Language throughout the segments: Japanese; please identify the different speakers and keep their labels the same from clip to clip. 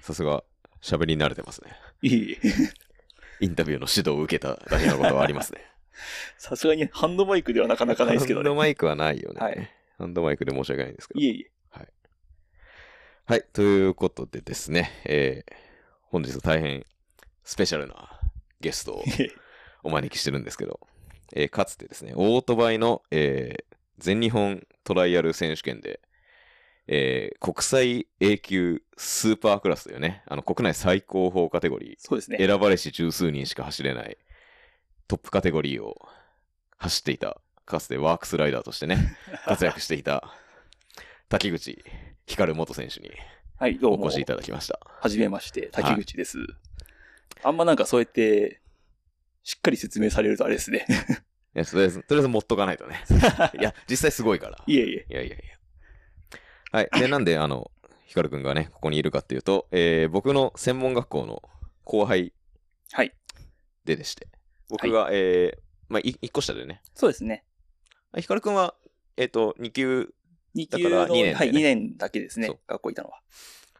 Speaker 1: さすが、喋り慣れてますね。
Speaker 2: いい。
Speaker 1: インタビューの指導を受けただけのことはあり ますね。
Speaker 2: さすがにハンドマイクではなかなかないですけ
Speaker 1: ハ
Speaker 2: ど
Speaker 1: ンド
Speaker 2: ね。
Speaker 1: マイクはないよね。
Speaker 2: はい
Speaker 1: ハンドマイクで申し訳ないんですけど。
Speaker 2: いえいえ。
Speaker 1: はい。ということでですね、えー、本日大変スペシャルなゲストを
Speaker 2: いえいえ
Speaker 1: お招きしてるんですけど、えーかつてですね、オートバイの、えー全日本トライアル選手権で、えー国際 A 級スーパークラスというね、あの国内最高峰カテゴリ
Speaker 2: そうです
Speaker 1: ー、
Speaker 2: ね。
Speaker 1: 選ばれし十数人しか走れないトップカテゴリーを走っていた、かつてワークスライダーとして ね、活躍していた滝口光元選手に
Speaker 2: はい、どう
Speaker 1: お
Speaker 2: も。
Speaker 1: 越しい
Speaker 2: は
Speaker 1: ただきました。
Speaker 2: じめまして、滝口です。あんまなんかそうやって、しっかり説明されるとあれ ですね。
Speaker 1: いやとりあえず、とりあえず持っとかないと ね。いや、実際すごいから。
Speaker 2: いえいえ。
Speaker 1: いやいやいや。はい。で、なんで、あの、ヒカルくんがね、ここにいるかっていうと、えー僕の専門学校の後輩
Speaker 2: はい。
Speaker 1: ででして、僕が、えーまあ、い一個下でね、
Speaker 2: そうですね。
Speaker 1: ヒカルくんは、えっ、と、2級、
Speaker 2: 2
Speaker 1: だ
Speaker 2: 級
Speaker 1: から
Speaker 2: の、
Speaker 1: 二年だよね
Speaker 2: はい、2年だけです
Speaker 1: そ
Speaker 2: ね
Speaker 1: う。
Speaker 2: 学校いたのは。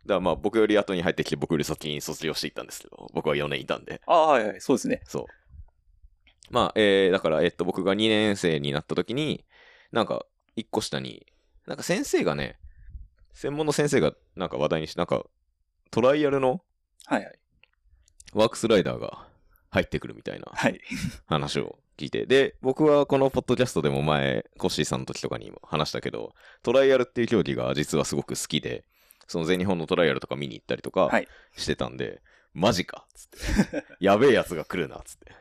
Speaker 1: だからまあ、僕より後に入ってきて、僕より先に卒業していったんですけど、僕は4年いたんで、
Speaker 2: ああ、はいはい、そうですね。
Speaker 1: そう。まあ、えーだから、えっ、と、僕が2年生になった時に、なんか、1個下に、なんか先生がね、専門の先生が、なんか話題にして、なんか、トライアルの
Speaker 2: はいはい。
Speaker 1: ワークスライダーが入ってくるみたいな
Speaker 2: はい。
Speaker 1: 話を聞いて。で、僕はこのポッドキャストでも前、コッシーさんの時とかにも話したけど、トライアルっていう競技が実はすごく好きで、その全日本のトライアルとか見に行ったりとか
Speaker 2: はい
Speaker 1: してたんで、マジかっつって。 やべえやつが来るなっつって。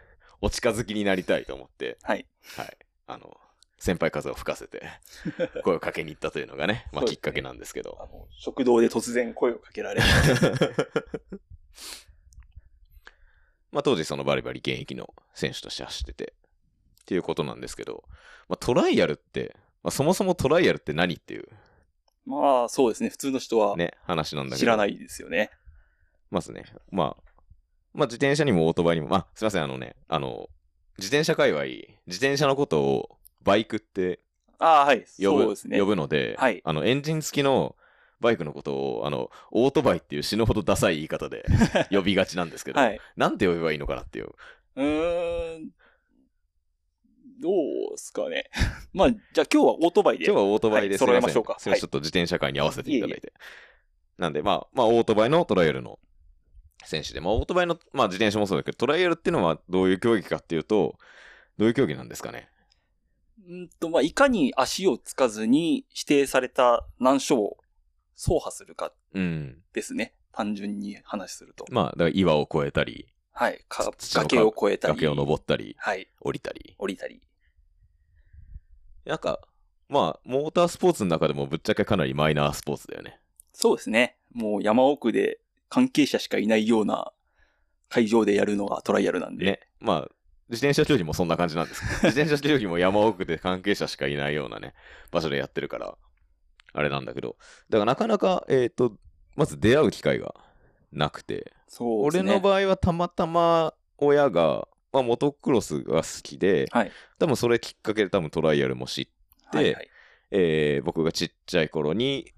Speaker 1: お近づきになりたいと思って、
Speaker 2: はい。
Speaker 1: はい。あの、先輩風を吹かせ て、声をかけに行ったというのがね、まあ
Speaker 2: そうで
Speaker 1: き
Speaker 2: すね
Speaker 1: っかけなんですけど。
Speaker 2: あの、食堂で突然声をか けられる。
Speaker 1: まあ当時そのバリバリ現役の選手として走っててっていうことなんですけど、まあ、トライアルって、まあ、そもそもトライアルって何っていう
Speaker 2: まあ、そうですね。普通の人は
Speaker 1: ね話なんだけど
Speaker 2: 知らないいですよね。
Speaker 1: ますねまあまあ自転車にもオートバイにもまあすいませんあのねあの自転車界隈自転車のことをバイクって
Speaker 2: ああ、はい。
Speaker 1: 呼
Speaker 2: そう
Speaker 1: ぶ,、
Speaker 2: ですね。
Speaker 1: 呼ぶので、
Speaker 2: はい
Speaker 1: あのエンジン付きのバイクのことをあのオートバイっていう死ぬほどダサい言い方で呼びがちなんですけど、
Speaker 2: はい。
Speaker 1: なんて呼べばいいのかなっていう
Speaker 2: うーん。どうすかね。 まあ、じゃあ今日はオートバイで。
Speaker 1: 今日はオートバイ
Speaker 2: は
Speaker 1: で
Speaker 2: い
Speaker 1: すい
Speaker 2: 揃え
Speaker 1: せん
Speaker 2: ましょうか
Speaker 1: すいませんちょっと自転車界に合わせていただ
Speaker 2: い
Speaker 1: いて。なんで、まあ、まあ、オートバイのトライアルの選手で、まあ、オートバイの、まあ、自転車もそうだけど、トライアルっていうのはどういう競技かっていうと、どういう競技なんですかね。
Speaker 2: うんと、まあ、いかに足をつかずに指定された難所を走破するか
Speaker 1: うん。
Speaker 2: ですね。単純に話すると。
Speaker 1: まあ、だから岩を越えたり、
Speaker 2: はい。か
Speaker 1: 土の
Speaker 2: 崖を越えたり。
Speaker 1: 崖を登ったり、
Speaker 2: はい。
Speaker 1: 降りたり。
Speaker 2: 降りたり。
Speaker 1: なんか、まあ、モータースポーツの中でもぶっちゃけかなりマイナースポーツだよね。
Speaker 2: そうですね。もう山奥で関係者しかいないような会場でやるのがトライアルなんで。
Speaker 1: ね。まあ、自転車競技もそんな感じなんですけど自転車競技も山奥で関係者しかいないようなね、場所でやってるから、あれなんだけど、だからなかなか、えっ、と、まず出会う機会がなくて、
Speaker 2: そう
Speaker 1: 俺
Speaker 2: ですね。
Speaker 1: の場合はたまたま親が、まあ、モトクロスが好きで、
Speaker 2: はい
Speaker 1: 多分それきっかけで多分トライアルも知って、
Speaker 2: はいはい
Speaker 1: えー僕がちっちゃい頃に、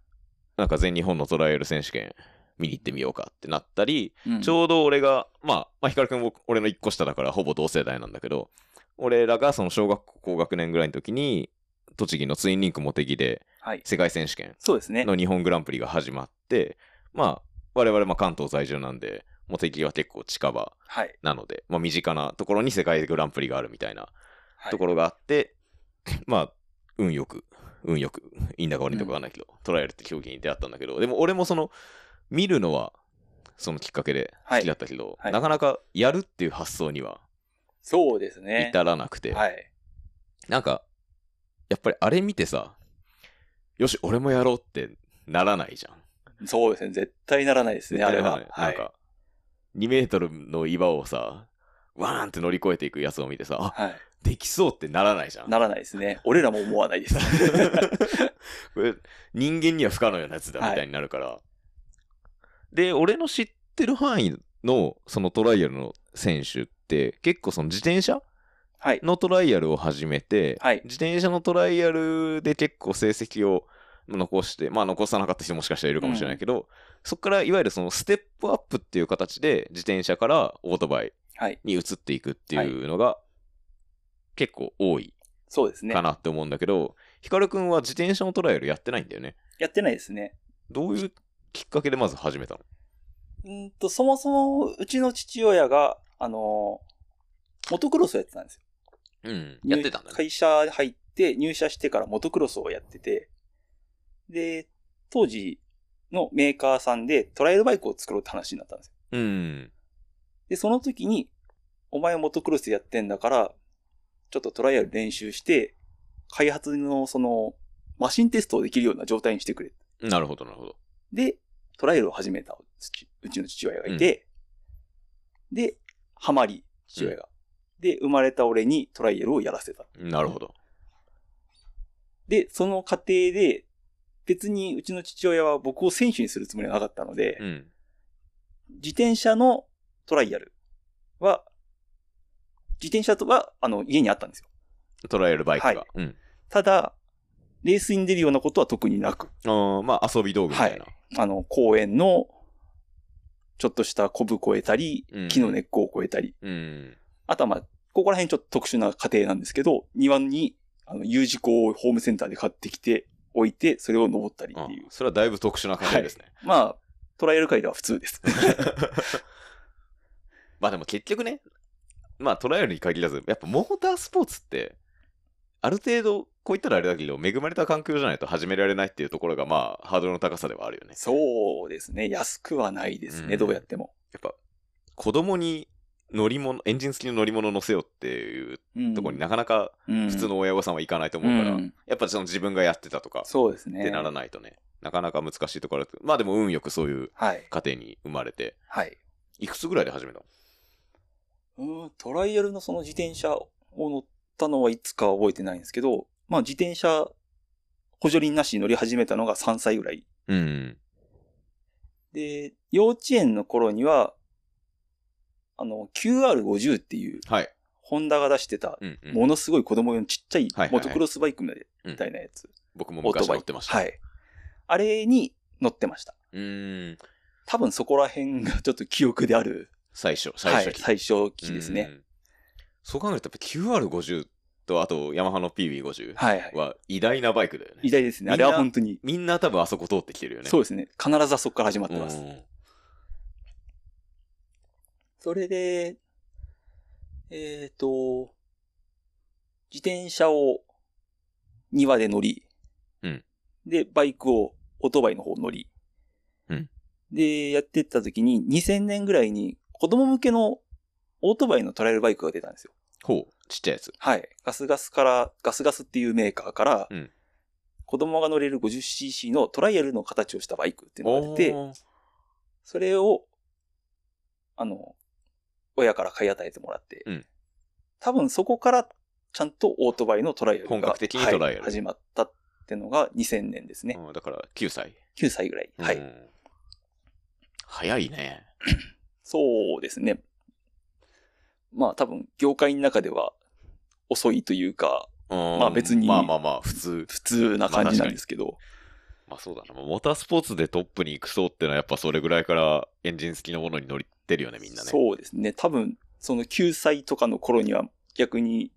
Speaker 1: なんか全日本のトライアル選手権見に行ってみようかってなったり、
Speaker 2: うん
Speaker 1: ちょうど俺が、まあ、まあ、ヒカルくんも俺の一個下だからほぼ同世代なんだけど、俺らがその小学校高学年ぐらいの時に、栃木のツインリンクモテギで
Speaker 2: はい。
Speaker 1: 世界選手権
Speaker 2: そうですね。
Speaker 1: の日本グランプリが始まって、まあ、我々まあ関東在住なんで、モテギは結構近場
Speaker 2: はい。
Speaker 1: なので、まあ身近なところに世界グランプリがあるみたいな
Speaker 2: はい
Speaker 1: ところがあって、 まあ、運よく、運よく、いいんだか悪いんだかわかんないけど、トライアルって競技に出会ったんだけど、でも俺もその、見るのは、そのきっかけで好きだったけど、
Speaker 2: はい
Speaker 1: なかなかやるっていう発想には
Speaker 2: そうですね。
Speaker 1: 至らなくて、
Speaker 2: はい。
Speaker 1: なんか、やっぱりあれ見てさ、よし、俺もやろうってならないじゃん。
Speaker 2: そうですね。絶対ならないですね、あれは。
Speaker 1: な
Speaker 2: は
Speaker 1: ん
Speaker 2: い。
Speaker 1: か、2メートルの岩をさ、わーんって乗り越えていくやつを見てさ、あ、
Speaker 2: はい。
Speaker 1: できそうってならないじゃん。
Speaker 2: ならないですね。俺らも思わな いです。
Speaker 1: これ人間には不可能なやつだみたいになるから、で俺の知ってる範囲のそのトライアルの選手って結構その自転車
Speaker 2: はい。
Speaker 1: のトライアルを始めて、
Speaker 2: はい
Speaker 1: 自転車のトライアルで結構成績を残して、まあ残さなかった人もしかしたらいるかもしれないけど、そこからいわゆるそのステップアップっていう形で自転車からオートバイ
Speaker 2: はい。
Speaker 1: に移っていくっていうのが結構多い
Speaker 2: そうですね
Speaker 1: か。なって思うんだけど、ヒカルくんは自転車のトライアルやってないんだよね。
Speaker 2: やってないですね。
Speaker 1: どういうきっかけでまず始めたの
Speaker 2: うんと、そもそも、うちの父親が、あのーモトクロスをやってたんですよ。
Speaker 1: うん。ね。
Speaker 2: 会社入って、入社してからモトクロスをやってて、で、当時のメーカーさんでトライアルバイクを作ろうって話になったんですよ。
Speaker 1: うん。
Speaker 2: で、その時に、お前モトクロスやってんだから、ちょっとトライアル練習して、開発のその、マシンテストをできるような状態にしてくれ。
Speaker 1: なるほど、なるほど。
Speaker 2: で、トライアルを始めた父うちの父親がいて、で、ハマり、父親が。で、生まれた俺にトライアルをやらせた。
Speaker 1: なるほど。
Speaker 2: で、その過程で、別にうちの父親は僕を選手にするつもりはなかったので、
Speaker 1: うん。
Speaker 2: 自転車のトライアルは、自転車とは、あの、家にあったんですよ。
Speaker 1: トライアルバイクが。
Speaker 2: はい
Speaker 1: うん。
Speaker 2: ただ、レースに出るようなことは特になく、
Speaker 1: あーまあ、遊び道具みたいな。
Speaker 2: あの、公園の、ちょっとしたコブ越えたり
Speaker 1: うん、
Speaker 2: 木の根っこを越えたり、
Speaker 1: うん。
Speaker 2: あとはまあ、ここら辺ちょっと特殊な家庭なんですけど、庭に、あの、U 字工をホームセンターで買ってきて、置いて、それを登ったり
Speaker 1: あ
Speaker 2: っていう。
Speaker 1: それはだいぶ特殊な家庭ですね。
Speaker 2: まあ、トライアル界では普通 です。
Speaker 1: まあでも結局ね、まあトライアルに限らず、やっぱモータースポーツって、ある程度、こう言ったらあれだけど、恵まれた環境じゃないと始められないっていうところが、まあ、ハードルの高さではあるよね。
Speaker 2: そうですね。安くはないです
Speaker 1: う
Speaker 2: ね、
Speaker 1: ん
Speaker 2: どうやっても。
Speaker 1: やっぱ、子供に乗り物、エンジン付きの乗り物乗せようっていう
Speaker 2: うん
Speaker 1: ところになかなか
Speaker 2: 普
Speaker 1: 普通の親御さんはいかないと思うから、
Speaker 2: うん
Speaker 1: やっぱその自分がやってたとか、
Speaker 2: そうですね。
Speaker 1: ってならないとね、なかなか難しいところだけどまあでも運よくそういう
Speaker 2: はい。
Speaker 1: 家庭に生まれて、
Speaker 2: はい。
Speaker 1: いくつぐらいで始めたの
Speaker 2: うん、トライアルのその自転車を乗ったのはいつかは覚えてないんですけど、まあ自転車、補助輪なしに乗り始めたのが3歳ぐらい。
Speaker 1: うん。
Speaker 2: で、幼稚園の頃には、あの、QR50 っていう、
Speaker 1: はい。
Speaker 2: ホンダが出してた、
Speaker 1: うんうん
Speaker 2: ものすごい子供用のちっちゃい
Speaker 1: はいはい、はい
Speaker 2: モトクロスバイクみたいなやつ。
Speaker 1: 僕も
Speaker 2: オート
Speaker 1: 昔
Speaker 2: バ
Speaker 1: 乗
Speaker 2: イ
Speaker 1: ってました。
Speaker 2: はい。あれに乗ってました。
Speaker 1: うーん。
Speaker 2: 多分そこら辺がちょっと記憶である、
Speaker 1: 最初、最
Speaker 2: は
Speaker 1: 初
Speaker 2: い、
Speaker 1: 期。
Speaker 2: 最初期です
Speaker 1: う
Speaker 2: ね。
Speaker 1: ん。そう考えると、やっぱ QR50 と、あと、ヤマハの PB50
Speaker 2: はいはい。
Speaker 1: は偉大なバイクだよね。
Speaker 2: 偉大ですね。あれは本当に。
Speaker 1: みんな多分あそこ通ってきてるよね。
Speaker 2: そう
Speaker 1: う
Speaker 2: ですね。必ずあそこから始まってます。
Speaker 1: ん
Speaker 2: それで、えっ、と、自転車を庭で乗り、
Speaker 1: うん
Speaker 2: で、バイクをオートバイの方乗り、
Speaker 1: うん
Speaker 2: で、やってった時に2000年ぐらいに子供向けのオートバイのトライアルバイクが出たんですよ。
Speaker 1: ほう、ちっちゃいやつ。
Speaker 2: はい。ガスガスから、ガスガスっていうメーカーから、
Speaker 1: うん
Speaker 2: 子供が乗れる 50cc のトライアルの形をしたバイクっていうのが出て、
Speaker 1: おー
Speaker 2: それを、あの、親から買い与えてもらって、
Speaker 1: うん
Speaker 2: 多分そこからちゃんとオートバイのトライアルが
Speaker 1: 本格的にトライアル
Speaker 2: はい始まったってのが2000年ですね。
Speaker 1: うんだから、9歳。
Speaker 2: 9歳ぐらい。は
Speaker 1: う
Speaker 2: い。
Speaker 1: ん。早いね。
Speaker 2: そうですね。まあ多分業界の中では遅いというか、
Speaker 1: ま
Speaker 2: あ別に
Speaker 1: まあまあまあ、普通。
Speaker 2: 普通な感じなんですけど、
Speaker 1: まあそうだな。まあモータースポーツでトップに行くそうってのは、やっぱそれぐらいからエンジン付きのものに乗ってるよね、みんなね。
Speaker 2: そうですね。多分その9歳とかの頃には逆に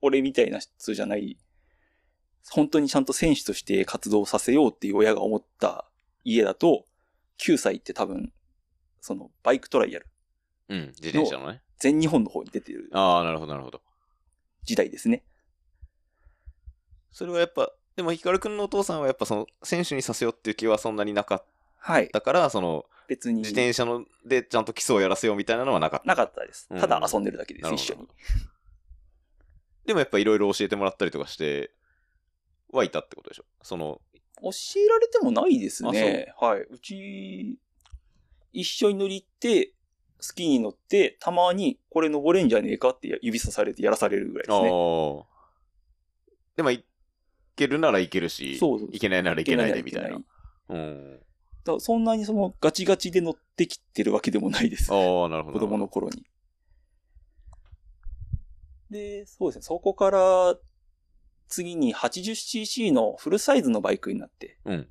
Speaker 2: 俺みたいな人じゃない、本当にちゃんと選手として活動させようっていう親が思った家だと、9歳って多分、そのバイクトライアル、
Speaker 1: うん、自転車のね。
Speaker 2: 全日本の方に出てる
Speaker 1: ああ、なるほど、なるほど。
Speaker 2: 時代ですね。
Speaker 1: それはやっぱ、でも、ヒカルくんのお父さんはやっぱその、選手にさせようっていう気はそんなになかっ
Speaker 2: はい。
Speaker 1: たから、その、
Speaker 2: 別に
Speaker 1: 自転車のでちゃんと基礎をやらせようみたいなのはなかった。
Speaker 2: なかったです。ただ
Speaker 1: うん
Speaker 2: 遊んでるだけです、
Speaker 1: なる
Speaker 2: 一
Speaker 1: ほど
Speaker 2: 緒に。
Speaker 1: でもやっぱいろいろ教えてもらったりとかして、はいたってことでしょ。その、
Speaker 2: 教えられてもないですね。はい。うち、一緒に乗り行って、スキーに乗って、たまにこれ登れんじゃねえかって指さされてやらされるぐらいで
Speaker 1: ああ
Speaker 2: すね。
Speaker 1: ー。でも、行けるなら行けるし、
Speaker 2: そうそう
Speaker 1: 行けないなら
Speaker 2: い
Speaker 1: 行けないでみたいな
Speaker 2: だ。
Speaker 1: うん。
Speaker 2: からそんなにそのガチガチで乗ってきてるわけでもないです。子
Speaker 1: ああ、なるほど。
Speaker 2: 供の頃に。で、そうですね。そこから、次に 80cc のフルサイズのバイクになって、
Speaker 1: うん。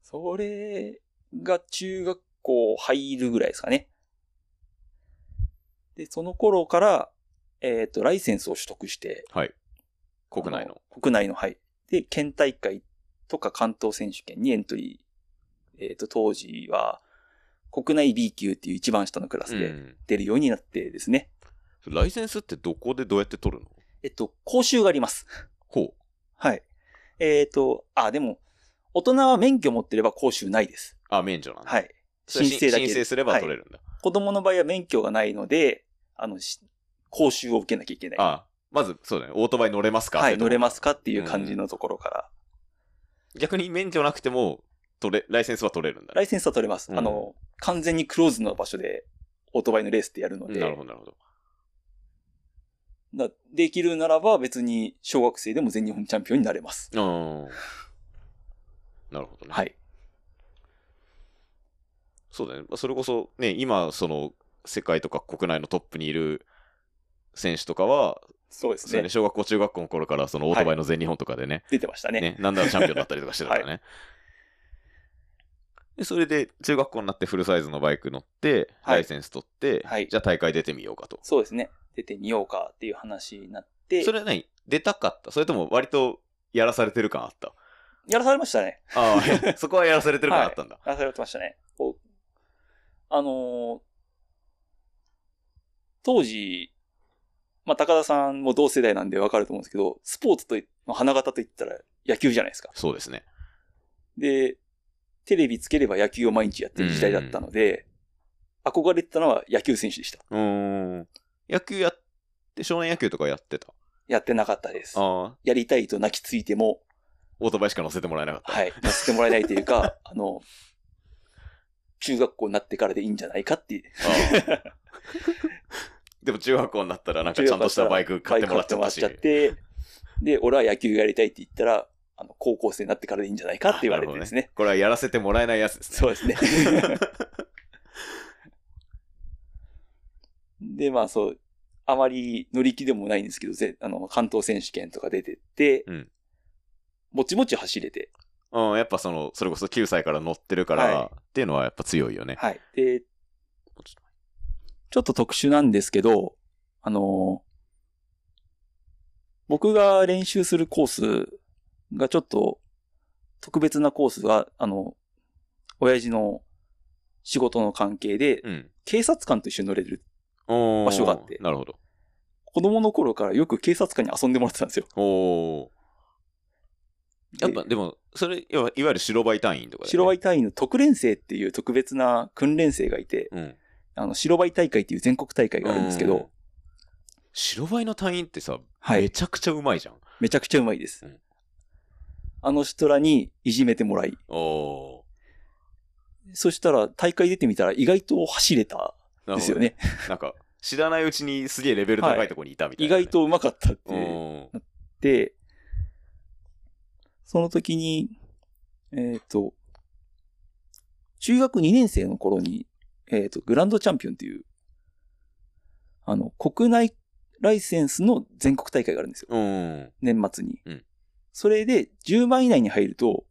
Speaker 2: それが中学校入るぐらいですかね。で、その頃から、えっ、と、ライセンスを取得して、
Speaker 1: はい。国内の。
Speaker 2: あ。国内の、はい。で、県大会とか関東選手権にエントリー。えっ、と、当時は、国内 B 級っていう一番下のクラス
Speaker 1: う
Speaker 2: で
Speaker 1: ん
Speaker 2: 出るようになってですね。
Speaker 1: ライセンスってどこでどうやって取るの
Speaker 2: えっと、講習があります。
Speaker 1: ほう。
Speaker 2: はい。えっ、と、あ、でも、大人は免許持ってれば講習ないです。
Speaker 1: あ、免除なんだ。。
Speaker 2: はいい。申請だけ。
Speaker 1: 申請すれば取
Speaker 2: はい
Speaker 1: れるんだ。
Speaker 2: 子供の場合は免許がないので、あの、し講習を受けなきゃいけない。
Speaker 1: ああまず、そうだね。オートバイ乗れますか。
Speaker 2: はい、乗れますすかっていう感じのところから。
Speaker 1: 逆に免除なくても、取れ、ライセンスは取れるんだね。
Speaker 2: ライセンスは取れます。
Speaker 1: うん
Speaker 2: あの、完全にクローズの場所で、オートバイのレースってやるの
Speaker 1: うん
Speaker 2: で、
Speaker 1: なるほど、なるほど。
Speaker 2: なできるならば別に小学生でも全日本チャンピオンになれます。
Speaker 1: ああ。なるほどね。
Speaker 2: はい。
Speaker 1: そうだね。まあそれこそ、ね、今、その、世界とか国内のトップにいる選手とかは、
Speaker 2: そうです
Speaker 1: そう
Speaker 2: ね。
Speaker 1: ね、小学校、中学校の頃から、そのオートバイの全日本とかでね、
Speaker 2: 出てましたね。
Speaker 1: ね、なんだらチャンピオンだったりとかしてた からね。で、それで、中学校になってフルサイズのバイク乗って、
Speaker 2: はい
Speaker 1: ライセンス取って、
Speaker 2: はい
Speaker 1: じゃあ大会出てみようかと。
Speaker 2: そうですね。出てみようかっていう話になって、
Speaker 1: それは何出たかったそれとも割とやらされてる感あった
Speaker 2: やらされましたね。
Speaker 1: ああ、 そこはやらされてる感あったんだ。
Speaker 2: やらされてましたね。こうあのー当時、まあ、高田さんも同世代なんでわかると思うんですけど、スポーツといの花形といったら野球じゃないですか。
Speaker 1: そうですね。
Speaker 2: で、テレビつければ野球を毎日やってる時代だったので、憧れてたのは野球選手でした。
Speaker 1: うーん。野球やって、少年野球とかやってた。
Speaker 2: やってなかったです。
Speaker 1: ああ、
Speaker 2: やりたいと泣きついても、
Speaker 1: オートバイしか乗せてもらえなかった。
Speaker 2: はい、やってもらえないとい うか、あの、中学校になってからでいいんじゃないかっていう
Speaker 1: ああでも中学校になったらなんかちゃんとしたバイク買ってもらっちゃったし。
Speaker 2: バイク買ってもらっちゃってで、俺は野球やりたいって言ったら、あの、高校生になってからでいいんじゃないかって言われてですね。
Speaker 1: これはやらせてもらえないやつですね。
Speaker 2: そうですね。で、まあそう、あまり乗り気でもないんですけど、ぜあの、関東選手権とか出てって、
Speaker 1: うん
Speaker 2: もちもち走れて、
Speaker 1: うん、やっぱその、それこそ9歳から乗ってるから、
Speaker 2: はい
Speaker 1: っていうのはやっぱ強いよね。
Speaker 2: はい。で、ちょっと特殊なんですけど、あの、僕が練習するコースがちょっと特別なコースが、あの、親父の仕事の関係で、
Speaker 1: うん。
Speaker 2: 警察官と一緒に乗れる。
Speaker 1: 場
Speaker 2: 場所があって
Speaker 1: なるほど。
Speaker 2: 子供の頃からよく警察官に遊んでもらってたんですよ。
Speaker 1: おーやっぱ
Speaker 2: で
Speaker 1: でも、それ、いわいわゆる白バイ隊員とかだよね
Speaker 2: 白バイ隊員の特連生っていう特別な訓練生がいて、
Speaker 1: うん。
Speaker 2: あの、白バイ大会っていう全国大会があるんですけ
Speaker 1: うん
Speaker 2: ど、
Speaker 1: 白バイの隊員ってさ、
Speaker 2: はい
Speaker 1: め。ちゃくちゃうまいじゃん。
Speaker 2: めちゃくちゃうまいです。
Speaker 1: うん
Speaker 2: あの人らにいじめてもらい、
Speaker 1: お
Speaker 2: そしたら大会出てみたら意外と走れた
Speaker 1: ーなんるほど
Speaker 2: ですよ。ね。
Speaker 1: なんか、知らないうちにすげえレベル高いところにいたみたい
Speaker 2: 意
Speaker 1: なね、
Speaker 2: 外とうまかったって
Speaker 1: う
Speaker 2: 言っ
Speaker 1: ん。
Speaker 2: て、その時に、えっ、と、中学2年生の頃に、えっ、と、グランドチャンピオンっていう、あの、国内ライセンスの全国大会があるんですよ。
Speaker 1: うん。
Speaker 2: 年末に。
Speaker 1: うん
Speaker 2: それで10万以内に入ると、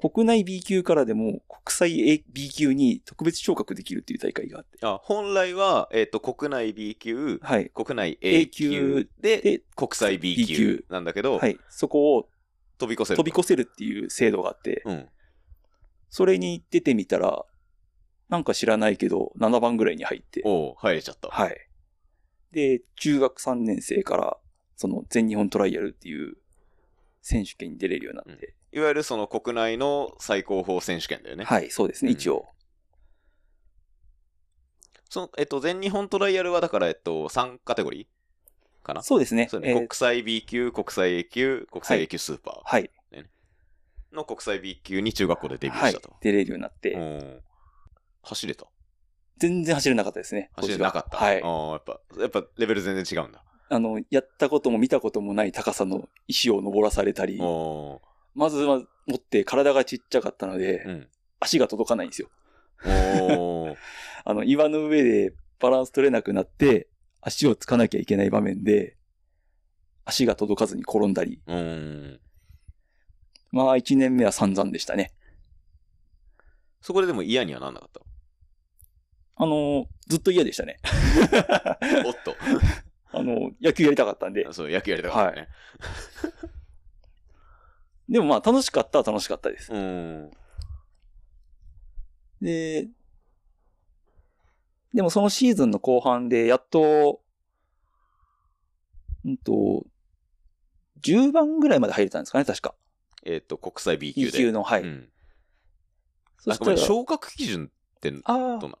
Speaker 2: 国内 B 級からでも国際 A- B 級に特別昇格できるっていう大会があって。
Speaker 1: あ、本来は、えっ、と、国内 B 級、
Speaker 2: はい。
Speaker 1: 国内 A
Speaker 2: A
Speaker 1: 級
Speaker 2: 級
Speaker 1: で、
Speaker 2: で、
Speaker 1: 国際 B
Speaker 2: 級
Speaker 1: 級なんだけど、
Speaker 2: はい。そこを
Speaker 1: 飛び越せる
Speaker 2: 飛
Speaker 1: と。
Speaker 2: び越せるっていう制度があって、
Speaker 1: うん。
Speaker 2: それに出てみたら、なんか知らないけど、7番ぐらいに入って、
Speaker 1: おう入れちゃった。
Speaker 2: はい。で、中学3年生から、その全日本トライアルっていう選手権に出れるようになって、
Speaker 1: いわゆるその国内の最高峰選手権だよね。
Speaker 2: はい、そうですね、
Speaker 1: うん
Speaker 2: 一応。
Speaker 1: その、えっと、全日本トライアルはだから、えっと、3カテゴリーかな
Speaker 2: そうですね。
Speaker 1: そうね
Speaker 2: えー
Speaker 1: 国際 B 級、国際 A 級、国際 A 級スーパ
Speaker 2: はい。
Speaker 1: ーの国際 B 級に中学校でデビューしたと
Speaker 2: はい、。出れるようになって、
Speaker 1: うん走れた。
Speaker 2: 全然走れなかったですね。
Speaker 1: 走れなかった。
Speaker 2: 当時は
Speaker 1: あ
Speaker 2: はい。
Speaker 1: ーやっぱ、やっぱレベル全然違うんだ。
Speaker 2: あの、やったことも見たこともない高さの石を登らされたり、
Speaker 1: お
Speaker 2: まずは持って体がちっちゃかったので、
Speaker 1: ーうん。
Speaker 2: 足が届かないんですよ。
Speaker 1: おー
Speaker 2: あの、岩の上でバランス取れなくなって、足をつかなきゃいけない場面で、足が届かずに転んだり、
Speaker 1: うーん。
Speaker 2: まあ1年目は散々でしたね。
Speaker 1: そこででも嫌にはなんなかっ
Speaker 2: あの、ずっと嫌でしたね。
Speaker 1: た。おっと。
Speaker 2: あの、野球やりたかったんで。
Speaker 1: そう、野球やりたかったね。
Speaker 2: でもまあ楽しかったは楽しかったです。
Speaker 1: うーん。
Speaker 2: で、でもそのシーズンの後半で、やっと、うんと、10番ぐらいまで入れたんですかね、確か。
Speaker 1: えっと、国際 B 級で。
Speaker 2: E 級の、は
Speaker 1: う
Speaker 2: い。
Speaker 1: ん。
Speaker 2: そ
Speaker 1: あ、
Speaker 2: し
Speaker 1: ご
Speaker 2: た
Speaker 1: め
Speaker 2: ら
Speaker 1: ん、、昇格基準ってど
Speaker 2: あ
Speaker 1: うな
Speaker 2: あ
Speaker 1: の、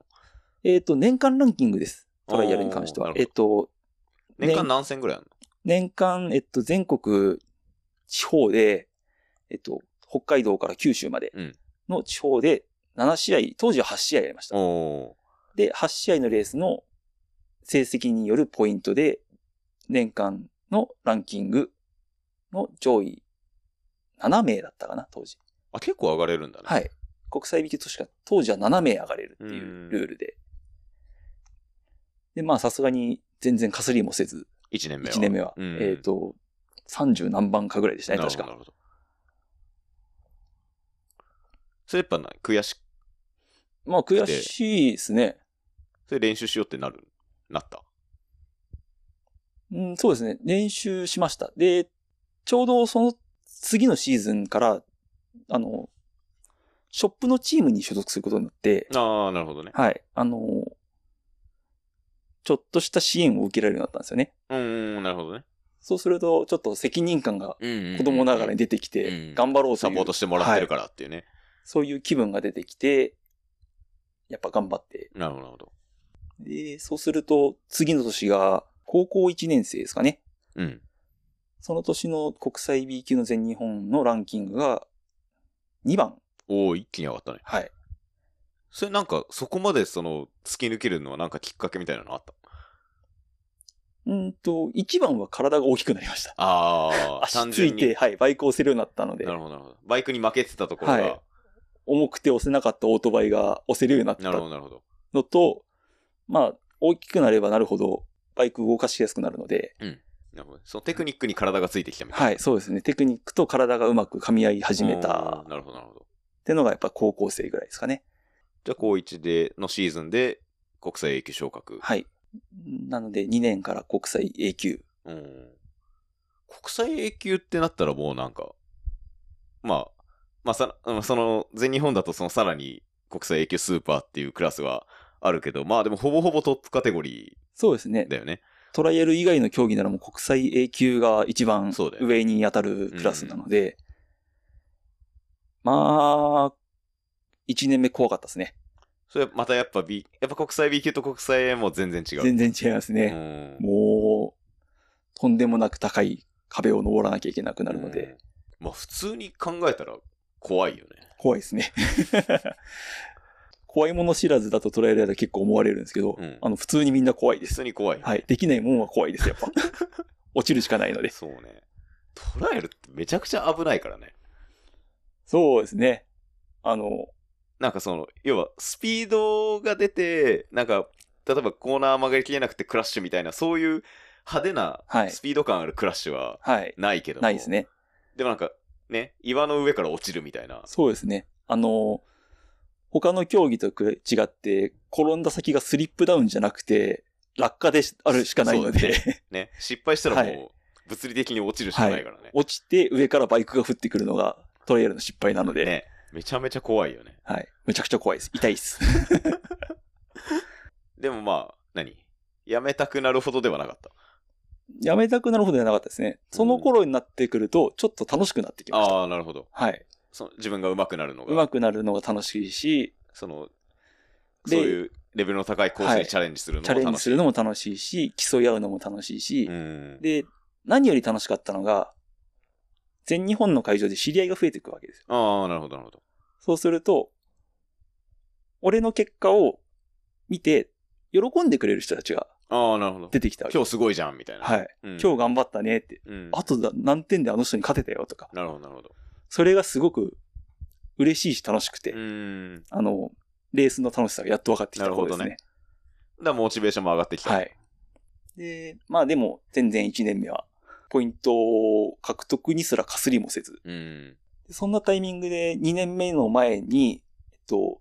Speaker 2: えっ、と、年間ランキングです。トライアルに関して
Speaker 1: お
Speaker 2: は
Speaker 1: ー。な
Speaker 2: えっ、
Speaker 1: るほ
Speaker 2: と、
Speaker 1: 年間何戦ぐらいある
Speaker 2: 年間、えっと、全国地方で、えっと、北海道から九州まで
Speaker 1: うん
Speaker 2: の地方で7試合、当時は8試合やりました
Speaker 1: の。お
Speaker 2: で、8試合のレースの成績によるポイントで、年間のランキングの上位7名だったかな、当時。
Speaker 1: ーあ、結構上がれるんだね。。
Speaker 2: はいい。国際引きとしか当時は7名上がれるっていうルールで。で、まあさすがに全然かすりもせず、
Speaker 1: 1年目は。
Speaker 2: 1年目は、
Speaker 1: うん
Speaker 2: えっ、と、30何番かぐらいでしたね、確
Speaker 1: な
Speaker 2: か。
Speaker 1: るほど。それやっぱな、悔しく、
Speaker 2: まあ悔しいですね。
Speaker 1: それ練習しようってなる、なった。
Speaker 2: うん、そうですね。練習しました。で、ちょうどその次のシーズンから、あの、ショップのチームに所属することになって、
Speaker 1: ああ、なるほどね。
Speaker 2: はい、あの、ちょっとした支援を受けられるようになったんですよね。
Speaker 1: うーん、なるほどね。
Speaker 2: そうすると、ちょっと責任感が
Speaker 1: うん
Speaker 2: 子供ながらに出てき
Speaker 1: うん
Speaker 2: て、頑張ろうと
Speaker 1: サ
Speaker 2: いう、
Speaker 1: ポートしてもらってるからっていうね。
Speaker 2: そういう気分が出てきて、やっぱ頑張って。
Speaker 1: なるほど、なるほど。
Speaker 2: で、そうすると、次の年が、高校1年生ですかね。
Speaker 1: うん。
Speaker 2: その年の国際 B 級の全日本のランキングが2番。
Speaker 1: おお一気に上がったね。
Speaker 2: はい。
Speaker 1: それなんか、そこまでその、突き抜けるのはなんかきっかけみたいなのあった
Speaker 2: うんと、1番は体が大きくなりました。
Speaker 1: ああ、
Speaker 2: 足ついて、
Speaker 1: に。
Speaker 2: はい、バイクを押せるようになったので
Speaker 1: な、るほど、なるほど。バイクに負けてたところが、
Speaker 2: はい重くて押せなかったオートバイが押せるようになっ
Speaker 1: なるほど、
Speaker 2: た
Speaker 1: なるほど。
Speaker 2: のと、まあ、大きくなればなるほど、バイク動かしやすくなるので、
Speaker 1: なるほどねそのテクニックに体がついてきたみたいな。
Speaker 2: はい、そうですね。テクニックと体がうまく噛み合い始めた
Speaker 1: うーん。なるほど、なるほど。
Speaker 2: ってのがやっぱ高校生ぐらいですかね。
Speaker 1: じゃあ、高1でのシーズンで、国際 A 級昇格。
Speaker 2: はい。なので2年から国際 A 級。
Speaker 1: うん。国際 A 級ってなったらもうなんか、まあ、まあさ、うんその、全日本だとそのさらに国際 A 級スーパーっていうクラスはあるけど、まあでもほぼほぼトップカテゴリ
Speaker 2: そうですね
Speaker 1: ー。だよね。
Speaker 2: トライアル以外の競技ならもう国際 A 級が一番
Speaker 1: そうだよね
Speaker 2: 上に当たるクラスなので、まあ、1年目怖かったですね。
Speaker 1: それまたやっぱ B、やっぱ国際 B 級と国際 A も全然違う。
Speaker 2: 全然違いますね。
Speaker 1: うん
Speaker 2: もう、とんでもなく高い壁を登らなきゃいけなくなるので、
Speaker 1: うんまあ普通に考えたら怖いよね。
Speaker 2: 怖いですね。 怖いもの知らずだとトライアルだと結構思われるんですけど、
Speaker 1: うん
Speaker 2: あの、普通にみんな怖いで
Speaker 1: 普
Speaker 2: す。
Speaker 1: 通に怖いよね。
Speaker 2: はい。できないもんは怖いです、やっぱ。 落ちるしかないので。
Speaker 1: そうね。トライアルってめちゃくちゃ危ないからね。
Speaker 2: そうですね。あの、
Speaker 1: なんかその、要はスピードが出て、なんか、例えばコーナー曲がりきれなくてクラッシュみたいな、そういう派手な
Speaker 2: はい
Speaker 1: スピード感あるクラッシュは
Speaker 2: はい。
Speaker 1: ないけども、
Speaker 2: ないですね。
Speaker 1: でもなんか、ね、岩の上から落ちるみたいな。
Speaker 2: そうですね。あの、他の競技とく違って、転んだ先がスリップダウンじゃなくて、落下でしあるしかないの
Speaker 1: そう
Speaker 2: で、
Speaker 1: だね、失敗したらも
Speaker 2: は
Speaker 1: う、物理的に落ちるしかないからね。
Speaker 2: 落ちて上からバイクが降ってくるのがトライアルの失敗なので、
Speaker 1: ね、めちゃめちゃ怖いよね。
Speaker 2: はい。むちゃくちゃ怖いです。痛いです。
Speaker 1: でもまあ、何やめたくなるほどではなかった。
Speaker 2: やめたくなるほどじゃなかったですね。その頃になってくると、ちょっと楽しくなってきました。
Speaker 1: ああ、なるほど。
Speaker 2: はい。
Speaker 1: その自分が上手くなるのが。
Speaker 2: 上手くなるのが楽しいし、
Speaker 1: その、そ
Speaker 2: で
Speaker 1: ういうレベルの高いコース
Speaker 2: は
Speaker 1: に
Speaker 2: い
Speaker 1: チャレンジするのも
Speaker 2: チャ
Speaker 1: 楽しい。
Speaker 2: レンジするのも楽しいし、競い合うのも楽しいし、
Speaker 1: うん。
Speaker 2: で、何より楽しかったのが、全日本の会場で知り合いが増えていくわけですよ。
Speaker 1: ああ、なるほど、なるほど。
Speaker 2: そうすると、俺の結果を見て、喜んでくれる人たちが
Speaker 1: ああ、なるほど。
Speaker 2: 出てきたわけ
Speaker 1: 今日すごいじゃん、みたいな。。
Speaker 2: はいい。
Speaker 1: うん、
Speaker 2: 今日頑張ったねって。
Speaker 1: 日、うん、
Speaker 2: あとだ何点であの人に勝てたよとか。
Speaker 1: なるほど、なるほど。
Speaker 2: それがすごく嬉しいし楽しくて、
Speaker 1: うーん。
Speaker 2: あの、レースの楽しさがやっと分かってきたことですね。
Speaker 1: なるだからモチベーションも上がってきた。
Speaker 2: はい。で、まあでも全然1年目はポイントを獲得にすらかすりもせず、
Speaker 1: うん。
Speaker 2: でそんなタイミングで2年目の前に、えっと、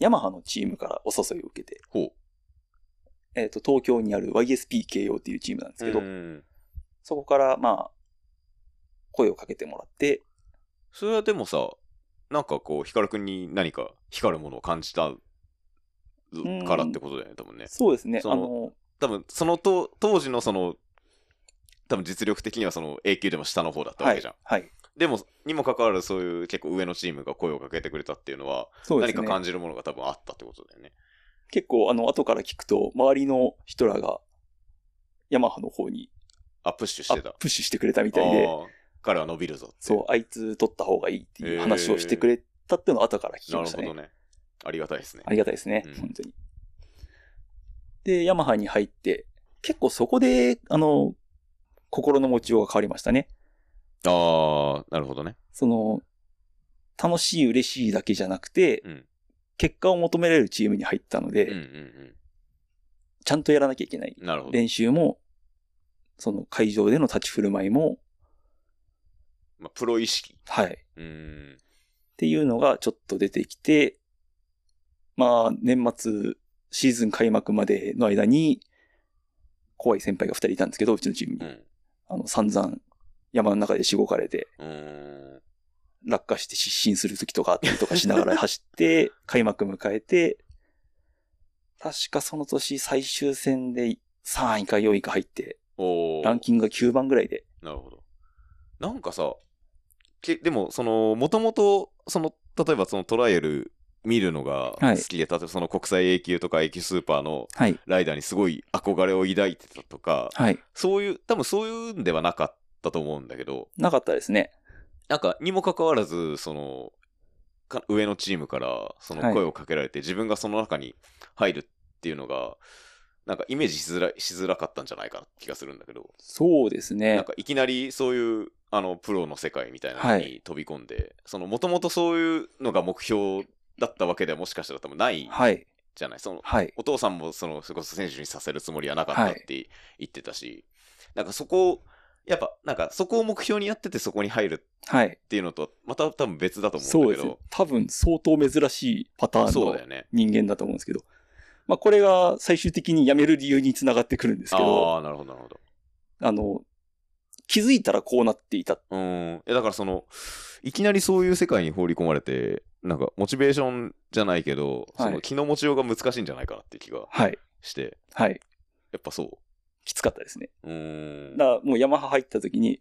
Speaker 2: ヤマハのチームからお誘いを受けて、
Speaker 1: ほう。
Speaker 2: えっと、東京にある YSPKO っていうチームなんですけど、
Speaker 1: うん
Speaker 2: そこから、まあ、声をかけてもらって、
Speaker 1: それはでもさ、なんかこう、ヒカルくんに何か光るものを感じたからってことだよね、多分ね。
Speaker 2: そうですね、
Speaker 1: その
Speaker 2: あの、
Speaker 1: 多分そのと当時のその、多分実力的にはその A 級でも下の方だったわ
Speaker 2: は
Speaker 1: けじゃん。
Speaker 2: い、はい。
Speaker 1: でも、にもかかわらずそういう結構上のチームが声をかけてくれたっていうのは、
Speaker 2: そうで
Speaker 1: 何
Speaker 2: す
Speaker 1: か
Speaker 2: ね
Speaker 1: 感。じるものが多分あったってことだよね。
Speaker 2: 結構、あの、後から聞くと、周りの人らが、ヤマハの方に
Speaker 1: あ、プッシュし
Speaker 2: あ
Speaker 1: てた。
Speaker 2: プッシュしてくれたみたいで、
Speaker 1: あー彼は伸びるぞって。
Speaker 2: そう、あいつ取った方がいいっていう話をしてくれたっていうのを後から聞き
Speaker 1: な
Speaker 2: ま
Speaker 1: る
Speaker 2: した
Speaker 1: ほ
Speaker 2: ね
Speaker 1: ど。ね。ありがたいですね
Speaker 2: あ。りがたいですね、
Speaker 1: うん
Speaker 2: 本当に。で、ヤマハに入って、結構そこで、あの、心の持ちようが変わりましたね。
Speaker 1: ああ、なるほどね。
Speaker 2: その、楽しい、嬉しいだけじゃなくて、
Speaker 1: うん。
Speaker 2: 結果を求められるチームに入ったので、
Speaker 1: うんうん
Speaker 2: ちゃんとやらなきゃいけない。
Speaker 1: うん。なるほど。
Speaker 2: 練習も、その会場での立ち振る舞いも、
Speaker 1: まあ、プロ意識。
Speaker 2: はい。っ
Speaker 1: うーん。
Speaker 2: ていうのがちょっと出てきて、まあ、年末、シーズン開幕までの間に、怖い先輩が2人いたんですけど、うちのチー
Speaker 1: う
Speaker 2: ムに。
Speaker 1: ん。
Speaker 2: あの、散々山の中でしごかれて、
Speaker 1: うーん。
Speaker 2: 落下して失神する時とかあったりとかしながら 走って、開幕迎えて、確かその年最終戦で3位か4位か入って、
Speaker 1: おー
Speaker 2: ランキングが9番ぐらいで、
Speaker 1: なるほど。なんかさ、けでも、その、もともと、その、例えばそのトライアル見るのが
Speaker 2: は
Speaker 1: 好
Speaker 2: い
Speaker 1: きで、例えばその国際 A 級とか A 級スーパーの
Speaker 2: はい、
Speaker 1: ライダーにすごい憧れを抱いてたとか、
Speaker 2: はい、
Speaker 1: そういう、多分そういうんではなかったと思うんだけど、
Speaker 2: なかったですね。
Speaker 1: なんか、にもかかわらず、その、か上のチームからその
Speaker 2: はい
Speaker 1: 声をかけられて、自分がその中に入るっていうのが、なんかイメージしづらしづらかったんじゃないかなって気がするんだけど、
Speaker 2: そうです
Speaker 1: なん
Speaker 2: ね。
Speaker 1: かいきなりそういうあのプロの世界みたいなの
Speaker 2: はい
Speaker 1: に飛び込んで、そのもともとそういうのが目標だったわけではもしかしたら多分ない
Speaker 2: はい、
Speaker 1: じゃない、その
Speaker 2: はい、
Speaker 1: お父さんもそのそれこそ選手にさせるつもりはなかった
Speaker 2: はい
Speaker 1: って言ってたし、なんかそこをやっぱなんかそこを目標にやっててそこに入る
Speaker 2: はい。
Speaker 1: っていうのとはまた多分別だと思
Speaker 2: そ
Speaker 1: うん
Speaker 2: う
Speaker 1: だ
Speaker 2: で
Speaker 1: け
Speaker 2: すね
Speaker 1: ど。
Speaker 2: 多分相当珍しいパターン
Speaker 1: そう
Speaker 2: の
Speaker 1: だよね
Speaker 2: 人間だと思うんですけど、まあこれが最終的に辞める理由につながってくるんですけど、
Speaker 1: ああなるほどなるほど
Speaker 2: あの、気づいたらこうなっていた
Speaker 1: うーんえだからそのいきなりそういう世界に放り込まれてなんかモチベーションじゃないけど、そ
Speaker 2: は
Speaker 1: の
Speaker 2: い
Speaker 1: 気の持ちようが難しいんじゃないかなって気が
Speaker 2: はい。
Speaker 1: して
Speaker 2: はい。
Speaker 1: やっぱそ
Speaker 2: きつかったですね。
Speaker 1: ううーん
Speaker 2: だからもうヤマハ入った時に、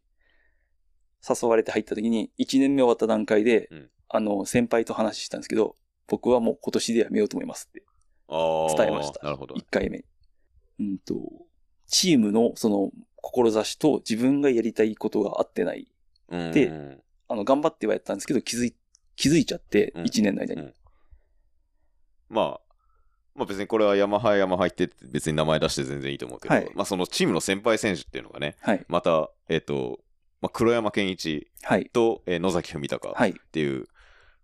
Speaker 2: 誘われて入った時に、1年目終わった段階で、
Speaker 1: うん
Speaker 2: あの、先輩と話したんですけど、僕はもう今年でやめようと思いますって、
Speaker 1: あー
Speaker 2: 伝えました
Speaker 1: なるほど
Speaker 2: 1回目。うんと、チームのその、志と自分がやりたいことが合ってない。
Speaker 1: うん
Speaker 2: であの、頑張ってはやったんですけど、気づい、気づいちゃって、
Speaker 1: うん
Speaker 2: 1年の間に。
Speaker 1: うんまあまあ別にこれはヤマハヤマハって別に名前出して全然いいと思うけど、
Speaker 2: はい
Speaker 1: まあそのチームの先輩選手っていうのがね
Speaker 2: はい。
Speaker 1: またえっ、と、まあ、黒山健一
Speaker 2: はい。
Speaker 1: と、えー野崎文隆
Speaker 2: はい。
Speaker 1: っていう、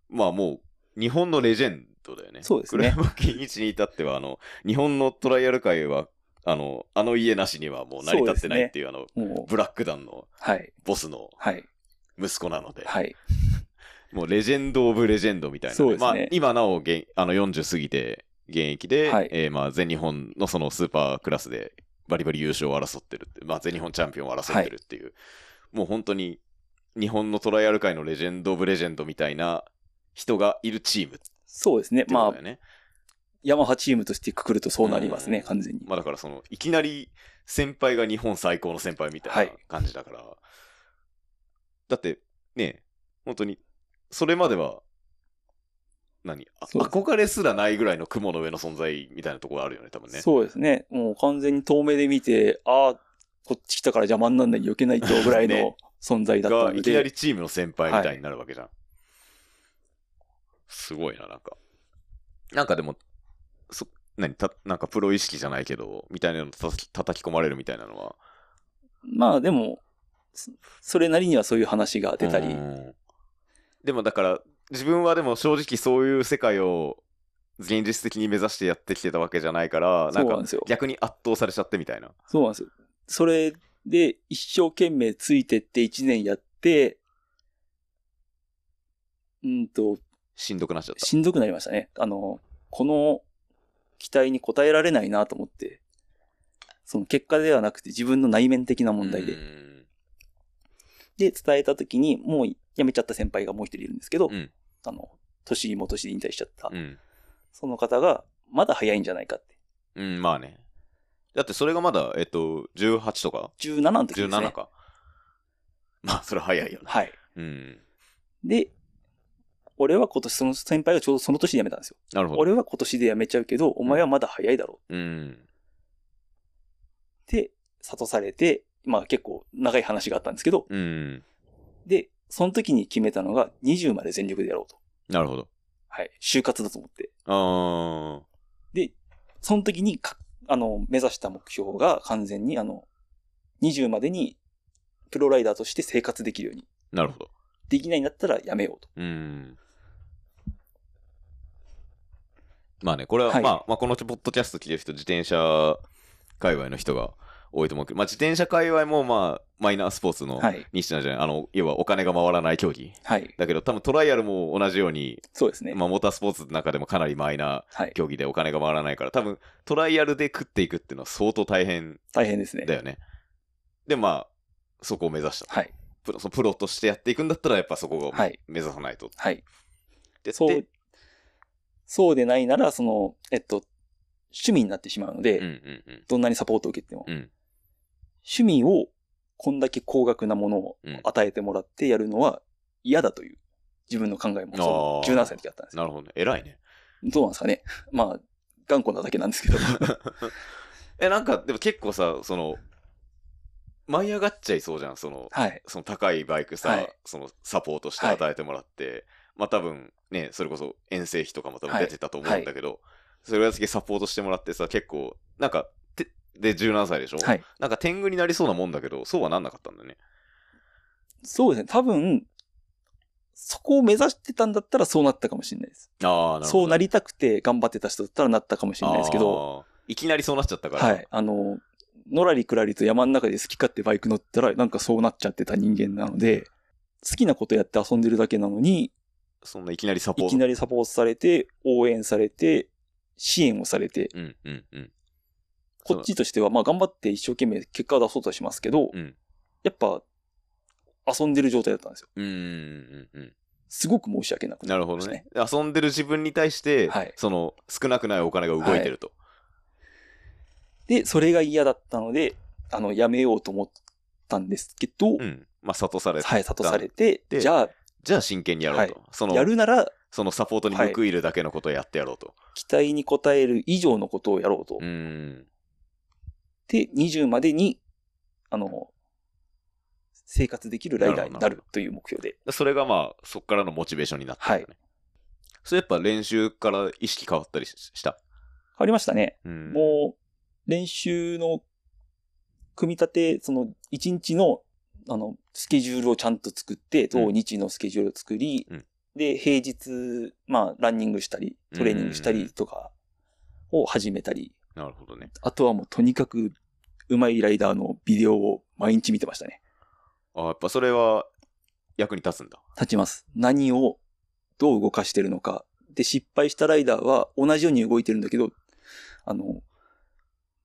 Speaker 1: まあもう、日本のレジェンドだよね。
Speaker 2: そうですね
Speaker 1: 黒山健一に至っては、あの、日本のトライアル界は、あの、あの家なしにはもう成り立ってないっていう、あの、
Speaker 2: もう、
Speaker 1: ブラック団の
Speaker 2: はい。
Speaker 1: ボスの
Speaker 2: はい。
Speaker 1: 息子なので、
Speaker 2: はい。
Speaker 1: もうレジェンド・オブ・レジェンドみたいな、
Speaker 2: そうですね
Speaker 1: まあ、今なお現、あの、40過ぎて、現役で、
Speaker 2: はい
Speaker 1: えーまあ、全日本のそのスーパークラスで、バリバリ優勝を争ってるって、まあ、全日本チャンピオンを争ってるっていう、もう本当に、日本のトライアル界のレジェンド・オブ・レジェンドみたいな人がいるチーム
Speaker 2: そうですね。
Speaker 1: まあ
Speaker 2: まあ、、ヤマハチームとしてくくるとそうなりま
Speaker 1: う
Speaker 2: すね、
Speaker 1: ん
Speaker 2: 完全に。
Speaker 1: まあだからその、いきなり先輩が日本最高の先輩みたいな
Speaker 2: はい
Speaker 1: 感じだから、だってね、本当に、それまでは、何あ
Speaker 2: そうです
Speaker 1: 憧れすらないぐらいの雲の上の存在みたいなところあるよね、多分ね。
Speaker 2: そうですね。もう完全に遠目で見て、ああ、こっち来たから邪魔になんない、避けないとぐらい
Speaker 1: ね
Speaker 2: の存在だった
Speaker 1: が、
Speaker 2: の
Speaker 1: いき
Speaker 2: で、
Speaker 1: なりチームの先輩みたいになるわけじゃん。すごいな、なんか。なんかでも、そ、何た、なんかプロ意識じゃないけど、みたいなのたたき叩き込まれるみたいなのは。
Speaker 2: まあでも、そそれなりにはそういう話が出たり、
Speaker 1: うんでもだから自分はでも正直そういう世界を現実的に目指してやってきてたわけじゃないから
Speaker 2: そう
Speaker 1: な
Speaker 2: なん
Speaker 1: んか
Speaker 2: ですよ。
Speaker 1: 逆に圧倒されちゃってみたいな
Speaker 2: そうなんですよ。それで、一生懸命ついてって1年やって、うんと、
Speaker 1: しんどくなっちゃった。
Speaker 2: しんどくなりましたね。あの、この期待に応えられないなと思って、その結果ではなくて自分の内面的な問題で
Speaker 1: う。ん
Speaker 2: で、伝えた時に、もう辞めちゃった先輩がもう一人いるんですけど、
Speaker 1: うん
Speaker 2: あの、年も年で引退しちゃった。
Speaker 1: うん。
Speaker 2: その方が、まだ早いんじゃないかって。
Speaker 1: うん、まあね。だってそれがまだ、えっと、18とか
Speaker 2: 17の時ですね。
Speaker 1: ?17 か。まあ、それは早いよな。
Speaker 2: はい。
Speaker 1: うん。
Speaker 2: で、俺は今年、その先輩がちょうどその年で辞めたんですよ。
Speaker 1: なるほど。
Speaker 2: 俺は今年で辞めちゃうけど、お前はまだ早いだろ
Speaker 1: うん。
Speaker 2: うって、諭されて、まあ結構長い話があったんですけど、
Speaker 1: うん。
Speaker 2: で、その時に決めたのが20まで全力でやろうと。
Speaker 1: なるほど。
Speaker 2: はい。就活だと思って。
Speaker 1: あ
Speaker 2: その時にか、あの、目指した目標が完全に、あの、20までにプロライダーとして生活できるように。
Speaker 1: ー、なるほど。
Speaker 2: できないんだったらやめようと。
Speaker 1: うん。まあね、これは、
Speaker 2: はい
Speaker 1: まあ、まあ、このポッドキャスト聞いてる人、自転車界隈の人が多いと思うけど、まあ、自転車界隈も、まあ、マイナースポーツの
Speaker 2: はい
Speaker 1: ニッチなんじゃない、あの、要はお金が回らない競技。
Speaker 2: はい。
Speaker 1: だけど、多分トライアルも同じように、
Speaker 2: そうですね。
Speaker 1: まあ、モータースポーツの中でもかなりマイナ
Speaker 2: はい
Speaker 1: ー。競技でお金が回らないから、多分トライアルで食っていくっていうのは相当大変
Speaker 2: 大変ですね
Speaker 1: だ。よね。で、まあ、そこを目指した。
Speaker 2: はい。
Speaker 1: プロそのプロとしてやっていくんだったら、やっぱそこを
Speaker 2: はい
Speaker 1: 目指さないと。
Speaker 2: はい。
Speaker 1: で
Speaker 2: そう
Speaker 1: で、
Speaker 2: そうでないなら、その、えっと、趣味になってしまうので、
Speaker 1: うんうんうん。
Speaker 2: どんなにサポートを受けても、
Speaker 1: うん
Speaker 2: 趣味をこんだけ高額なものを
Speaker 1: うん
Speaker 2: 与えてもらってやるのは嫌だという自分の考えも
Speaker 1: あー
Speaker 2: その17歳の時あったんですよ
Speaker 1: なるほどね。偉いね。
Speaker 2: どうなんですかねまあ、頑固なだけなんです けど。
Speaker 1: え、なんか、でも結構さ、その、舞い上がっちゃいそうじゃん。その、
Speaker 2: はい。
Speaker 1: その高いバイクさ、
Speaker 2: はい
Speaker 1: そのサポートして与えてもらって、まあ多分ね、それこそ遠征費とかも多分
Speaker 2: はい
Speaker 1: 出てたと思うんだけど、それだけサポートしてもらってさ、結構、なんか、てで、17歳でしょ、
Speaker 2: はい。
Speaker 1: なんか天狗になりそうなもんだけど、そうはなんなかったんだね。
Speaker 2: そうですね。多分、そこを目指してたんだったらそうなったかもしれないです。
Speaker 1: ああ、なるほど。
Speaker 2: そうなりたくて頑張ってた人だったらなったかもしれないですけど、
Speaker 1: あー。いきなりそうなっちゃったから。
Speaker 2: はい。あの、のらりくらりと山の中で好き勝手バイク乗ったら、なんかそうなっちゃってた人間なので、好きなことやって遊んでるだけなのに、
Speaker 1: そんないきなりサポ
Speaker 2: い
Speaker 1: ート。
Speaker 2: きなりサポートされて、応援されて、支援をされて、
Speaker 1: うんうんうん。
Speaker 2: こっちとしては、まあ頑張って一生懸命結果を出そうとはしますけど、
Speaker 1: うん
Speaker 2: やっぱ、遊んでる状態だったんですよ。
Speaker 1: うんうんうんうん。
Speaker 2: すごく申し訳なく
Speaker 1: なるほどね。。遊んでる自分に対して、
Speaker 2: はい
Speaker 1: その少なくないお金が動いてると。
Speaker 2: で、それが嫌だったので、あの、やめようと思ったんですけど、
Speaker 1: うん。まあ、諭された。
Speaker 2: はい、諭されて、
Speaker 1: で
Speaker 2: じゃ
Speaker 1: じゃあ真剣にやろうと。そ
Speaker 2: あ、
Speaker 1: の
Speaker 2: やるなら、
Speaker 1: そのサポートに報いるだけのことをやってやろうと。
Speaker 2: 期待に応える以上のことをやろうと。
Speaker 1: うーん。
Speaker 2: で、20までに、あの、生活できるライダーにな
Speaker 1: なる
Speaker 2: るという目標で。
Speaker 1: それがまあ、そっからのモチベーションになったんだね。それやっぱ練習から意識変わったりしした。
Speaker 2: 変わりましたね。
Speaker 1: うん。
Speaker 2: もう、練習の組み立て、その、1日の、あの、スケジュールをちゃんと作って、当日のスケジュールを作り、
Speaker 1: うん
Speaker 2: で、平日、まあ、ランニングしたり、トレーニングしたりとかを始めたり、
Speaker 1: なるほどね。
Speaker 2: あとはもうとにかく、うまいライダーのビデオを毎日見てましたね。
Speaker 1: あやっぱそれは役に立つんだ。
Speaker 2: 立ちます。何をどう動かしてるのか。で、失敗したライダーは同じように動いてるんだけど、あの、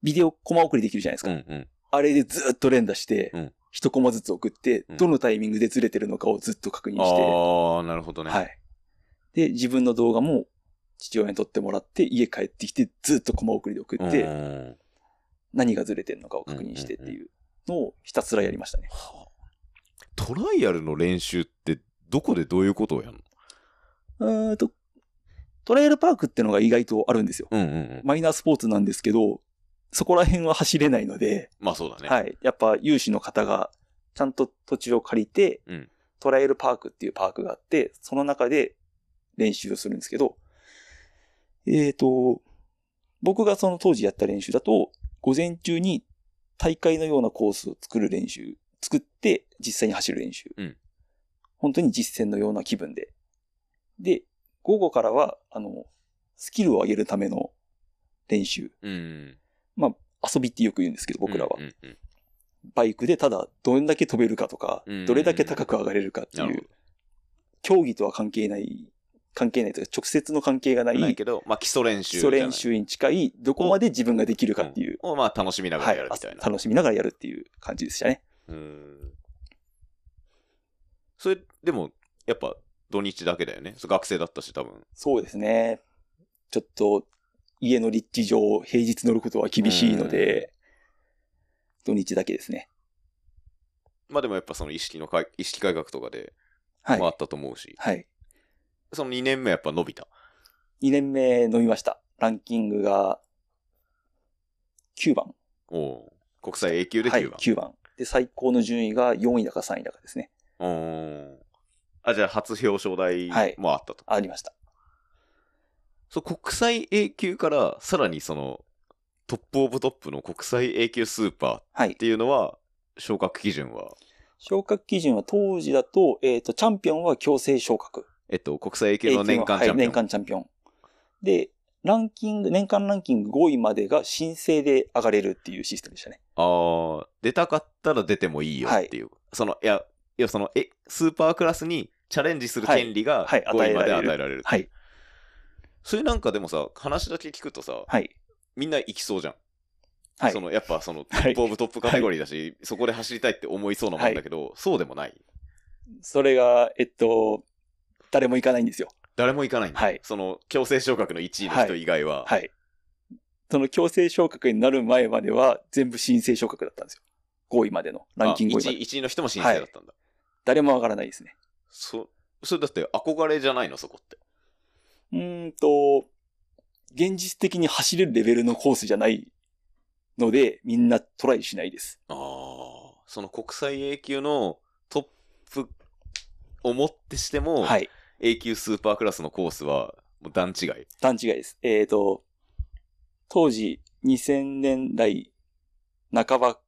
Speaker 2: ビデオコマ送りできるじゃないです
Speaker 1: うん
Speaker 2: か。
Speaker 1: うん。
Speaker 2: あれでずっと連打して、
Speaker 1: うん
Speaker 2: 一コマずつ送って、
Speaker 1: うん
Speaker 2: どのタイミングでずれてるのかをずっと確認して、
Speaker 1: ああ、なるほどね。
Speaker 2: はい。で、自分の動画も父親に撮ってもらって、家帰ってきて、ずっとコマ送りで送
Speaker 1: うん
Speaker 2: って、何がずれてるのかを確認してっていうのをひたすらやりましたね。
Speaker 1: はあトライアルの練習ってどこでどういうことをやるの
Speaker 2: うーんと、トライアルパークってのが意外とあるんですよ。
Speaker 1: うんうんうん。
Speaker 2: マイナースポーツなんですけど、そこら辺は走れないので、
Speaker 1: まあそうだね。
Speaker 2: はい。やっぱ有志の方が、ちゃんと土地を借りて、
Speaker 1: うん
Speaker 2: トライアルパークっていうパークがあって、その中で練習をするんですけど、えっ、と、僕がその当時やった練習だと、午前中に大会のようなコースを作る練習、作って実際に走る練習。
Speaker 1: うん
Speaker 2: 本当に実践のような気分で。で、午後からは、あの、スキルを上げるための練習。
Speaker 1: うん。
Speaker 2: まあ、遊びってよく言うんですけど、僕らは。
Speaker 1: うんうんうん
Speaker 2: バイクでただどれだけ飛べるかとか
Speaker 1: うん、
Speaker 2: どれだけ高く上がれるかって
Speaker 1: ないる
Speaker 2: う、競技とは関係ない、関係ないというか直接の関係がな
Speaker 1: ない
Speaker 2: い
Speaker 1: け、ど、まあ基礎練習
Speaker 2: 基
Speaker 1: じゃ
Speaker 2: 礎
Speaker 1: ない。
Speaker 2: 練習に近い、どこまで自分ができるかっていう、
Speaker 1: をまあ楽しみなが
Speaker 2: は
Speaker 1: ら
Speaker 2: い
Speaker 1: やるみたい、な。
Speaker 2: 楽しみながらやるっていう感じでしたね。
Speaker 1: うん。それ、でも、やっぱ土日だけだよね。そう学生だったし、多分。
Speaker 2: そうですね。ちょっと、家の立地上、平日乗ることは厳しいので、土日だけですね。
Speaker 1: まあでもやっぱその意識の改意識改革とかで、
Speaker 2: はい。
Speaker 1: まああったと思うし、
Speaker 2: はい。
Speaker 1: その2年目はやっぱ伸びた。
Speaker 2: 2年目飲みました。ランキングが、9番。
Speaker 1: おおう国際 A 級で
Speaker 2: はい、
Speaker 1: 9番。
Speaker 2: 9番。で、最高の順位が4位だか3位だかですね。
Speaker 1: おおあ、じゃあ初表彰
Speaker 2: は
Speaker 1: 台
Speaker 2: い
Speaker 1: もあったと。
Speaker 2: ありました。
Speaker 1: そう、国際 A 級からさらにその、トップオブトップの国際 A 級スーパーっ
Speaker 2: はい。
Speaker 1: ていうのは、昇格基準は、
Speaker 2: 昇格基準は当時だと、えっ、と、チャンピオンは強制昇格。
Speaker 1: えっと、国際 A 級の年間
Speaker 2: は
Speaker 1: チ
Speaker 2: い
Speaker 1: ャンピオン。
Speaker 2: 年間チャンピオン。で、ランキング、年間ランキング5位までが申請で上がれるっていうシステムでしたね。
Speaker 1: ああ、出たかったら出てもいいよっていう。その、いや、いやその、え、スーパークラスにチャレンジする権利が
Speaker 2: はいは
Speaker 1: 5
Speaker 2: い
Speaker 1: 位まで与
Speaker 2: 与えられる
Speaker 1: えられる。
Speaker 2: はい。
Speaker 1: それなんかでもさ、話だけ聞くとさ、
Speaker 2: はい。
Speaker 1: みんな行きそうじゃん。
Speaker 2: はい
Speaker 1: そ。の、やっぱその、ト
Speaker 2: はい
Speaker 1: ップオブトップカテゴリーだし、そこで走りたいって思いそうなもんだけど、そうでもない。
Speaker 2: それが、えっと、誰も行かないんですよ。
Speaker 1: 誰も行かないんだ。
Speaker 2: はい
Speaker 1: その、強制昇格の1位の人以外は。
Speaker 2: はい。その強制昇格になる前までは全部申請昇格だったんですよ。5位までの。ランキング
Speaker 1: あ
Speaker 2: 5位ま
Speaker 1: 1
Speaker 2: で
Speaker 1: 位。。1位の人も申請だったんだ。
Speaker 2: 誰も上がらないですね。
Speaker 1: そ、それだって憧れじゃないの、そこって。
Speaker 2: うーんと、現実的に走れるレベルのコースじゃないので、みんなトライしないです。
Speaker 1: ああ、その国際 A 級のトップをもってしても、
Speaker 2: はい。
Speaker 1: A 級スーパークラスのコースは、もう段違い。
Speaker 2: 段違いです。えっ、と、当時2000年代半ば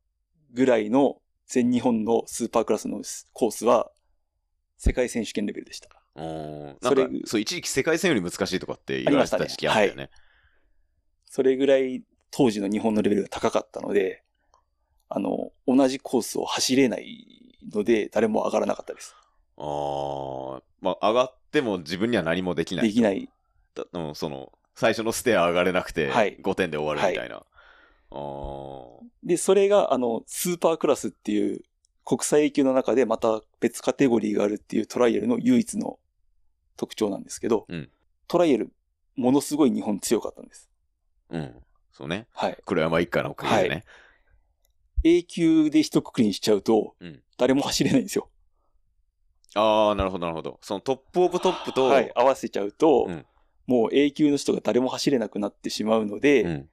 Speaker 2: ぐらいの全日本のスーパークラスのコースは、世界選手権レベルでした。
Speaker 1: うーんなん
Speaker 2: それ
Speaker 1: か、そう、一時期世界戦より難しいとかって言われてた時期あ
Speaker 2: あ
Speaker 1: っ
Speaker 2: り
Speaker 1: た
Speaker 2: ま
Speaker 1: よ
Speaker 2: した
Speaker 1: ね。
Speaker 2: それぐらい当時の日本のレベルが高かったので、あの、同じコースを走れないので、誰も上がらなかったです。
Speaker 1: ああ、まあ、上がっても自分には何もできな
Speaker 2: で
Speaker 1: い。
Speaker 2: きない。
Speaker 1: だうん、その、最初のステア上がれなくて、
Speaker 2: はい
Speaker 1: 5点で終わるみたいな。あー
Speaker 2: で、それが、あの、スーパークラスっていう国際 A 級の中でまた別カテゴリーがあるっていうトライアルの唯一の特徴なんですけど、
Speaker 1: うん
Speaker 2: トライアル、ものすごい日本強かったんです。
Speaker 1: うん。そうね。
Speaker 2: はい。
Speaker 1: 黒山一家のおかげでね。
Speaker 2: A 級で一括りにしちゃうと
Speaker 1: うん、
Speaker 2: 誰も走れないんですよ。
Speaker 1: ああ、なるほど、なるほど。そのトップオブトップと、
Speaker 2: はい。合わせちゃうと、
Speaker 1: うん
Speaker 2: もう A 級の人が誰も走れなくなってしまうので、
Speaker 1: うん。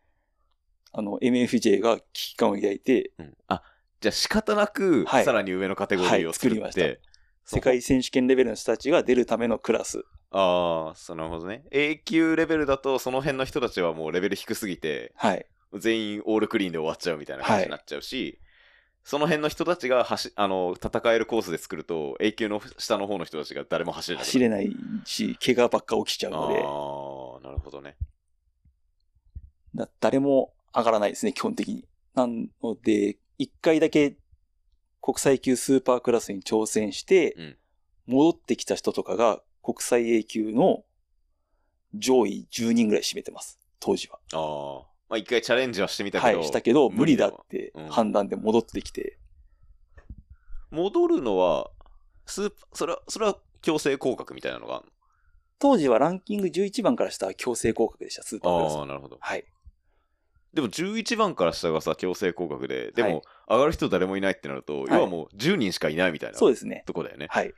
Speaker 2: あの、MFJ が危機感を抱いて、
Speaker 1: うんあ、じゃあ仕方なく、
Speaker 2: はい
Speaker 1: さらに上のカテゴリーを作って、
Speaker 2: はい作
Speaker 1: そ
Speaker 2: りま
Speaker 1: う
Speaker 2: 世界選手権レベルの人たちが出るためのクラス。
Speaker 1: ああ、そうなるほどね。A 級レベルだと、その辺の人たちはもうレベル低すぎて、
Speaker 2: はい。
Speaker 1: 全員オールクリーンで終わっちゃうみたいな感じになっちゃうし、その辺の人たちが走あの戦えるコースで作ると、A 級の下の方の人たちが誰も走れなく
Speaker 2: 走れ
Speaker 1: ない
Speaker 2: ないし、怪我ばっか起きちゃう
Speaker 1: あ
Speaker 2: ので、
Speaker 1: あ、なるほどね。
Speaker 2: だ誰も上がらないですね、基本的に。なので、一回だけ国際級スーパークラスに挑戦して、
Speaker 1: うん
Speaker 2: 戻ってきた人とかが国際 A 級の上位10人ぐらい占めてます、当時は。
Speaker 1: ああ。まあ一回チャレンジはしてみた
Speaker 2: は
Speaker 1: けど、
Speaker 2: い、したけど、無理
Speaker 1: 無理だ
Speaker 2: だ
Speaker 1: わ
Speaker 2: って
Speaker 1: うん
Speaker 2: 判断で戻ってきて、
Speaker 1: 戻るのは、スーパーそれは、それは強制降格みたいなのがある
Speaker 2: 当時はランキング11番からした強制降格でした、スーパークラス
Speaker 1: のあ
Speaker 2: は。
Speaker 1: あ、なるほど。
Speaker 2: はい。
Speaker 1: でも11番から下がさ、強制降格で、でも、
Speaker 2: はい
Speaker 1: 上がる人誰もいないってなると、
Speaker 2: い
Speaker 1: 要はもう10人しかいないみたいな
Speaker 2: そうですね。
Speaker 1: とこだよね。
Speaker 2: はい。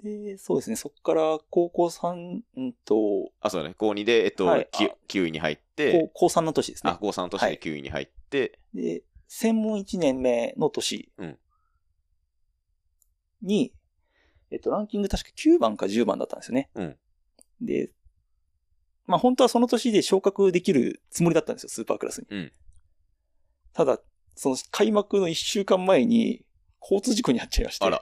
Speaker 2: で、そうですね。そこから高校3、うんと、
Speaker 1: あ、そうだね。高2で、えっと、
Speaker 2: はい
Speaker 1: きゅ
Speaker 2: あ
Speaker 1: 9位に入って、
Speaker 2: 高高3の年です
Speaker 1: あ、
Speaker 2: ね。
Speaker 1: 高3の年
Speaker 2: は
Speaker 1: で
Speaker 2: い
Speaker 1: 9位に入って、
Speaker 2: で、専門1年目の年
Speaker 1: うん
Speaker 2: に、えっと、ランキング確か9番か10番だったんですよね。
Speaker 1: うん
Speaker 2: で、まあ本当はその年で昇格できるつもりだったんですよ、スーパークラスに。
Speaker 1: うん
Speaker 2: ただ、その開幕の1週間前に交通事故に遭っちゃいまして、
Speaker 1: あら。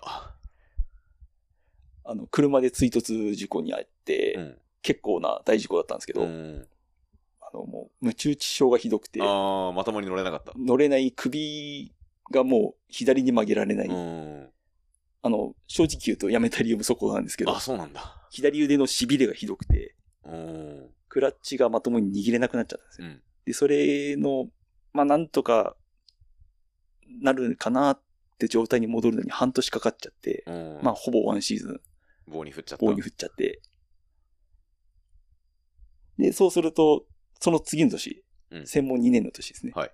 Speaker 2: あの車で追突事故に遭って、
Speaker 1: うん。
Speaker 2: 結構な大事故だったんですけど、
Speaker 1: うん
Speaker 2: あの、もう、無中致傷がひどくて、
Speaker 1: ああ、まともに乗れなかった。
Speaker 2: 乗れない首がもう左に曲げられない。
Speaker 1: うん。
Speaker 2: あの、正直言うとやめた理由もそこなんですけど
Speaker 1: あ、、そうなんだ。
Speaker 2: 左腕の痺れがひどくて、
Speaker 1: うん。
Speaker 2: クラッチがまともに握れなくなっちゃったんです
Speaker 1: う
Speaker 2: よ。
Speaker 1: ん。
Speaker 2: で、それの、まあ、なんとか、なるかなって状態に戻るのに半年かかっちゃって、
Speaker 1: うん。
Speaker 2: まあ、ほぼワンシーズン
Speaker 1: 棒に振っちゃった。
Speaker 2: 棒に振っちゃって。で、そうすると、その次の年、
Speaker 1: うん
Speaker 2: 専門2年の年ですね。
Speaker 1: はい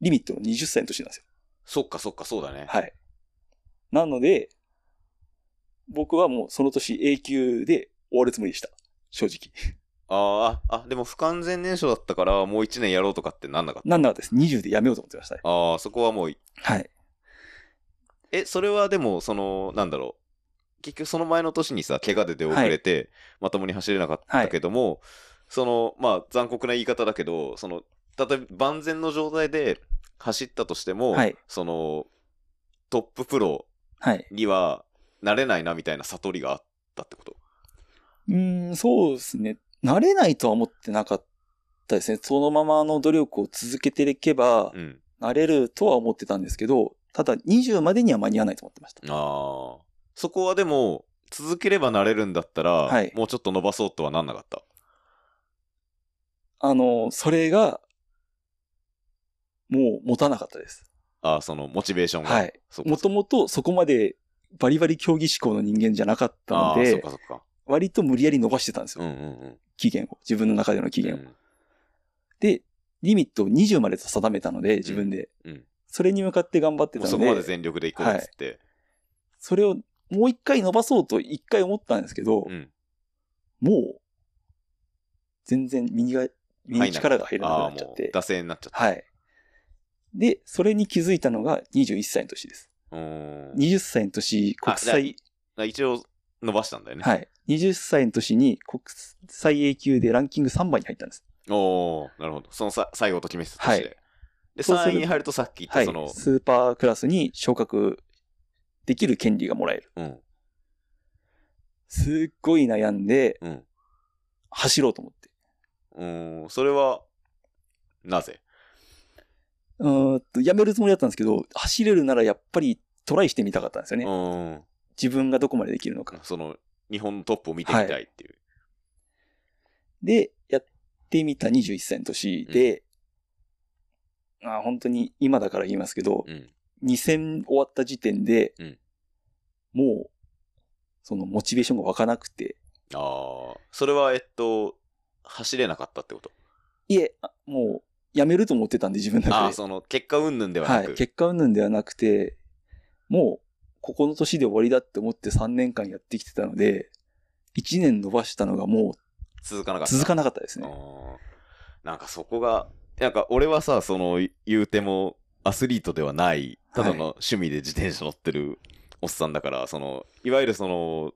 Speaker 2: リミットの20歳の年なんですよ。
Speaker 1: そっかそっか、そうだね。
Speaker 2: はい。なので、僕はもうその年 A 級で終わるつもりでした。正直。
Speaker 1: あーあ、あ、でも不完全燃焼だったから、もう1年やろうとかってなんなかっ
Speaker 2: なんならです。20でやめようと思ってましたね。
Speaker 1: た。ああ、そこはもう、
Speaker 2: はい。
Speaker 1: え、それはでも、その、なんだろう。結局その前の年にさ、怪我で出遅れて、まともに走れなかったけども、その、まあ、残酷な言い方だけど、その、例えば万全の状態で走ったとしても、
Speaker 2: はい
Speaker 1: その、トッププロ
Speaker 2: はい。
Speaker 1: にはなれないなみたいな悟りがあったってこと。
Speaker 2: うーん、そうですね。慣れないとは思ってなかったですね。そのままの努力を続けていけば、
Speaker 1: うん。
Speaker 2: 慣れるとは思ってたんですけど、ただ20までには間に合わないと思ってました。
Speaker 1: ああ。そこはでも、続ければなれるんだったら、
Speaker 2: はい
Speaker 1: もうちょっと伸ばそうとはなんなかった。
Speaker 2: あの、それが、もう持たなかったです。
Speaker 1: ああ、その、モチベーションが。
Speaker 2: はい。
Speaker 1: そっか
Speaker 2: もともとそこまでバリバリ競技志向の人間じゃなかった
Speaker 1: あ
Speaker 2: の
Speaker 1: あ、そっ
Speaker 2: で
Speaker 1: か、そっか。
Speaker 2: 割と無理やり伸ばしてたんです
Speaker 1: う
Speaker 2: よ。
Speaker 1: んうんうん。
Speaker 2: 期限を。自分の中での期限を
Speaker 1: う。ん
Speaker 2: で、リミットを20までと定めたので、自分で。
Speaker 1: うん
Speaker 2: それに向かって頑張って
Speaker 1: もう
Speaker 2: た
Speaker 1: そ
Speaker 2: の
Speaker 1: こまで
Speaker 2: で、
Speaker 1: 全力でいこうっつって。
Speaker 2: それをもう一回伸ばそうと一回思ったんですけど、
Speaker 1: うん。
Speaker 2: もう、全然身にが、身に力が入らな
Speaker 1: あ
Speaker 2: くな
Speaker 1: あ、
Speaker 2: っちゃっ
Speaker 1: もう
Speaker 2: て、。
Speaker 1: 惰性になっちゃった。
Speaker 2: はい。で、それに気づいたのが21歳の年です。
Speaker 1: うーん。
Speaker 2: 20歳の年、国際、
Speaker 1: あ一応、伸ばしたんだよね。
Speaker 2: はい。20歳の年に国際 A 級でランキング3番に入ったんです。
Speaker 1: おおなるほど。そのさ最後と決めてたとして。
Speaker 2: はい
Speaker 1: で、
Speaker 2: そうする
Speaker 1: 3位に入るとさっき言っ
Speaker 2: は
Speaker 1: た、
Speaker 2: い
Speaker 1: その、。
Speaker 2: スーパークラスに昇格できる権利がもらえる。
Speaker 1: うん。
Speaker 2: すっごい悩んで、
Speaker 1: うん。
Speaker 2: 走ろうと思って。
Speaker 1: うーん、それは、なぜ
Speaker 2: うーんと、やめるつもりだったんですけど、走れるならやっぱりトライしてみたかったんですよ
Speaker 1: う
Speaker 2: ね。
Speaker 1: ーん。
Speaker 2: 自分がどこまでできるのか。
Speaker 1: その、日本のトップを見てみたいっていう。
Speaker 2: で、やってみた21歳の年で、あー本当に今だから言いますけど、
Speaker 1: うん。
Speaker 2: 2戦終わった時点で、
Speaker 1: うん
Speaker 2: もう、そのモチベーションが湧かなくて、
Speaker 1: ああ、それは、えっと、走れなかったってこと。
Speaker 2: いえ、あもう、やめると思ってたんで自分の
Speaker 1: あ
Speaker 2: 中
Speaker 1: あ、
Speaker 2: で。
Speaker 1: その、結果云々では
Speaker 2: は。
Speaker 1: ないく。
Speaker 2: 結果云々ではなくて、もう、ここの年で終わりだって思って3年間やってきてたので、1年伸ばしたのがも
Speaker 1: 続かなか
Speaker 2: う
Speaker 1: った。
Speaker 2: 続か
Speaker 1: な
Speaker 2: なかったですね。
Speaker 1: なんかそこが、なんか俺はさ、その、言うても、アスリートではない、ただの趣味で自転車乗ってるおっさんだから、その、いわゆるその、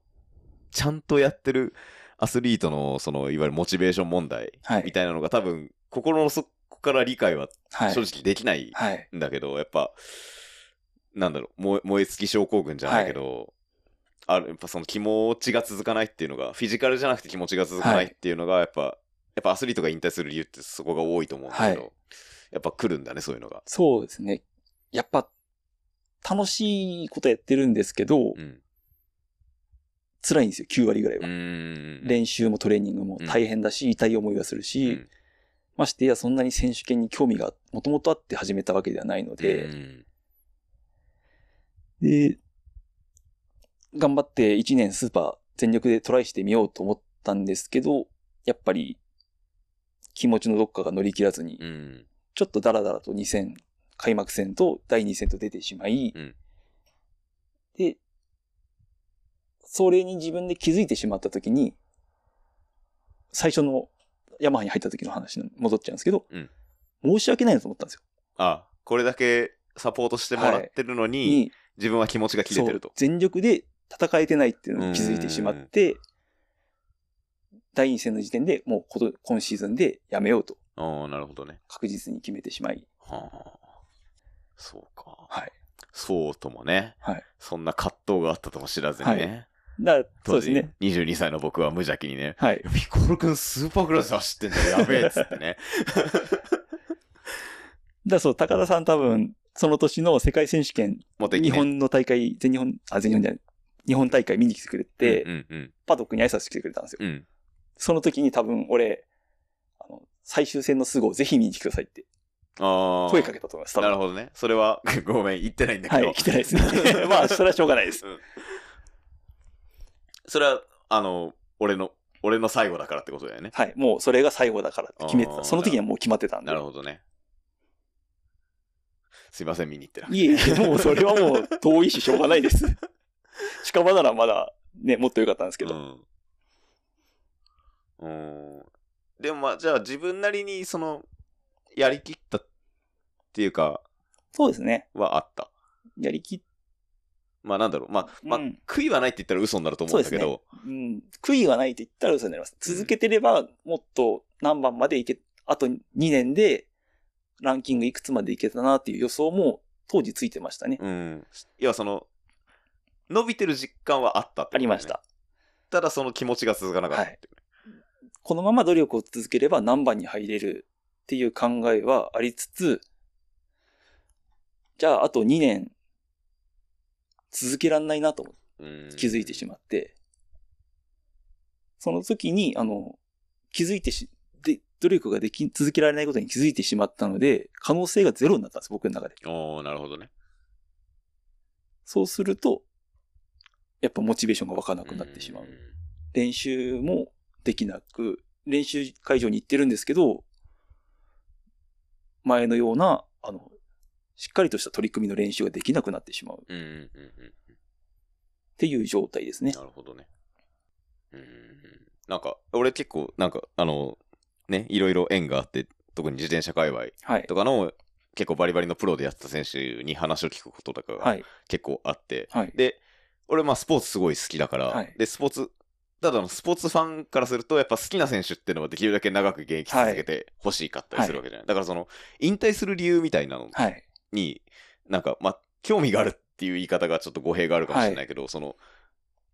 Speaker 1: ちゃんとやってるアスリートの、その、いわゆるモチベーション問題
Speaker 2: は
Speaker 1: み
Speaker 2: い。
Speaker 1: たいなのが多分、心の底から理解は
Speaker 2: はい
Speaker 1: 正。直できない
Speaker 2: はい。
Speaker 1: んだけど、やっぱ、なんだろう、燃え燃え尽き症候群じゃないけど、あるやっぱその気持ちが続かないっていうのが、フィジカルじゃなくて気持ちが続かないっていうのが、やっぱ、やっぱアスリートが引退する理由ってそこが多いと思うんだけど、
Speaker 2: は
Speaker 1: やっぱ来るんだね、そういうのが。
Speaker 2: そうですね。やっぱ、楽しいことやってるんですけど、
Speaker 1: うん。
Speaker 2: 辛いんですよ、9割ぐらいうは。
Speaker 1: ーん。
Speaker 2: 練習もトレーニングも大変だし、痛い思いがするし、
Speaker 1: うん
Speaker 2: ましてやそんなに選手権に興味がもともとあって始めたわけではないの
Speaker 1: う
Speaker 2: で、
Speaker 1: ん
Speaker 2: で、頑張って1年スーパー全力でトライしてみようと思ったんですけど、やっぱり気持ちのどっかが乗り切らずに、
Speaker 1: うん。
Speaker 2: ちょっとダラダラと2戦、開幕戦と第2戦と出てしまい、
Speaker 1: うん
Speaker 2: で、それに自分で気づいてしまったときに、最初のヤマハに入った時の話に戻っちゃうんですけど、
Speaker 1: うん
Speaker 2: 申し訳ないなと思ったんですよ。
Speaker 1: あ、これだけサポートしてもらってるのに、
Speaker 2: に
Speaker 1: 自分は気持ちが切れてる
Speaker 2: そ
Speaker 1: と
Speaker 2: う。全力で戦えてないっていうのに気づいてしまって、第2戦の時点でもうこと今シーズンでやめようと
Speaker 1: ああ、なるほどね。
Speaker 2: 確実に決めてしまい、
Speaker 1: はあ。そうか。
Speaker 2: はい。
Speaker 1: そうともね。
Speaker 2: はい
Speaker 1: そんな葛藤があったとも知らずにね。
Speaker 2: だからそう
Speaker 1: 当
Speaker 2: です
Speaker 1: 時、
Speaker 2: ね。
Speaker 1: 22歳の僕は無邪気にね、
Speaker 2: はい。
Speaker 1: ピ コル君スーパークラス走ってんだよ、やべえっつってね。
Speaker 2: らそう、高田さん多分、その年の世界選手権、
Speaker 1: モテキ、ね、
Speaker 2: 日本の大会、全日本、あ、全日本じゃない、日本大会見に来てくれて、
Speaker 1: うんうん
Speaker 2: パドックに挨拶してくれたんですよ。
Speaker 1: うん。うん。
Speaker 2: その時に多分、俺、あの、最終戦のすごをぜひ見に来てくださいって
Speaker 1: ああ。
Speaker 2: 声かけたと思います。多
Speaker 1: な
Speaker 2: 分
Speaker 1: るほどね。それは、 ごめん、言ってないんだけど。
Speaker 2: はい、来てないです ね。まあ、それはしょうがないです。
Speaker 1: うんそれは、あの、俺の、俺の最後だからってことだよね。
Speaker 2: はい、もうそれが最後だからって決めて
Speaker 1: あー
Speaker 2: た。その時にはもう決まってたんで。
Speaker 1: なるほどね。すいません、見に行ってなくて
Speaker 2: いえい え、もうそれはもう遠いししょうがないです。近場ならまだね、もっと良かったんですけど。
Speaker 1: うん。うん。でもまあ、じゃあ自分なりに、その、やりきったっていうか、
Speaker 2: そうですね。
Speaker 1: はあった。
Speaker 2: やりきっ、
Speaker 1: まあなんだろう。まあ、まあ、
Speaker 2: うん
Speaker 1: 悔いはないって言ったら嘘になると思うんだけど、
Speaker 2: うん、悔いはないって言ったら嘘になります。続けてれば、もっと何番までいけ、あと2年でランキングいくつまでいけたなっていう予想も当時ついてましたね。
Speaker 1: うん。要はその、伸びてる実感はあったってこと
Speaker 2: あ
Speaker 1: だ
Speaker 2: り
Speaker 1: よね
Speaker 2: ました。。
Speaker 1: ただその気持ちが続かなかったっていうね
Speaker 2: このまま努力を続ければ何番に入れるっていう考えはありつつ、じゃああと2年続けらんないなと思って
Speaker 1: うん
Speaker 2: 気づいてしまって、その時に、あの、気づいてし、で、努力ができ、続けられないことに気づいてしまったので、可能性がゼロになったんです、僕の中で。
Speaker 1: おーなるほどね。
Speaker 2: そうすると、やっぱモチベーションが湧かなくなってしまう。練習もできなく、練習会場に行ってるんですけど、前のような、あの、しっかりとした取り組みの練習ができなくなってしまうっ
Speaker 1: うん。うんうんうんうん。
Speaker 2: ていう状態ですね。
Speaker 1: なるほどね。うん。なんか、俺結構、なんか、あの、ね、いろいろ縁があって、特に自転車界隈
Speaker 2: はい。
Speaker 1: とかの、結構バリバリのプロでやってた選手に話を聞くこととか
Speaker 2: は
Speaker 1: が
Speaker 2: い。
Speaker 1: 結構あって、
Speaker 2: はい。
Speaker 1: で、俺まあスポーツすごい好きだから、
Speaker 2: はい
Speaker 1: で、スポーツ、ただのスポーツファンからすると、やっぱ好きな選手っていうのはできるだけ長く現役続けてほしいかったりするわけじゃない。だからその、引退する理由みたいなの
Speaker 2: はい。
Speaker 1: に、なんか、まあ、興味があるっていう言い方がちょっと語弊があるかもしれないけど、その、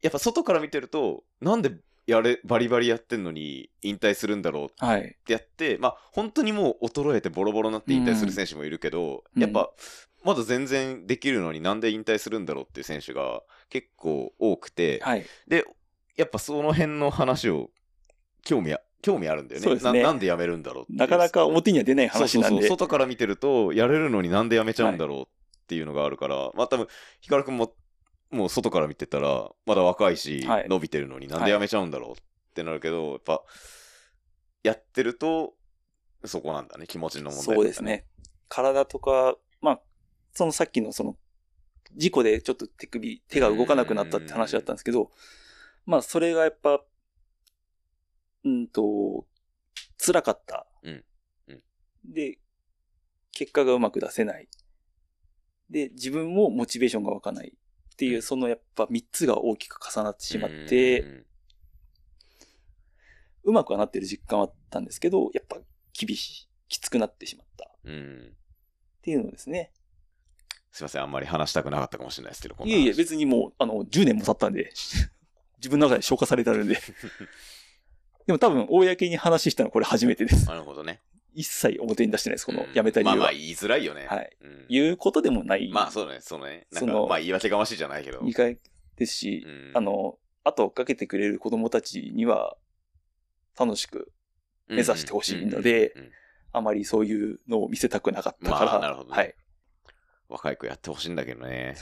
Speaker 1: やっぱ外から見てると、なんでやれ、バリバリやってんのに引退するんだろうっ
Speaker 2: はい。
Speaker 1: てやって、まあ、本当にもう衰えてボロボロになって引退する選手もいるけど、
Speaker 2: うん
Speaker 1: やっぱ、まだ全然できるのになんで引退するんだろうっていう選手が結構多くて、
Speaker 2: はい。
Speaker 1: で、やっぱその辺の話を興味あ、興味あるんだよね。
Speaker 2: そうですね
Speaker 1: ななんでやめるんだろうっていう
Speaker 2: なかなか表には出ない話なん
Speaker 1: そ
Speaker 2: で。
Speaker 1: うそうそう外から見てるとやれるのになんでやめちゃうんだろうっていうのがあるから、まあ多分ヒカル君ももう外から見てたらまだ若いし、
Speaker 2: はい
Speaker 1: 伸びてるのになんでやめちゃうんだろうってなるけど、やっぱやってるとそこなんだね気持ちの問題、
Speaker 2: そうです。ね。体とか、まあ、そのさっきのその、事故でちょっと手首、手が動かなくなったって話だったんですけど、まあ、それがやっぱ、うんと、辛かった。
Speaker 1: うんうん
Speaker 2: で、結果がうまく出せない。で、自分もモチベーションが湧かないっていう、そのやっぱ3つが大きく重なってしまって、
Speaker 1: うん
Speaker 2: うまくはなってる実感はあったんですけど、やっぱ厳しい、きつくなってしまったっ
Speaker 1: うん
Speaker 2: ていうのですね。
Speaker 1: すいませんあんまり話したくなかったかもしれないですけどこん
Speaker 2: い
Speaker 1: な
Speaker 2: え
Speaker 1: 話
Speaker 2: いえ、別にもう、あの、10年も経ったんで、 自分の中で消化されてあるんで。 でも多分、公に話したのこれ初めてです。
Speaker 1: なるほどね。
Speaker 2: 一切表に出してないです、この
Speaker 1: うん
Speaker 2: 辞めた理
Speaker 1: まあ
Speaker 2: 由
Speaker 1: ま
Speaker 2: は
Speaker 1: あ。言いづらいよね。
Speaker 2: はい。
Speaker 1: うん
Speaker 2: 言うことでもない。
Speaker 1: まあそうね、そうね。なん
Speaker 2: そ
Speaker 1: か
Speaker 2: の
Speaker 1: まあ言い訳がましいじゃないけど。
Speaker 2: 意外ですし
Speaker 1: う、ん
Speaker 2: あ、の、後を追っかけてくれる子供たちには、楽しく、
Speaker 1: 目
Speaker 2: 目指してほしいのであまりそういうのを見せたくなかったから。
Speaker 1: まあなるほどね
Speaker 2: はい。
Speaker 1: 若い子やってほしいんだけどね。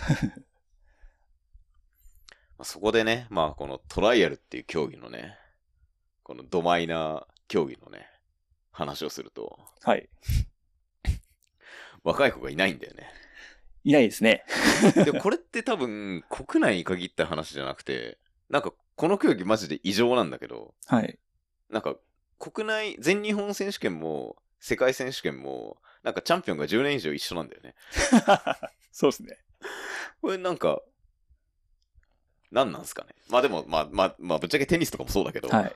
Speaker 1: まあそこでね、まあこのトライアルっていう競技のね、このドマイな競技のね、話をすると、
Speaker 2: はい。
Speaker 1: 若い子がいないんだよね。
Speaker 2: いないですね。
Speaker 1: で、これって多分国内に限った話じゃなくて、なんかこの競技マジで異常なんだけど、
Speaker 2: はい。
Speaker 1: なんか国内、全日本選手権も世界選手権も、なんかチャンピオンが10年以上一緒なんだよね。
Speaker 2: そうですね。
Speaker 1: これなんか、なんなんすかね。まあでも、まあまあ、まあぶっちゃけテニスとかもそうだけど、
Speaker 2: はい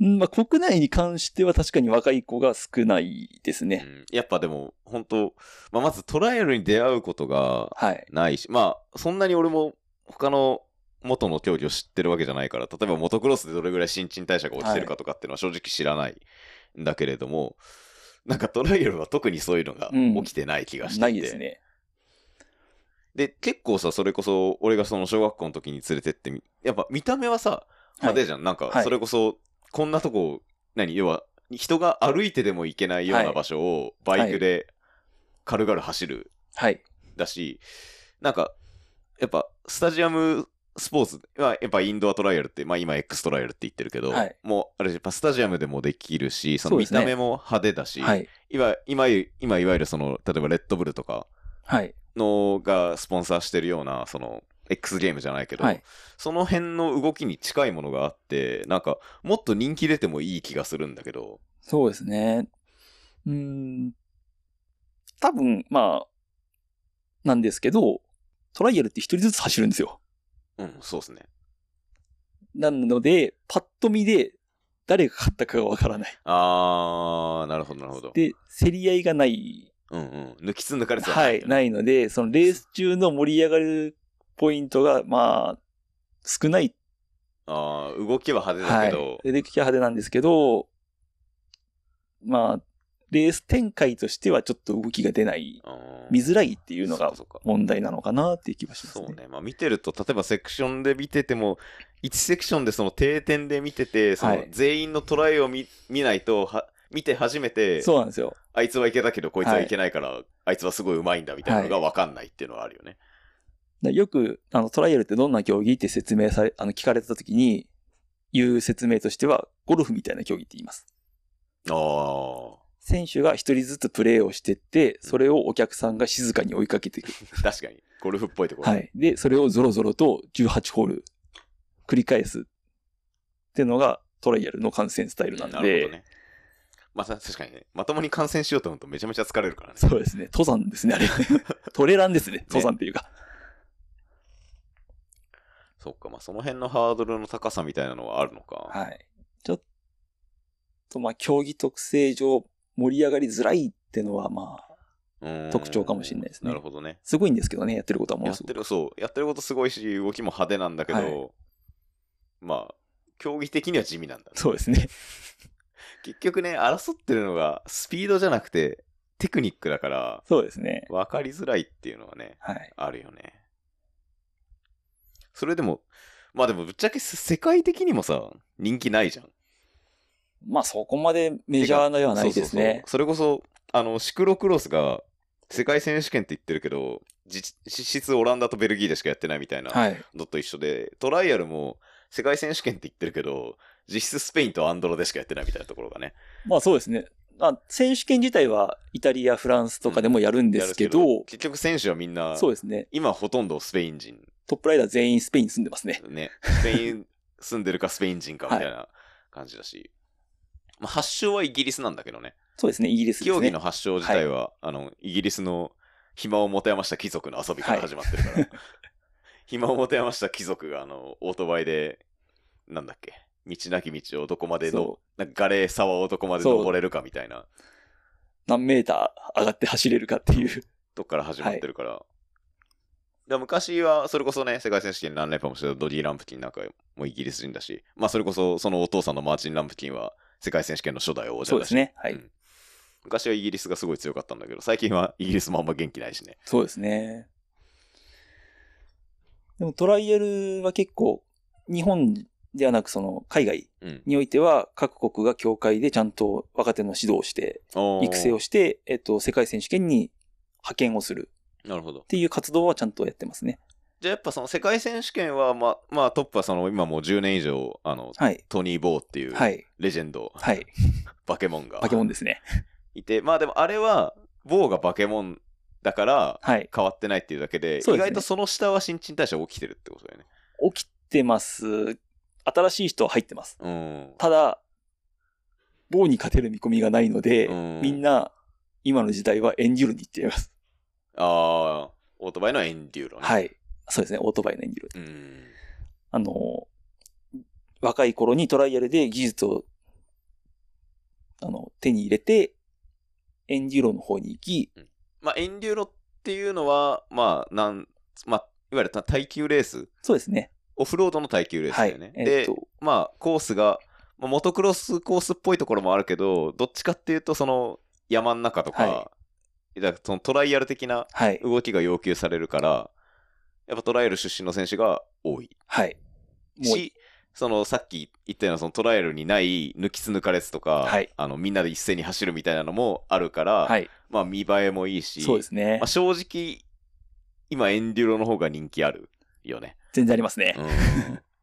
Speaker 2: うんまあ、国内に関しては確かに若い子が少ないです
Speaker 1: う
Speaker 2: ね。
Speaker 1: んやっぱでも、本当まあまずトライアルに出会うことが
Speaker 2: はい。
Speaker 1: ないし、まあそんなに俺も他の元の競技を知ってるわけじゃないから、例えばモトクロスでどれぐらい新陳代謝が落ちてるかとかっていうのは正直知らないんだけれども、なんかトライアルは特にそういうのが起きてない気がしていて、
Speaker 2: ないですね。
Speaker 1: で、結構さ、それこそ、俺がその小学校の時に連れてってみ、やっぱ見た目はさ、派手じゃん。なん
Speaker 2: は
Speaker 1: か、
Speaker 2: い
Speaker 1: それこそ、こんなとこ、何要は、人が歩いてでも行けないよう
Speaker 2: は
Speaker 1: ない場所を、バイクで軽々走る、
Speaker 2: はい。
Speaker 1: だし、なんか、やっぱ、スタジアムスポーツ、まあ、やっぱインドアトライアルって、まあ今 X トライアルって言ってるけど、
Speaker 2: はい
Speaker 1: もう、あれ、やっぱスタジアムでもできるし、そ
Speaker 2: そ
Speaker 1: の
Speaker 2: うで
Speaker 1: 見
Speaker 2: すね
Speaker 1: た目も派手だし、
Speaker 2: はい。
Speaker 1: 今、今、今、いわゆるその、例えばレッドブルとか、
Speaker 2: はい。
Speaker 1: のがスポンサーしてるようなその X ゲームじゃないけど、
Speaker 2: はい。
Speaker 1: その辺の動きに近いものがあってなんかもっと人気出てもいい気がするんだけど
Speaker 2: そうですね。うーん。多分、まあ、なんですけど、トライアルって一人ずつ走るんですよ。
Speaker 1: うんそうですね
Speaker 2: なので、パッと見で誰が勝ったかがわからない。
Speaker 1: あーなるほどなるほど
Speaker 2: で、競り合いがない。
Speaker 1: うんうん抜きつ抜かれてたら
Speaker 2: はい、ないので、そのレース中の盛り上がるポイントが、まあ、少ない。
Speaker 1: あー動きは派手だ
Speaker 2: は
Speaker 1: け
Speaker 2: い
Speaker 1: ど、。
Speaker 2: で、でき派手なんですけど、まあ、レース展開としてはちょっと動きが出ない、
Speaker 1: あー
Speaker 2: 見づらいっていうの
Speaker 1: そ
Speaker 2: が
Speaker 1: うかそうか
Speaker 2: 問題なのかなっていう気がします
Speaker 1: そ
Speaker 2: ね。
Speaker 1: うね、まあ、見てると例えばセクションで見てても1セクションでその定点で見ててそ
Speaker 2: は
Speaker 1: の
Speaker 2: い
Speaker 1: 全員のトライを見見ないとは見て初めて
Speaker 2: そうなんですよ。
Speaker 1: あいつはいけたけど、こいつはいけないから、あいつはすごい上手いんだみたいなのが分かんないっていうのはあるよね。
Speaker 2: だよく、あの、トライアルってどんな競技って説明され、あの、聞かれた時に、言う説明としては、ゴルフみたいな競技って言います。選手が一人ずつプレーをしてって、それをお客さんが静かに追いかけていく。
Speaker 1: ああ、 確かに。ゴルフっぽいところ。
Speaker 2: はい。で、それをゾロゾロと18ホール繰り返すってのがトライアルの観戦スタイルなんで、
Speaker 1: なるほどね。まあ、た確かにね、まともに観戦しようと思うとめちゃめちゃ疲れるからね。
Speaker 2: そうですね。登山ですね、 あれ。トレランですね、登山っていうか。
Speaker 1: そっか、まあ、その辺のハードルの高さみたいなのはあるのか。
Speaker 2: はい。ちょっと、まあ、競技特性上盛り上がりづらいってのは、まあ、
Speaker 1: うーん
Speaker 2: 特徴かもしれないですね
Speaker 1: なるほどね。
Speaker 2: すごいんですけどね、やってることはも
Speaker 1: や
Speaker 2: の
Speaker 1: っ
Speaker 2: すご
Speaker 1: て
Speaker 2: く。
Speaker 1: る、そう。やってることすごいし、動きも派手なんだけど、
Speaker 2: はい
Speaker 1: まあ、競技的には地味なんだね、
Speaker 2: そうですね。
Speaker 1: 結局ね、争ってるのがスピードじゃなくて、テクニックだから、
Speaker 2: そうですね。
Speaker 1: 分かりづらいっていうのはね、
Speaker 2: はい。
Speaker 1: あるよね。それでも、まあでもぶっちゃけせ世界的にもさ、人気ないじゃん。
Speaker 2: まあ、そこまでメジャーなではないです
Speaker 1: そうそうそう
Speaker 2: ね。
Speaker 1: それこそ、あの、シクロクロスが世界選手権って言ってるけど、実実質オランダとベルギーでしかやってないみたいな
Speaker 2: はい。
Speaker 1: のと一緒で、トライアルも世界選手権って言ってるけど、実質スペインとアンドロでしかやってないみたいなところがね。
Speaker 2: まあそうですね。まあ、選手権自体はイタリア、フランスとかでもやるんですけど、
Speaker 1: やる結局選手はみんな、
Speaker 2: そうですね。
Speaker 1: 今ほとんどスペイン人
Speaker 2: トップライダー全員スペインに住んでますね。
Speaker 1: ね、スペイン住んでるかスペイン人かみたいな感じだし、まあ、発祥はイギリスなんだけどね、
Speaker 2: そうですね、イギリスですね。
Speaker 1: 競技の発祥自体は、あのイギリスの暇を持て余した貴族の遊びから始まってるから、 暇を持て余した貴族があのオートバイで、なんだっけ、道なき道をどこまでの
Speaker 2: そ、
Speaker 1: なんかガレー沢をどこまで
Speaker 2: そう
Speaker 1: 登れるかみたいな
Speaker 2: 何メーター上がって走れるかっていう。
Speaker 1: とこから始まってるから。だから昔は、それこそね、世界選手権何連覇もしてたドリー・ランプキンなんかもイギリス人だし、まあそれこそそのお父さんのマーチン・ランプキンは世界選手権の初代王者だし。
Speaker 2: そうですね。はい。
Speaker 1: うん昔はイギリスがすごい強かったんだけど、最近はイギリスもあんま元気ないしね。
Speaker 2: そうですね。でもトライアルは結構、日本ではなくその海外
Speaker 1: うん。
Speaker 2: においては各国が協会でちゃんと若手の指導をして、育成を
Speaker 1: し
Speaker 2: して、えっと、世界選手権に派遣をする
Speaker 1: なるほど
Speaker 2: っ。ていう活動はちゃんとやってますね。
Speaker 1: じゃあやっぱその世界選手権は、まあ、まあトップはその今もう10年以上、あの、
Speaker 2: はい。
Speaker 1: トニー・ボーっていう
Speaker 2: はい。
Speaker 1: レジェンド、
Speaker 2: はい。
Speaker 1: バケモンが
Speaker 2: 化け物ですね。
Speaker 1: いて、まあでもあれは、ボーがバケモンだから、
Speaker 2: はい。
Speaker 1: 変わってないっていうだけで、
Speaker 2: そう
Speaker 1: 意
Speaker 2: ですね
Speaker 1: 外とその下は新陳代謝起きてるってことだよね。
Speaker 2: 起きてます。新しい人は入ってます。
Speaker 1: うん。
Speaker 2: ただ、棒に勝てる見込みがないので、
Speaker 1: うん
Speaker 2: みんな、今の時代はエンデュールに行っています。
Speaker 1: ああ、オートバイのエンデューロね。
Speaker 2: はい。そうですね、オートバイのエンデュール。
Speaker 1: うん。
Speaker 2: あの、若い頃にトライアルで技術を、あの、手に入れて、エンデューロの方に行き、
Speaker 1: まあ、エンデューロっていうのは、まあ、なん、まあ、いわゆるた耐久レース、
Speaker 2: そうですね。
Speaker 1: オフロードの耐久レース
Speaker 2: は
Speaker 1: だよ
Speaker 2: い
Speaker 1: ね。。
Speaker 2: えっ
Speaker 1: で、
Speaker 2: と、
Speaker 1: まあ、コースが、まあモトクロスコースっぽいところもあるけど、どっちかっていうと、その、山の中とか、
Speaker 2: は
Speaker 1: だからそのトライアル的な
Speaker 2: はい。
Speaker 1: 動きが要求されるから、やっぱトライアル出身の選手が多い
Speaker 2: はい。もう、
Speaker 1: し、そのさっき言ったようなそのトライアルにない抜きつ抜かれつとか、
Speaker 2: はい
Speaker 1: あのみんなで一斉に走るみたいなのもあるから、
Speaker 2: はい。
Speaker 1: まあ見栄えもいいし、
Speaker 2: そうですね
Speaker 1: まあ、。正直、今エンデュロの方が人気あるよね。
Speaker 2: 全然ありますね
Speaker 1: う。ん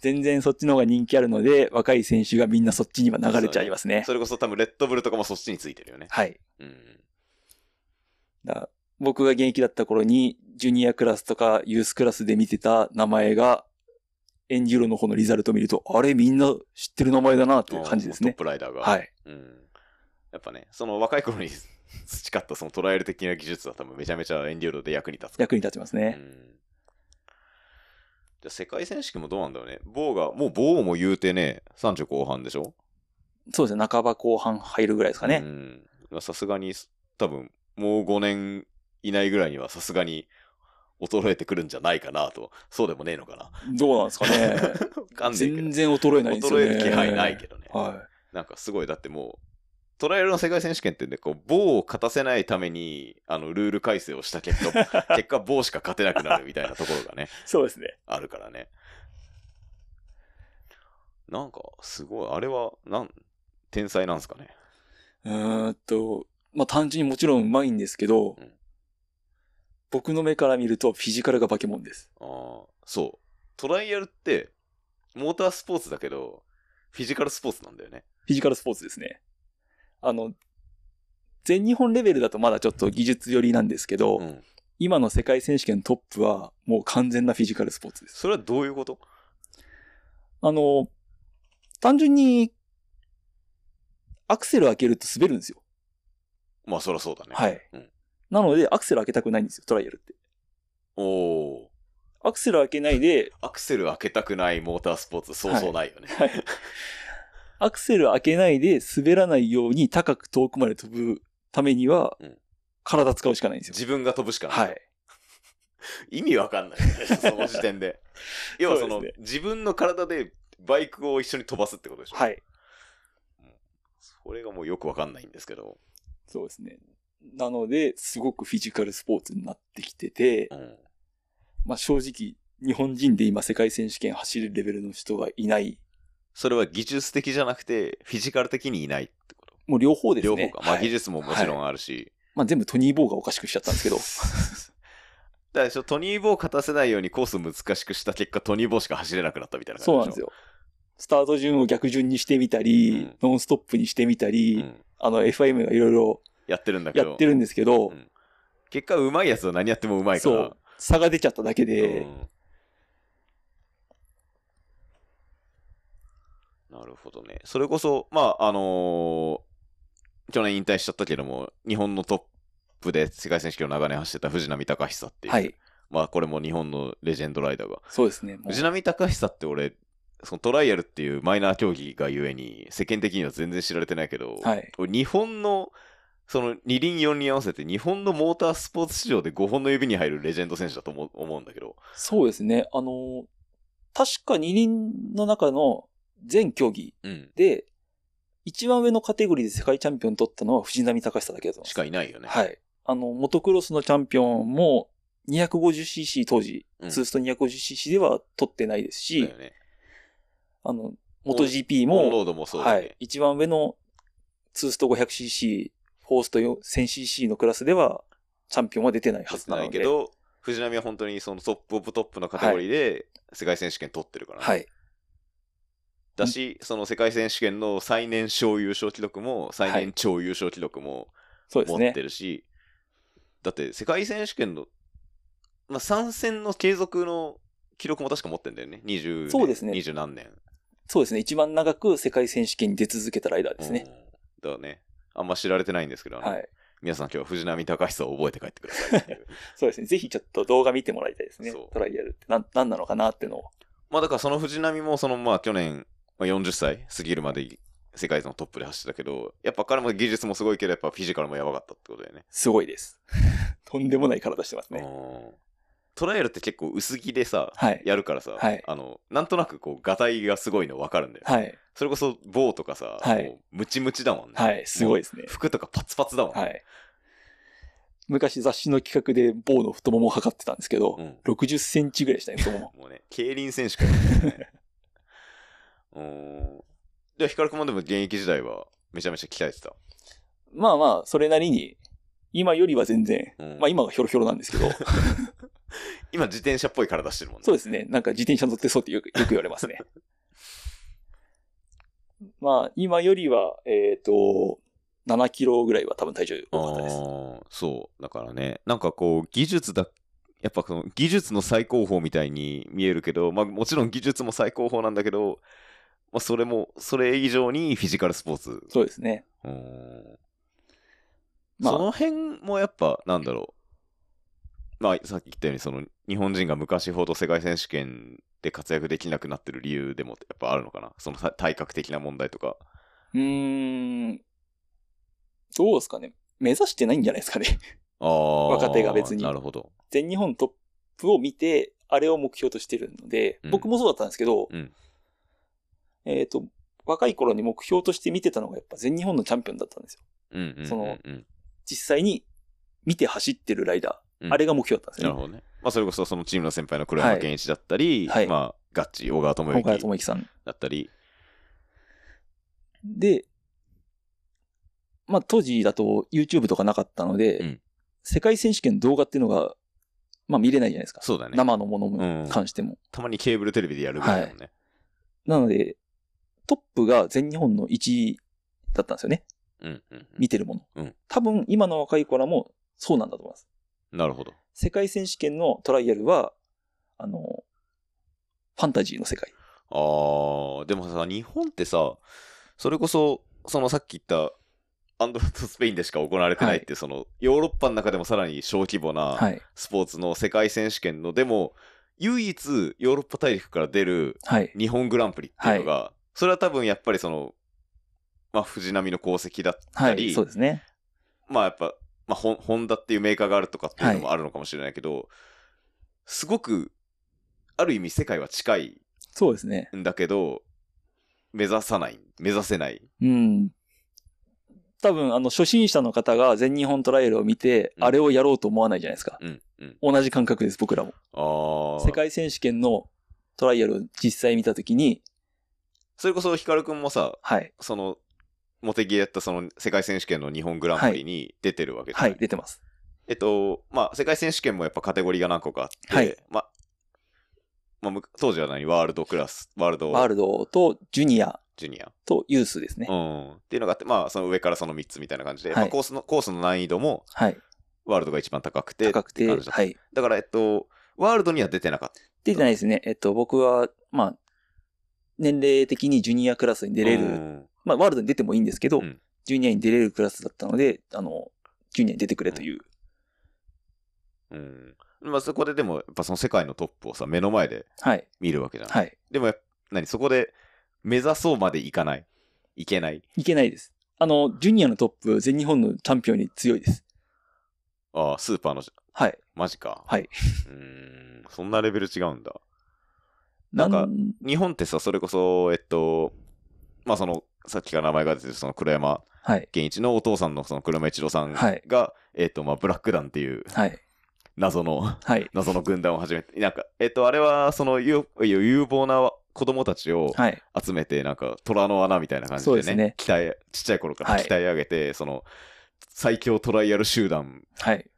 Speaker 2: 全然そっちの方が人気あるので、若い選手がみんなそっちには流れちゃいますね。
Speaker 1: それこそ多分レッドブルとかもそっちについてるよね。
Speaker 2: はい。
Speaker 1: うん
Speaker 2: だから僕が現役だった頃に、ジュニアクラスとかユースクラスで見てた名前が、エンデューロの方のリザルト見ると、あれみんな知ってる名前だなっていう感じです
Speaker 1: トッ
Speaker 2: ね。
Speaker 1: プライダーが。
Speaker 2: はい。
Speaker 1: うん。やっぱね、その若い頃に 培ったそのトライアル的な技術は多分めちゃめちゃエンデューロで役に立つ。
Speaker 2: 役に立ちます
Speaker 1: う
Speaker 2: ね。
Speaker 1: ん。じゃあ世界選手権もどうなんだろうね。ボーが、もうボーも言うてね、30後半でしょ
Speaker 2: そうですね。半ば後半入るぐらいですかね。
Speaker 1: うん。さすがに、多分、もう5年以内ぐらいにはさすがに衰えてくるんじゃないかなと。そうでもねえのかな。
Speaker 2: どうなんですかね。
Speaker 1: わかんねえけど
Speaker 2: 全然衰えないですよ
Speaker 1: 衰
Speaker 2: ね。
Speaker 1: える気配ないけどね。
Speaker 2: は
Speaker 1: なんかすごい、だってもう、トライアルの世界選手権ってね、こう、棒を勝たせないために、あの、ルール改正をした結 果、結果棒しか勝てなくなるみたいなところがね
Speaker 2: い。、そうですね。
Speaker 1: あるからね。なんか、すごい、あれは、なん、天才なんすかね。
Speaker 2: うーんと、まあ単純にもちろんうまいんですけど、
Speaker 1: うん
Speaker 2: 僕の目から見るとフィジカルが化け物です。
Speaker 1: あーそう。トライアルって、モータースポーツだけど、フィジカルスポーツなんだよね。
Speaker 2: フィジカルスポーツですね。あの、全日本レベルだとまだちょっと技術寄りなんですけど、
Speaker 1: うん。
Speaker 2: 今の世界選手権トップはもう完全なフィジカルスポーツです。
Speaker 1: それはどういうこと
Speaker 2: あの、単純に、アクセル開けると滑るんですよ。
Speaker 1: まあ、そりゃそうだね。
Speaker 2: はい。
Speaker 1: うん
Speaker 2: なので、アクセル開けたくないんですよ、トライアルって。
Speaker 1: おお。
Speaker 2: アクセル開けないで、
Speaker 1: アクセル開けたくないモータースポーツ、そうそうないよね。
Speaker 2: アクセル開けないで滑らないように高く遠くまで飛ぶためには
Speaker 1: うん、
Speaker 2: 体使うしかないんですよ。
Speaker 1: 自分が飛ぶしかない。
Speaker 2: はい。
Speaker 1: 意味わか んないよね、その時点で。要はその
Speaker 2: そうです
Speaker 1: 自分の体でバイクを一緒に飛ばすってことでしょ。
Speaker 2: はい。
Speaker 1: それがもうよくわかんないんですけど。
Speaker 2: そうですね。なので、すごくフィジカルスポーツになってきてて
Speaker 1: う、ん。
Speaker 2: まあ正直、日本人で今世界選手権走るレベルの人はいない。
Speaker 1: それは技術的じゃなくて、フィジカル的にいないってこと。
Speaker 2: もう両方です
Speaker 1: 両
Speaker 2: ね。
Speaker 1: 方か。まあ
Speaker 2: はい
Speaker 1: 技術ももちろんあるし。
Speaker 2: まあ全部トニー・ボーがおかしくしちゃったんですけど。
Speaker 1: だからちょトニー・ボーを勝たせないようにコース難しくした結果、トニー・ボーしか走れなくなったみたいな感じ
Speaker 2: そうなんですよ。スタート順を逆順にしてみたり、
Speaker 1: うん
Speaker 2: ノンストップにしてみたり、
Speaker 1: しょうん
Speaker 2: あの FIM がいろいろ
Speaker 1: やってるんだけ
Speaker 2: や
Speaker 1: ど。
Speaker 2: ってるんですけど、
Speaker 1: うん結果、うまいやつは何やってもうまいか
Speaker 2: そ
Speaker 1: ら。
Speaker 2: う、差が出ちゃっただけで、
Speaker 1: うんなるほどね。それこそ、まあ、あのー去年引退しちゃったけども、日本のトップで世界選手権を長年走ってた藤波貴久っていう、
Speaker 2: はい。
Speaker 1: まあ、これも日本のレジェンドライダーが。
Speaker 2: そうですね。もう
Speaker 1: 藤波貴久って俺、そのトライアルっていうマイナー競技がゆえに、世間的には全然知られてないけど、
Speaker 2: はい。
Speaker 1: 俺日本の、その二輪四輪合わせて日本のモータースポーツ史上で5本の指に入るレジェンド選手だと思う思うんだけど、
Speaker 2: そうですね。あの、確か二輪の中の全競技
Speaker 1: うん、
Speaker 2: で、一番上のカテゴリーで世界チャンピオン取ったのは藤波隆久だけだと思い
Speaker 1: しかいないよね。
Speaker 2: ます。はい。あの、モトクロスのチャンピオンも 250cc 当時、
Speaker 1: うん
Speaker 2: ツースト 250cc では取ってないですし、
Speaker 1: だよね。
Speaker 2: あの、モト GP
Speaker 1: オンロ
Speaker 2: も、
Speaker 1: ードもそうだ
Speaker 2: は
Speaker 1: よね。
Speaker 2: い、一番上のツースト 500cc、フォースト 1000cc のクラスではチャンピオンは出てないは
Speaker 1: 勝
Speaker 2: ず
Speaker 1: て
Speaker 2: なの
Speaker 1: な
Speaker 2: で。
Speaker 1: いけど、藤波は本当にそのトップオブトップのカテゴリーで世界選手権取ってるからね、
Speaker 2: はい。
Speaker 1: だし、その世界選手権の最年少優勝記録も最年長優勝記録も
Speaker 2: そうです
Speaker 1: 持
Speaker 2: ね
Speaker 1: って。るし、だって世界選手権の、まあ、参戦の継続の記録も確か持ってんだよね。20年
Speaker 2: そうですね
Speaker 1: 20何年。
Speaker 2: そうですね。一番長く世界選手権に出続けたライダーですね。
Speaker 1: うん。だからね。あんま知られてないんですけど、あの
Speaker 2: はい。
Speaker 1: 皆さん今日は藤波隆久を覚えて帰ってくださいっていう。
Speaker 2: そうですね。ぜひちょっと動画見てもらいたいですね
Speaker 1: そう。
Speaker 2: トライアルってなんなんなのかなっていうのを。
Speaker 1: まあだからその藤波もそのまあ去年まあ40歳過ぎるまで世界のトップで走ってたけど、やっぱ彼も技術もすごいけど、やっ ぱフィジカルもやばかったってことだよね。
Speaker 2: すごいです。とんでもない体してますね。
Speaker 1: うんトライアルって結構薄着でさ、
Speaker 2: はい。
Speaker 1: やるからさ、
Speaker 2: はい
Speaker 1: あの、なんとなくこう、がたいがすごいの分かるんだよ。
Speaker 2: はい。
Speaker 1: それこそ、棒とかさ、
Speaker 2: はい
Speaker 1: もうムチムチだもんね。
Speaker 2: はい。すごいですね。
Speaker 1: 服とかパツパツだもんね。
Speaker 2: はい。昔雑誌の企画で棒の太ももを測ってたんですけど、
Speaker 1: うん。
Speaker 2: 60センチぐらいでしたね、太もも
Speaker 1: もうね、競輪選手からね。うーん。じゃあ、ヒカルくんもでも現役時代はめちゃめちゃ鍛えてた。
Speaker 2: まあまあ、それなりに、今よりは全然、
Speaker 1: うん
Speaker 2: まあ今がひょろひょろなんですけど、
Speaker 1: 今、自転車っぽい体してるもんね。
Speaker 2: そうですね。なんか自転車乗ってそうってよくよく言われます ね。まあ、今よりは、えっ、と、7キロぐらいは多分体重多かったです。
Speaker 1: あーそう。だからね、なんかこう、技術だ、やっぱその技術の最高峰みたいに見えるけど、まあもちろん技術も最高峰なんだけど、まあそれも、それ以上にフィジカルスポーツ。
Speaker 2: そうですね。
Speaker 1: うーん
Speaker 2: まあ
Speaker 1: その辺もやっぱ、なんだろう。まあさっき言ったように、その日本人が昔ほど世界選手権で活躍できなくなってる理由でもやっぱあるのかな。その体体格的な問題とか。
Speaker 2: うーん。どうですかね。目指してないんじゃないですかね。
Speaker 1: ああ。
Speaker 2: 若手が別に
Speaker 1: なるほど。
Speaker 2: 全日本トップを見て、あれを目標としてるので、
Speaker 1: うん
Speaker 2: 僕もそうだったんですけど、
Speaker 1: うん
Speaker 2: えっ、と、若い頃に目標として見てたのがやっぱ全日本のチャンピオンだったんですよ。
Speaker 1: うんうんうんうん、
Speaker 2: その実際に見て走ってるライダー、
Speaker 1: うん
Speaker 2: あれが目標だったんです
Speaker 1: なる
Speaker 2: よ、
Speaker 1: ほどね。まあ、それこそそのチームの先輩の黒山健一だったり、
Speaker 2: はいはい
Speaker 1: まあ、ガッチ、小川智
Speaker 2: 今回は
Speaker 1: 之
Speaker 2: 智之さん。
Speaker 1: だったり、
Speaker 2: で、まあ当時だと YouTube とかなかったので、
Speaker 1: うん
Speaker 2: 世界選手権動画っていうのが、まあ見れないじゃないですか。
Speaker 1: そうだね。
Speaker 2: 生のものに関しても。
Speaker 1: たまにケーブルテレビでやるぐらいだもんね。
Speaker 2: なので、トップが全日本の1位だったんですよね。
Speaker 1: うんうんう
Speaker 2: 見てるもの。
Speaker 1: うん
Speaker 2: 多分今の若い子らもそうなんだと思います。
Speaker 1: ん。なるほど。
Speaker 2: 世界選手権のトライアルは、あの、ファンタジーの世界。
Speaker 1: あー、でもさ、日本ってさ、それこそ、そのさっき言った、アンドラとスペインでしか行われてないって、その、ヨーロッパの中でもさらに小規模な
Speaker 2: はい。
Speaker 1: スポーツの世界選手権の、でも、唯一ヨーロッパ大陸から出る
Speaker 2: はい。
Speaker 1: 日本グランプリっていうのが、それは多分やっぱりその、まあ、藤波の功績だった
Speaker 2: は
Speaker 1: り、
Speaker 2: い。そうですね。
Speaker 1: まあやっぱ、まあ、ホンホンダっていうメーカーがあるとかっていうのもあるのかもしれないけど、すごく、ある意味世界は近い
Speaker 2: そうですね。
Speaker 1: んだけど、目指さない、目指せない。
Speaker 2: うん。多分、あの、初心者の方が全日本トライアルを見て、
Speaker 1: うん
Speaker 2: あれをやろうと思わないじゃないですか。
Speaker 1: うん、うん。
Speaker 2: 同じ感覚です、僕らも。
Speaker 1: ああ。
Speaker 2: 世界選手権のトライアルを実際見たときに、
Speaker 1: それこそヒカルくんもさ、
Speaker 2: はい、
Speaker 1: その、モテギでやったその世界選手権の日本グランプリに出てるわけじゃな
Speaker 2: はいい、出てます。
Speaker 1: えっと、まあ、世界選手権もやっぱカテゴリーが何個かあって、
Speaker 2: はい
Speaker 1: まあ、まあ、む当時は何ワールドクラス、ワールド
Speaker 2: ワールドとジュニア
Speaker 1: ジュニア、
Speaker 2: とユースですね。
Speaker 1: うん、っていうのがあって、まあ、その上からその3つみたいな感じで、
Speaker 2: はい
Speaker 1: まあ、コースの、コースの難易度も
Speaker 2: はい、
Speaker 1: ワールドが一番高くて、
Speaker 2: 高く、
Speaker 1: って感じだった
Speaker 2: はい。
Speaker 1: だから、えっと、ワールドには出てなかった。
Speaker 2: 出てないですね。えっと、僕は、まあ、年齢的にジュニアクラスに出れる、
Speaker 1: うん
Speaker 2: まあ、ワールドに出てもいいんですけど、
Speaker 1: うん
Speaker 2: ジュニアに出れるクラスだったので、あの、ジュニアに出てくれという。
Speaker 1: うん。まあ、そこででも、やっぱその世界のトップをさ、目の前で
Speaker 2: はい、
Speaker 1: 見るわけじゃん。
Speaker 2: はい。
Speaker 1: でもやっぱ、何そこで、目指そうまでいかない。いけない。
Speaker 2: いけないです。あの、ジュニアのトップ、全日本のチャンピオンに強いです。
Speaker 1: ああ、スーパーの、
Speaker 2: はい。
Speaker 1: マジか。
Speaker 2: はい。
Speaker 1: うーん、そんなレベル違うんだ。
Speaker 2: な
Speaker 1: なん
Speaker 2: ん
Speaker 1: か日本ってさ、それこそ、えっと、まあその、さっきから名前が出てるその黒山
Speaker 2: はい。
Speaker 1: 健一のお父さんのその黒山一郎さんが、
Speaker 2: はい
Speaker 1: えっと、まあブラック団っていう
Speaker 2: はい。
Speaker 1: 謎 の、
Speaker 2: はい。
Speaker 1: 謎の軍団を始めて、なんか、えっと、あれは、その有、有望な子供たちを
Speaker 2: はい。
Speaker 1: 集めて、なんか、虎の穴みたいな感じ
Speaker 2: そう
Speaker 1: で
Speaker 2: です
Speaker 1: ね、
Speaker 2: ね
Speaker 1: 鍛え、ちっちゃい頃から
Speaker 2: はい
Speaker 1: 鍛え上げて、その、最強トライアル集団
Speaker 2: はい。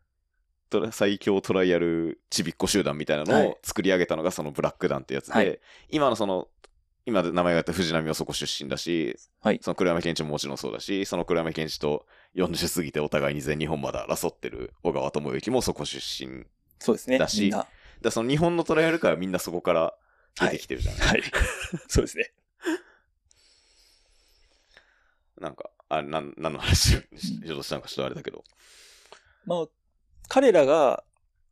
Speaker 1: トラ最強トライアルちびっこ集団みたいな
Speaker 2: は
Speaker 1: のを
Speaker 2: い
Speaker 1: 作り上げたのがそのブラック団ってやつで、
Speaker 2: はい
Speaker 1: 今のその今名前があった藤波はそこ出身だし、
Speaker 2: はい
Speaker 1: その黒山健一ももちろんそうだしその黒山健一と40過ぎてお互いに全日本まで争ってる小川智之もそこ出身
Speaker 2: そうですね。
Speaker 1: だし
Speaker 2: みんな
Speaker 1: だその日本のトライアル界はみんなそこから出てきてるじゃない、
Speaker 2: はい。そうですね。
Speaker 1: なんかあなん何の話をししようとしたのかちょっとあれだけど
Speaker 2: まあ、彼らが、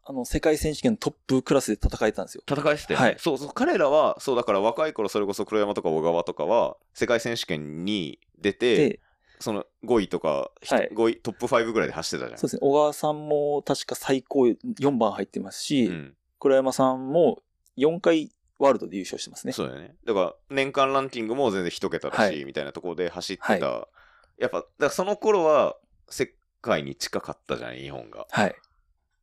Speaker 2: あの、世界選手権トップクラスで戦えたんですよ。
Speaker 1: 戦いしてたよね
Speaker 2: はい
Speaker 1: そうそう彼らはそうだから若い頃それこそ黒山とか小川とかは世界選手権に出て
Speaker 2: で、
Speaker 1: その5位とか、
Speaker 2: はい
Speaker 1: 5位、トップ5ぐらいで走ってたじゃん。
Speaker 2: そうですね。小川さんも確か最高4番入ってますし、
Speaker 1: うん
Speaker 2: 倉山さんも4回ワールドで優勝してますね。
Speaker 1: そうだよね。だから、年間ランキングも全然一桁だし、
Speaker 2: はい
Speaker 1: みたいなところで走ってた。
Speaker 2: は
Speaker 1: やっぱ、だからその頃は、世界に近かったじゃん、日本が。
Speaker 2: はい。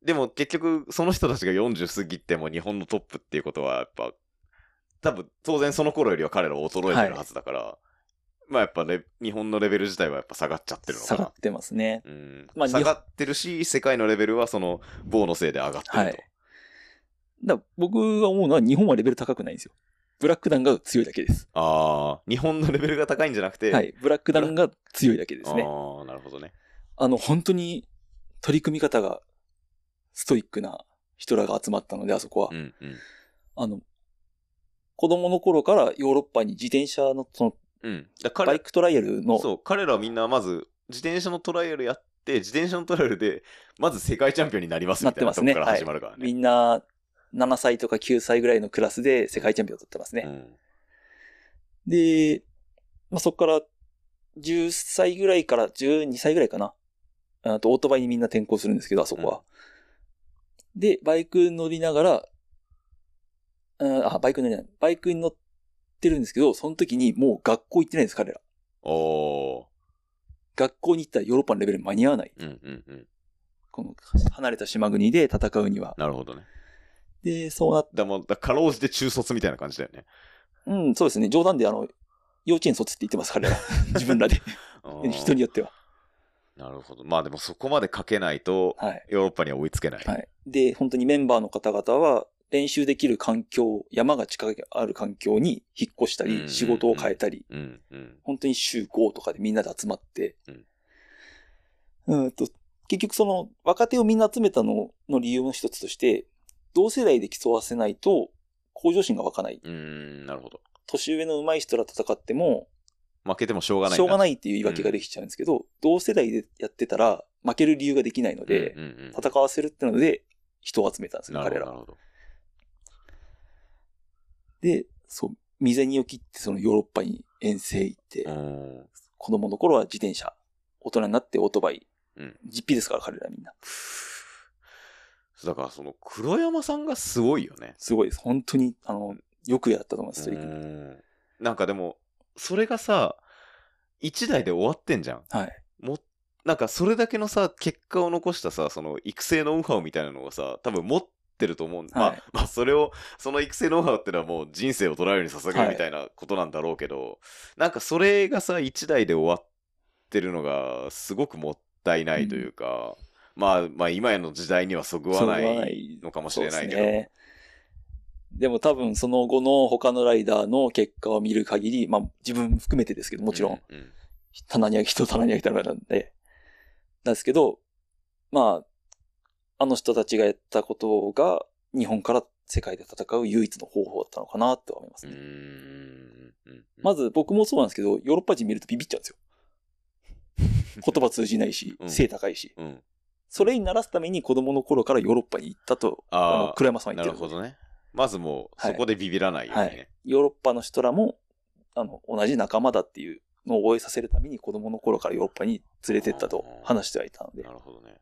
Speaker 1: でも結局、その人たちが40過ぎても日本のトップっていうことは、やっぱ、多分、当然その頃よりは彼らは衰えてるはずだから、まあやっぱレ、日本のレベル自体はやっぱ下がっちゃってるのか
Speaker 2: 下が
Speaker 1: な
Speaker 2: っ。てますね。
Speaker 1: うん
Speaker 2: まあ
Speaker 1: 下がってるし、世界のレベルはその棒のせいで上がってると。
Speaker 2: はいだから僕が思うのは日本はレベル高くないんですよ。ブラック団が強いだけです。
Speaker 1: ああ、日本のレベルが高いんじゃなくて、
Speaker 2: はい。ブラック団が強いだけですね。
Speaker 1: ああ、なるほどね。
Speaker 2: あの、本当に取り組み方がストイックな人らが集まったので、あそこは。
Speaker 1: うんうん。
Speaker 2: あの、子供の頃からヨーロッパに自転車のその
Speaker 1: うん、だから
Speaker 2: バ
Speaker 1: 彼
Speaker 2: イクトライアルの、
Speaker 1: そう彼らはみんなまず自転車のトライアルやって自転車のトライアルでまず世界チャンピオンになりますみたいな
Speaker 2: なって
Speaker 1: とこ
Speaker 2: ますね
Speaker 1: から始まるからね。
Speaker 2: みんな7歳とか9歳ぐらいのクラスで世界チャンピオンを取ってますね。
Speaker 1: うん
Speaker 2: で、まあ、そこから10歳ぐらいから12歳ぐらいかな。あと、オートバイにみんな転校するんですけど、あそこは。で、バイク乗りながら、うんあ、バイク乗りない。バイクに乗ってるんですけど、その時にもう学校行ってないんです、彼ら。
Speaker 1: おー
Speaker 2: 学校に行ったらヨーロッパのレベルに間に合わない。
Speaker 1: うんうんうん。
Speaker 2: この離れた島国で戦うには。
Speaker 1: なるほどね。
Speaker 2: で、そうなっ
Speaker 1: だもうだかろうじて中卒みたいな感じだよね。
Speaker 2: うん、そうですね。冗談で、あの、幼稚園卒って言ってま す、彼ら。自分らで。
Speaker 1: あー
Speaker 2: 人によっては。
Speaker 1: なるほど。まあでもそこまでかけないと
Speaker 2: はい。
Speaker 1: ヨーロッパには追いつけない。
Speaker 2: はい。で、本当にメンバーの方々は、練習できる環境、山が近くにある環境に引っ越した
Speaker 1: うんうんうん
Speaker 2: り、仕事を変えたり、
Speaker 1: うんうん。
Speaker 2: 本当に週5とかでみんなで集まって、
Speaker 1: うん
Speaker 2: うん、と、結局その若手をみんな集めたのの理由の一つとして、同世代で競わせないと向上心が湧かない。
Speaker 1: うーん、なるほど。
Speaker 2: 年上の上手い人ら戦っても、
Speaker 1: 負けてもしょうがないな。
Speaker 2: しょうが
Speaker 1: い
Speaker 2: ないっていう言い訳ができちゃうんですけど、同世代でやってたら負ける理由ができないので、
Speaker 1: うんうん
Speaker 2: 戦わせるってので人を集めたんです
Speaker 1: うん、
Speaker 2: よ、
Speaker 1: なるほ
Speaker 2: 彼
Speaker 1: どな
Speaker 2: らは
Speaker 1: る。ほど。
Speaker 2: で、そう、未然にを切ってそのヨーロッパに遠征行って、
Speaker 1: うん
Speaker 2: 子供の頃は自転車、大人になってオートバイ、
Speaker 1: うん
Speaker 2: 実費ですから彼らみんな。
Speaker 1: だからその黒山さんがすごいよね。
Speaker 2: すごいです。本当に、あの、よくやったと思います、ストイックに
Speaker 1: うんなんかでもそれがさ1台で終わってんじゃん
Speaker 2: はい。
Speaker 1: もなんかそれだけのさ結果を残したさその育成ノウハウみたいなのがさ多分持ってると思うんだ、
Speaker 2: はい
Speaker 1: まあ、まあそれをその育成ノウハウってのはもう人生を捉えるに捧げ
Speaker 2: は
Speaker 1: る
Speaker 2: い
Speaker 1: みたいなことなんだろうけど、なんかそれがさ1台で終わってるのがすごくもったいないというか、まあまあ今の時代にはそぐわない
Speaker 2: い
Speaker 1: のかもしれないけど
Speaker 2: そうですね。でも多分その後の他のライダーの結果を見る限り、まあ自分含めてですけど、もちろん、、
Speaker 1: ううん
Speaker 2: 棚に上げ、人を棚に上げたらなんで。なんですけど、まあ、あの人たちがやったことが、日本から世界で戦う唯一の方法だったのかなって思います
Speaker 1: う
Speaker 2: ね。
Speaker 1: んうん
Speaker 2: まず僕もそうなんですけど、ヨーロッパ人見るとビビっちゃうんですよ。言葉通じないし
Speaker 1: う、ん
Speaker 2: 背高いし。
Speaker 1: うん、
Speaker 2: それにならすために子供の頃からヨーロッパに行ったと、あ
Speaker 1: あ
Speaker 2: の、倉山さ
Speaker 1: あ、
Speaker 2: んは
Speaker 1: な
Speaker 2: 言
Speaker 1: る
Speaker 2: って
Speaker 1: ほ
Speaker 2: る。
Speaker 1: どね。まずもう、
Speaker 2: は
Speaker 1: そ
Speaker 2: い
Speaker 1: こでビビらないようにね。
Speaker 2: ヨーロッパの人らも、あの、同じ仲間だっていうのを覚えさせるために子供の頃からヨーロッパに連れてったと話してはいたので
Speaker 1: な。るほどね。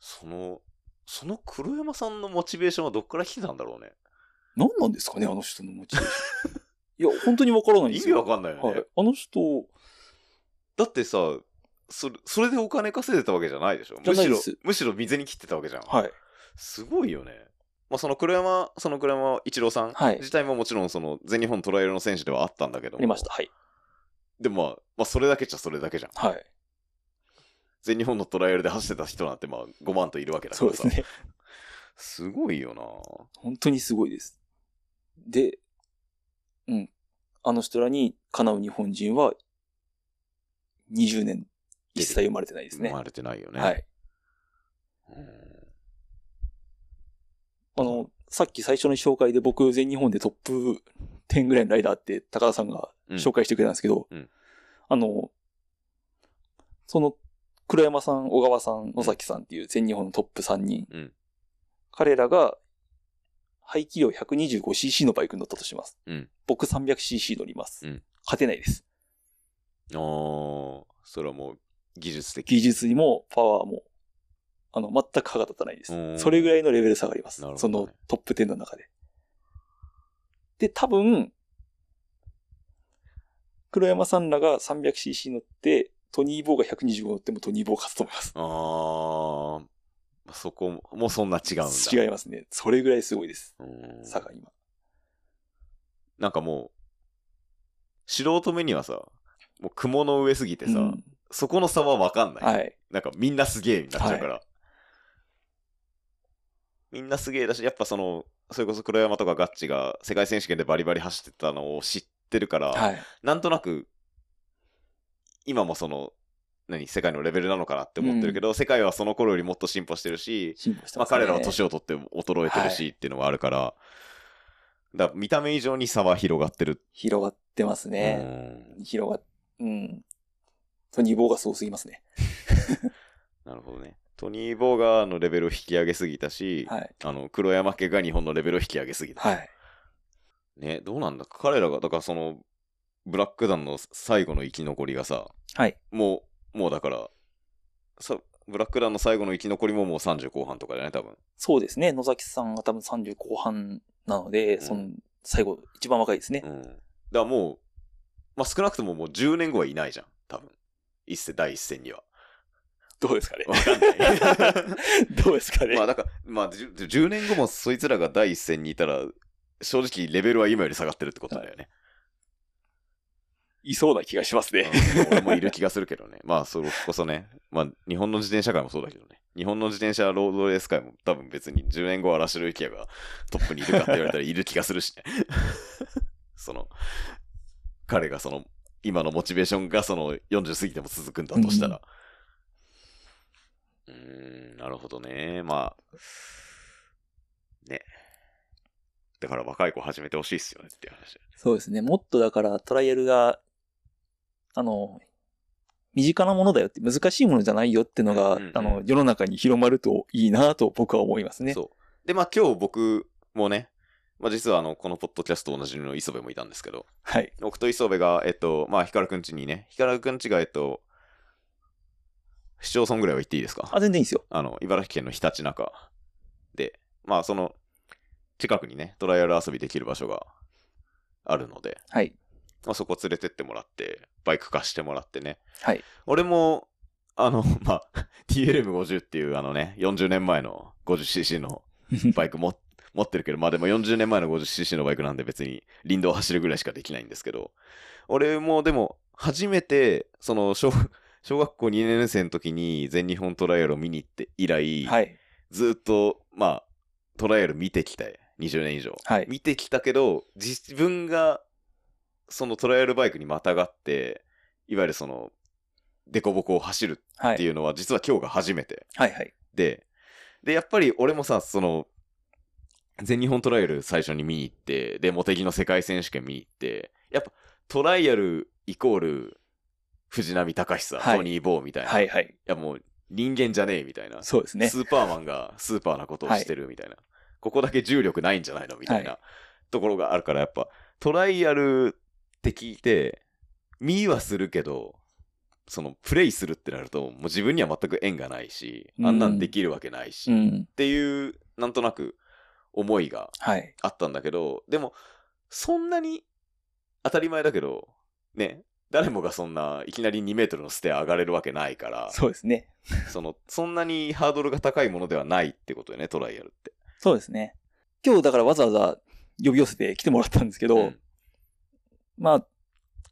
Speaker 1: その、その黒山さんのモチベーションはどっから来てたんだろうね。
Speaker 2: 何なんですかね、あの人のモチベーシ ョン。いや、本当にわからないんで
Speaker 1: 意
Speaker 2: す
Speaker 1: 味わ
Speaker 2: よ。
Speaker 1: かんないよね。
Speaker 2: はい。あの人、
Speaker 1: だってさ、それそれでお金稼いでたわけじゃないでしょ
Speaker 2: じゃ
Speaker 1: む
Speaker 2: な
Speaker 1: し
Speaker 2: いで
Speaker 1: ろ
Speaker 2: す、
Speaker 1: むしろ水に切ってたわけじゃん。
Speaker 2: はい。
Speaker 1: すごいよね。まあ、その黒山、その黒山一郎さん
Speaker 2: はい
Speaker 1: 自体ももちろんその全日本トライアルの選手ではあったんだけど
Speaker 2: あ
Speaker 1: も
Speaker 2: りました。。はい。
Speaker 1: でもまあ、まあ、それだけっちゃそれだけじゃん。
Speaker 2: はい。
Speaker 1: 全日本のトライアルで走ってた人なんてまあ5万といるわけだか
Speaker 2: そう
Speaker 1: ら
Speaker 2: で
Speaker 1: さ。
Speaker 2: すね。
Speaker 1: すごいよな
Speaker 2: 本当にすごいです。で、うん。あの人らにかなう日本人は、20年、一切生まれてないですね。
Speaker 1: 生まれてないよね。
Speaker 2: はい。
Speaker 1: うん
Speaker 2: あの、さっき最初の紹介で僕、全日本でトップ10ぐらいのライダーって高田さんが紹介してくれたんですけど、
Speaker 1: うんうん
Speaker 2: あの、その、黒山さん、小川さん、野崎さんっていう全日本のトップ3人、
Speaker 1: うん
Speaker 2: 彼らが排気量 125cc のバイクに乗ったとします。
Speaker 1: うん
Speaker 2: 僕 300cc 乗ります、
Speaker 1: うん
Speaker 2: 勝てないです。
Speaker 1: ああ、それはもう技術的。
Speaker 2: 技術にもパワーも、あの、全く歯が立たないで
Speaker 1: うー
Speaker 2: す。
Speaker 1: ん
Speaker 2: それぐらいのレベル差があります。
Speaker 1: なるほ
Speaker 2: そ
Speaker 1: どね
Speaker 2: のトップ10の中で。で、多分、黒山さんらが 300cc 乗って、トニー・ボーが125乗ってもトニー・ボー勝つと思います。
Speaker 1: あー、そこもそんな違うんだ。
Speaker 2: 違いますね。それぐらいすごいです。
Speaker 1: うん
Speaker 2: 差が今。
Speaker 1: なんかもう、素人目にはさ、もう雲の上すぎてさ、
Speaker 2: うん
Speaker 1: そこの差はわかんない。
Speaker 2: はい。
Speaker 1: なんかみんなすげえになっちゃうから。みんなすげえだし、やっぱその、それこそ黒山とかガッチが世界選手権でバリバリ走ってたのを知ってるから、
Speaker 2: はい。
Speaker 1: なんとなく、今もその、何、世界のレベルなのかなって思ってるけど、世界はその頃よりもっと進歩してるし、
Speaker 2: 進歩して
Speaker 1: ま
Speaker 2: ま
Speaker 1: あ
Speaker 2: すね。
Speaker 1: 彼らは年を取っても衰えてるしっていうのがあるから、だから見た目以上に差は広がってる。
Speaker 2: 広がってますね。
Speaker 1: うん
Speaker 2: 広がっ、うん。トニー・ボーがすごすぎますね。
Speaker 1: なるほどね。トニー・ボーガーのレベルを引き上げすぎたし、
Speaker 2: はい。
Speaker 1: あの、黒山家が日本のレベルを引き上げすぎた。
Speaker 2: はい。
Speaker 1: ね、どうなんだ彼らが、だからその、ブラック団の最後の生き残りがさ、
Speaker 2: はい。
Speaker 1: もう、もうだから、さブラック団の最後の生き残りももう30後半とかじゃない多分。
Speaker 2: そうですね。野崎さんが多分30後半なので、
Speaker 1: ん
Speaker 2: その、最後、一番若いですね
Speaker 1: う。ん。だからもう、まあ、少なくとももう10年後はいないじゃん。多分。一世、第一戦には。
Speaker 2: どうですかね
Speaker 1: わかんない。
Speaker 2: どうですかね、
Speaker 1: まあだから、まあ、じゅ 10, 年後もそいつらが第一線にいたら、正直レベルは今より下がってるってことだよね。
Speaker 2: いそうな気がしますね。
Speaker 1: うん俺もいる気がするけど ね。まあそれこそね、まあ日本の自転車界もそうだけどね。日本の自転車ロードレース界も多分別に10年後は嵐の幸也がトップにいるかって言われたらいる気がするしね。 その、彼がその、今のモチベーションがその40過ぎても続くんだとしたら。うーん、なるほどね。まあ、ね。だから若い子始めてほしいっすよねっていう話だよね。
Speaker 2: そうですね。もっとだから、トライアルが、あの、身近なものだよって、難しいものじゃないよっての
Speaker 1: う
Speaker 2: が、
Speaker 1: んうんうん
Speaker 2: あの、世の中に広まるといいなと僕は思いますね。
Speaker 1: そう。で、まあ今日僕もね、まあ実はあの、このポッドキャストおなじみの磯部もいたんですけど、
Speaker 2: はい。
Speaker 1: 僕と磯部が、えっと、まあ光くんちにね、光くんちが、えっと、市町村ぐらいは言っていいですか
Speaker 2: あ、全然いいですよ。
Speaker 1: あの、茨城県のひたちなかで、まあその、近くにね、トライアル遊びできる場所があるので、
Speaker 2: はい。
Speaker 1: まあ、そこ連れてってもらって、バイク貸してもらってね。
Speaker 2: はい。
Speaker 1: 俺も、あの、 まあ、TLM50 っていうあのね、40年前の 50cc のバイクも持ってるけど、まあでも40年前の 50cc のバイクなんで別に林道を走るぐらいしかできないんですけど、俺もでも初めて、その小、 小学校2年生の時に全日本トライアルを見に行って以来、
Speaker 2: はい。
Speaker 1: ずっと、まあ、トライアル見てきた20年以上。
Speaker 2: はい。
Speaker 1: 見てきたけど自分がそのトライアルバイクにまたがっていわゆるその凸凹を走る
Speaker 2: は
Speaker 1: って
Speaker 2: い。
Speaker 1: いうのは実は今日が初めて、
Speaker 2: はい。はい。
Speaker 1: ででやっぱり俺もさその全日本トライアル最初に見に行ってで茂木の世界選手権見に行ってやっぱトライアルイコール藤波隆さ、
Speaker 2: はい
Speaker 1: トニー・ボーみたいな、、
Speaker 2: はいい。はい。
Speaker 1: やもう人間じゃねえみたいな
Speaker 2: そうですね。
Speaker 1: スーパーマンがスーパーなことをしてるみたいな、ここだけ重力ないんじゃないのみたい
Speaker 2: は
Speaker 1: なところがあるからやっぱトライアルって聞いて見はするけどそのプレイするってなるともう自分には全く縁がないしあんなんできるわけないし、
Speaker 2: う
Speaker 1: っ
Speaker 2: ん。
Speaker 1: ていうなんとなく思いが
Speaker 2: はい。
Speaker 1: あったんだけどでもそんなに当たり前だけどね誰もがそんないきなり2メートルのステア上がれるわけないから
Speaker 2: そうですね。
Speaker 1: その、そんなにハードルが高いものではないってことよね、トライアルって。
Speaker 2: そうですね。今日だからわざわざ呼び寄せて来てもらったんですけど、
Speaker 1: うん
Speaker 2: まあ、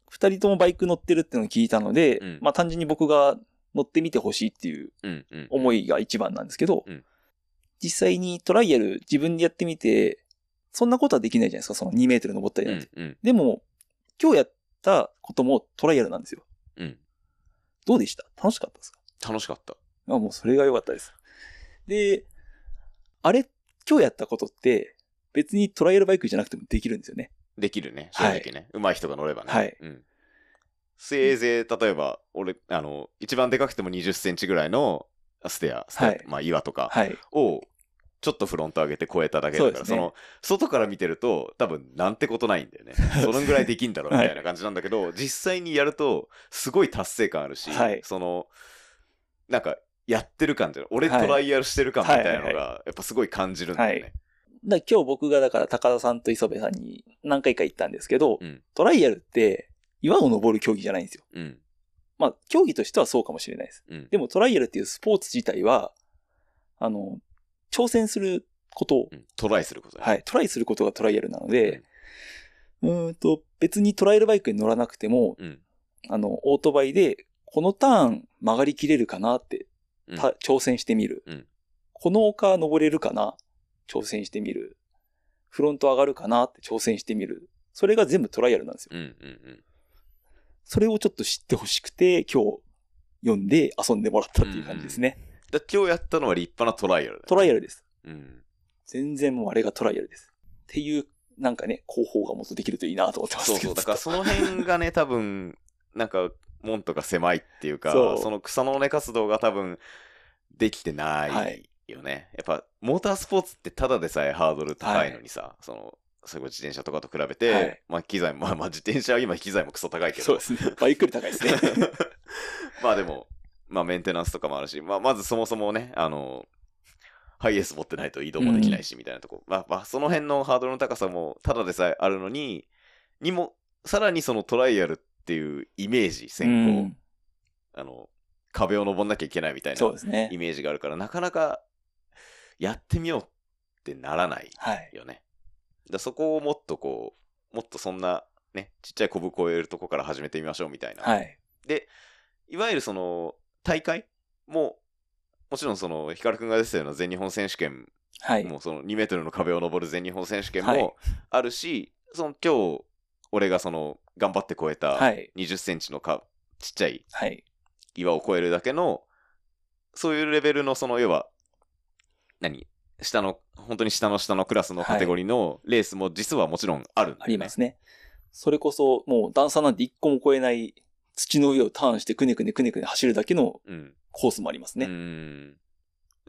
Speaker 2: 二人ともバイク乗ってるっていうのを聞いたので、
Speaker 1: うん
Speaker 2: まあ単純に僕が乗ってみてほしいっていう
Speaker 1: うん、うん。
Speaker 2: 思いが一番なんですけど、
Speaker 1: うん
Speaker 2: 実際にトライアル自分でやってみて、そんなことはできないじゃないですか、その2メートル登ったり
Speaker 1: う
Speaker 2: なんて。
Speaker 1: ん、うん、
Speaker 2: でも、今日やったこともトライアルなんですよ。
Speaker 1: うん。
Speaker 2: どうでした楽しかったですか
Speaker 1: 楽しかった。
Speaker 2: あ、もうそれが良かったです。で、あれ、今日やったことって、別にトライアルバイクじゃなくてもできるんですよね。
Speaker 1: できるね、正
Speaker 2: はい
Speaker 1: 直ね。上手い人が乗ればね。
Speaker 2: はい
Speaker 1: うん。せいぜい、例えば、俺、あの、一番でかくても20センチぐらいのステア、ステア、
Speaker 2: はい
Speaker 1: まあ岩とか
Speaker 2: はい。
Speaker 1: を、ちょっとフロント上げて越えただけだから、そ,、
Speaker 2: そうですね
Speaker 1: の、外から見てると、多分、なんてことないんだよ ね。そのぐらいできんだろうみたいな感じなんだけど、実際にやると、すごい達成感あるし、
Speaker 2: はい
Speaker 1: その、なんか、やってる感じゃない俺
Speaker 2: はい
Speaker 1: トライアルしてる感みたいな
Speaker 2: は
Speaker 1: の
Speaker 2: いは
Speaker 1: が、やっぱすごい感じるんだよね。
Speaker 2: だから今日僕がだから高田さんと磯部さんに何回か言ったんですけど、
Speaker 1: うん
Speaker 2: トライアルって岩を登る競技じゃないんですよ。
Speaker 1: うん。
Speaker 2: まあ、競技としてはそうかもしれないです。
Speaker 1: うん。
Speaker 2: でもトライアルっていうスポーツ自体は、あの、挑戦することを、
Speaker 1: うんトライすることだよ
Speaker 2: はい、トライすることがトライアルなの
Speaker 1: ね
Speaker 2: で、うーんと、別にトライアルバイクに乗らなくても、
Speaker 1: うん。
Speaker 2: あの、オートバイで、このターン曲がりきれるかなって、
Speaker 1: うん
Speaker 2: た挑戦してみる。
Speaker 1: うん
Speaker 2: この丘登れるかな挑戦してみる。フロント上がるかなって挑戦してみる。それが全部トライアルなんですよ。
Speaker 1: うん。うん。うん。
Speaker 2: それをちょっと知ってほしくて、今日読んで遊んでもらったっていう感じですね。
Speaker 1: だから今日やったのは立派なトライアルだよね
Speaker 2: トライアルです。
Speaker 1: うん。
Speaker 2: 全然もうあれがトライアルです。っていう、なんかね、広報がもっとできるといいなと思ってます
Speaker 1: そう
Speaker 2: け
Speaker 1: そ
Speaker 2: ど。
Speaker 1: う。だから
Speaker 2: ずっ
Speaker 1: その辺がね、多分、なんか、門とか狭いっていうか、
Speaker 2: そう
Speaker 1: その草の根活動が多分、できてな
Speaker 2: はいい
Speaker 1: よね。やっぱ、モータースポーツってただでさえハードル高いのにさ、その、それこそ自転車とかと比べて、
Speaker 2: はい
Speaker 1: まあ、機材も、まあ、まあ自転車は今、機材もクソ高いけ
Speaker 2: と
Speaker 1: ど、
Speaker 2: そうですね。バイクより高い ですね。
Speaker 1: まあでも、まあメンテナンスとかもあるし、まあまずそもそもね、あの、ハイエース持ってないと移動もできないしみたいなとこ、まあまあその辺のハードルの高さもただでさえあるのに、にも、さらにそのトライアルっていうイメージ、
Speaker 2: う
Speaker 1: 先行、
Speaker 2: ん、
Speaker 1: あの、壁を登んなきゃいけないみたい
Speaker 2: そう
Speaker 1: な
Speaker 2: ですね
Speaker 1: イ。メージがあるから、なかなかやってみようってならない
Speaker 2: はい。
Speaker 1: よね。だそこをもっとこう、もっとそんな、ね、ちっちゃいコブ越えるとこから始めてみましょうみたいな。
Speaker 2: はい。
Speaker 1: で、いわゆるその大会も、もちろんその、ヒカルくんが出てたような全日本選手権
Speaker 2: はい。
Speaker 1: も、その2メートルの壁を登る全日本選手権
Speaker 2: はい
Speaker 1: もあるし、その今日、俺がその、頑張って越えた
Speaker 2: はい。
Speaker 1: 20センチのか、ちっちゃい
Speaker 2: はい。
Speaker 1: 岩を越えるだけの、そういうレベルのその、要は、何下の、本当に下の下のクラスのカテゴリーのレースも実はもちろんあるんだよね
Speaker 2: ありますね。それこそ、もう段差なんて一個も超えない土の上をターンしてくねくねくねくね走るだけの
Speaker 1: うん。
Speaker 2: コースもあります
Speaker 1: う
Speaker 2: ね。
Speaker 1: ん。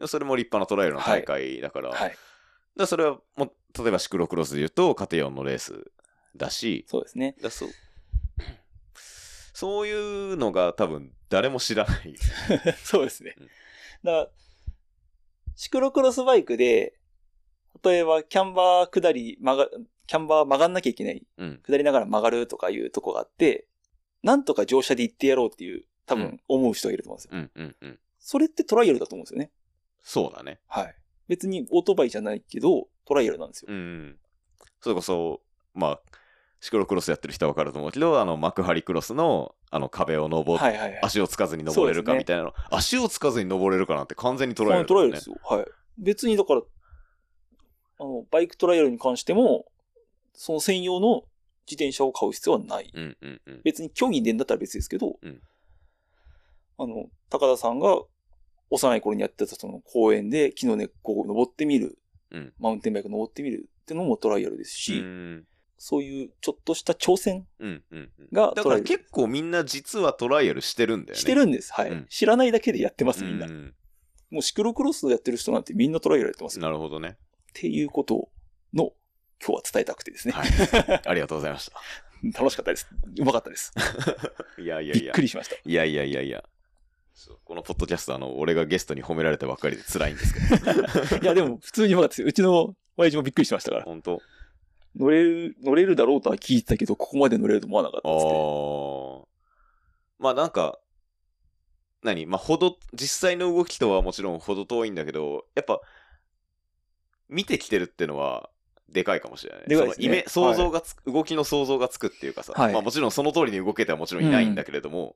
Speaker 1: それも立派なトライアルの大会だから、
Speaker 2: はい。
Speaker 1: だからそれはもう、例えばシクロクロスで言うと、カテヨンのレースだし、
Speaker 2: そうで すね。
Speaker 1: だそう、 そういうのが多分誰も知らない。
Speaker 2: そうですね
Speaker 1: うん。
Speaker 2: だから、シクロクロスバイクで、例えばキャンバー下り曲が、キャンバー曲がんなきゃいけない。
Speaker 1: うん。
Speaker 2: 下りながら曲がるとかいうとこがあって、なんとか乗車で行ってやろうっていう、多
Speaker 1: うん
Speaker 2: 分思う人がいると思うんですよ。
Speaker 1: うんうんうん。
Speaker 2: それってトライアルだと思うんですよね。
Speaker 1: そうだね。
Speaker 2: はい。別にオートバイじゃないけど、トライアルなんですよ。
Speaker 1: うん。それこそ、まあ、シクロクロスやってる人はわかると思うけど、あの、幕張クロスの、あの、壁を登って、
Speaker 2: はいはいはい。
Speaker 1: 足をつかずに登れるか
Speaker 2: そう
Speaker 1: み
Speaker 2: です
Speaker 1: たいなの、足をつかずに登れるかなんて完全にトライアルだ
Speaker 2: ト
Speaker 1: も
Speaker 2: ライ
Speaker 1: ん
Speaker 2: ア
Speaker 1: ね
Speaker 2: ルですよ。はい。別にだから、あの、バイクトライアルに関しても、その専用の自転車を買う必要はない。
Speaker 1: うんうんうん。
Speaker 2: 別に競技に出るんだったら別ですけど、
Speaker 1: うん
Speaker 2: あの、高田さんが幼い頃にやってたその公園で木の根っこを登ってみる、
Speaker 1: うん
Speaker 2: マウンテンバイク登ってみるってのもトライアルですし、
Speaker 1: うん
Speaker 2: そういうちょっとした挑戦
Speaker 1: うんうんうん。
Speaker 2: が
Speaker 1: だか
Speaker 2: トライ
Speaker 1: ら
Speaker 2: アルです
Speaker 1: 結構みんな実はトライアルしてるんだよね。
Speaker 2: してるんです。はい。
Speaker 1: うん
Speaker 2: 知らないだけでやってます、
Speaker 1: う
Speaker 2: みんな。
Speaker 1: ん
Speaker 2: もうシクロクロスやってる人なんてみんなトライアルやってますよ
Speaker 1: なるほどね。
Speaker 2: っていうことの今日は伝えたくてですね。
Speaker 1: はい。 ありがとうございまし
Speaker 2: 楽しかったです。うまかったです。
Speaker 1: た。いやいやい
Speaker 2: びっ
Speaker 1: や
Speaker 2: く。りしました。
Speaker 1: いやいやいやいや。そうこのポッドキャスト、あの、俺がゲストに褒められたばっかりで辛いんですけ ど。
Speaker 2: いや、でも普通にうまかったですよ。うちの親父もびっくりしましたから。
Speaker 1: 本当
Speaker 2: 乗れる、乗れるだろうとは聞いてたけど、ここまで乗れると思わなかったですね。
Speaker 1: ああ。まあなんか、何まあ、ほど、実際の動きとはもちろんほど遠いんだけど、やっぱ、見てきてるってのは、でかいかもしれない、
Speaker 2: でかいですね
Speaker 1: そのイメ想像がつく、動きの想像がつくっていうかさ、
Speaker 2: はい
Speaker 1: まあもちろんその通りに動けてはもちろんいないんだけれども、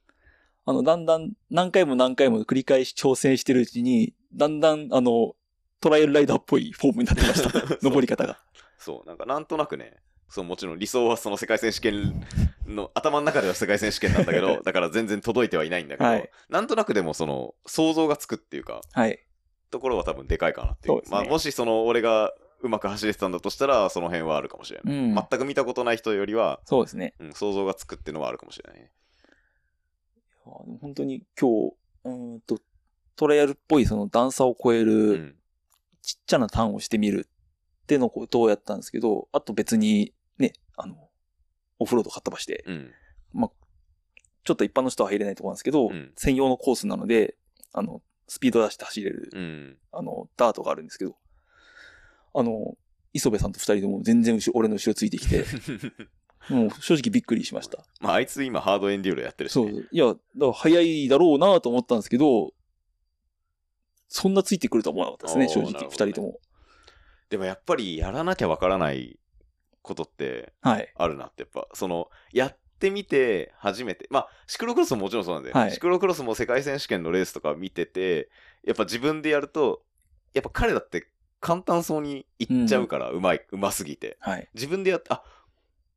Speaker 2: あの、だんだん何回も何回も繰り返し挑戦してるうちに、だんだん、あの、トライアルライダーっぽいフォームになってきました
Speaker 1: そう。
Speaker 2: 登り方が。
Speaker 1: そう、なんかなんとなくね、そう、もちろん理想はその世界選手権の、頭の中では世界選手権なんだけ ど、だから全然届いてはいないんだけど、
Speaker 2: はい
Speaker 1: なんとなくでもその、想像がつくっていうか、
Speaker 2: はい。
Speaker 1: ところは多分でかいかなっていう。
Speaker 2: そうですね
Speaker 1: まあ、もしその、俺がうまく走れてたんだとしたら、その辺はあるかもしれない。
Speaker 2: うん。
Speaker 1: 全く見たことない人よりは、
Speaker 2: そうですね。
Speaker 1: うん、想像がつくっていうのはあるかもしれないね。
Speaker 2: あの本当に今日、うーんと、トライアルっぽいその段差を超える、
Speaker 1: うん。
Speaker 2: ちっちゃなターンをしてみるってのことをやったんですけど、あと別にね、あの、オフロードかっ飛ばして、
Speaker 1: うん。
Speaker 2: ちょっと一般の人は入れないところなんですけど、
Speaker 1: うん
Speaker 2: 専用のコースなので、あの、スピード出して走れる、
Speaker 1: うん。
Speaker 2: あの、ダートがあるんですけど、あの、磯部さんと二人とも全然後ろ俺の後ろついて きて、もう正直びっくりしました。
Speaker 1: まあ、あいつ今ハードエンデューロやってるし、
Speaker 2: そう
Speaker 1: ね。。
Speaker 2: いや、だから早いだろうなと思ったんですけど、そんなついてくるとは思わなかったですね、
Speaker 1: おー
Speaker 2: 正
Speaker 1: なる
Speaker 2: 直、二
Speaker 1: ほどね
Speaker 2: 人とも。
Speaker 1: でもやっぱりやらなきゃわからないことって
Speaker 2: はい。
Speaker 1: あるなって、やっぱ、その、やってみて初めて、まあ、シクロクロスももちろんそうなんだよ、
Speaker 2: はい
Speaker 1: シクロクロスも世界選手権のレースとか見てて、やっぱ自分でやると、やっぱ彼だって簡単そうにいっちゃうから、うまい、うますぎて。
Speaker 2: はい。
Speaker 1: 自分でやって、あ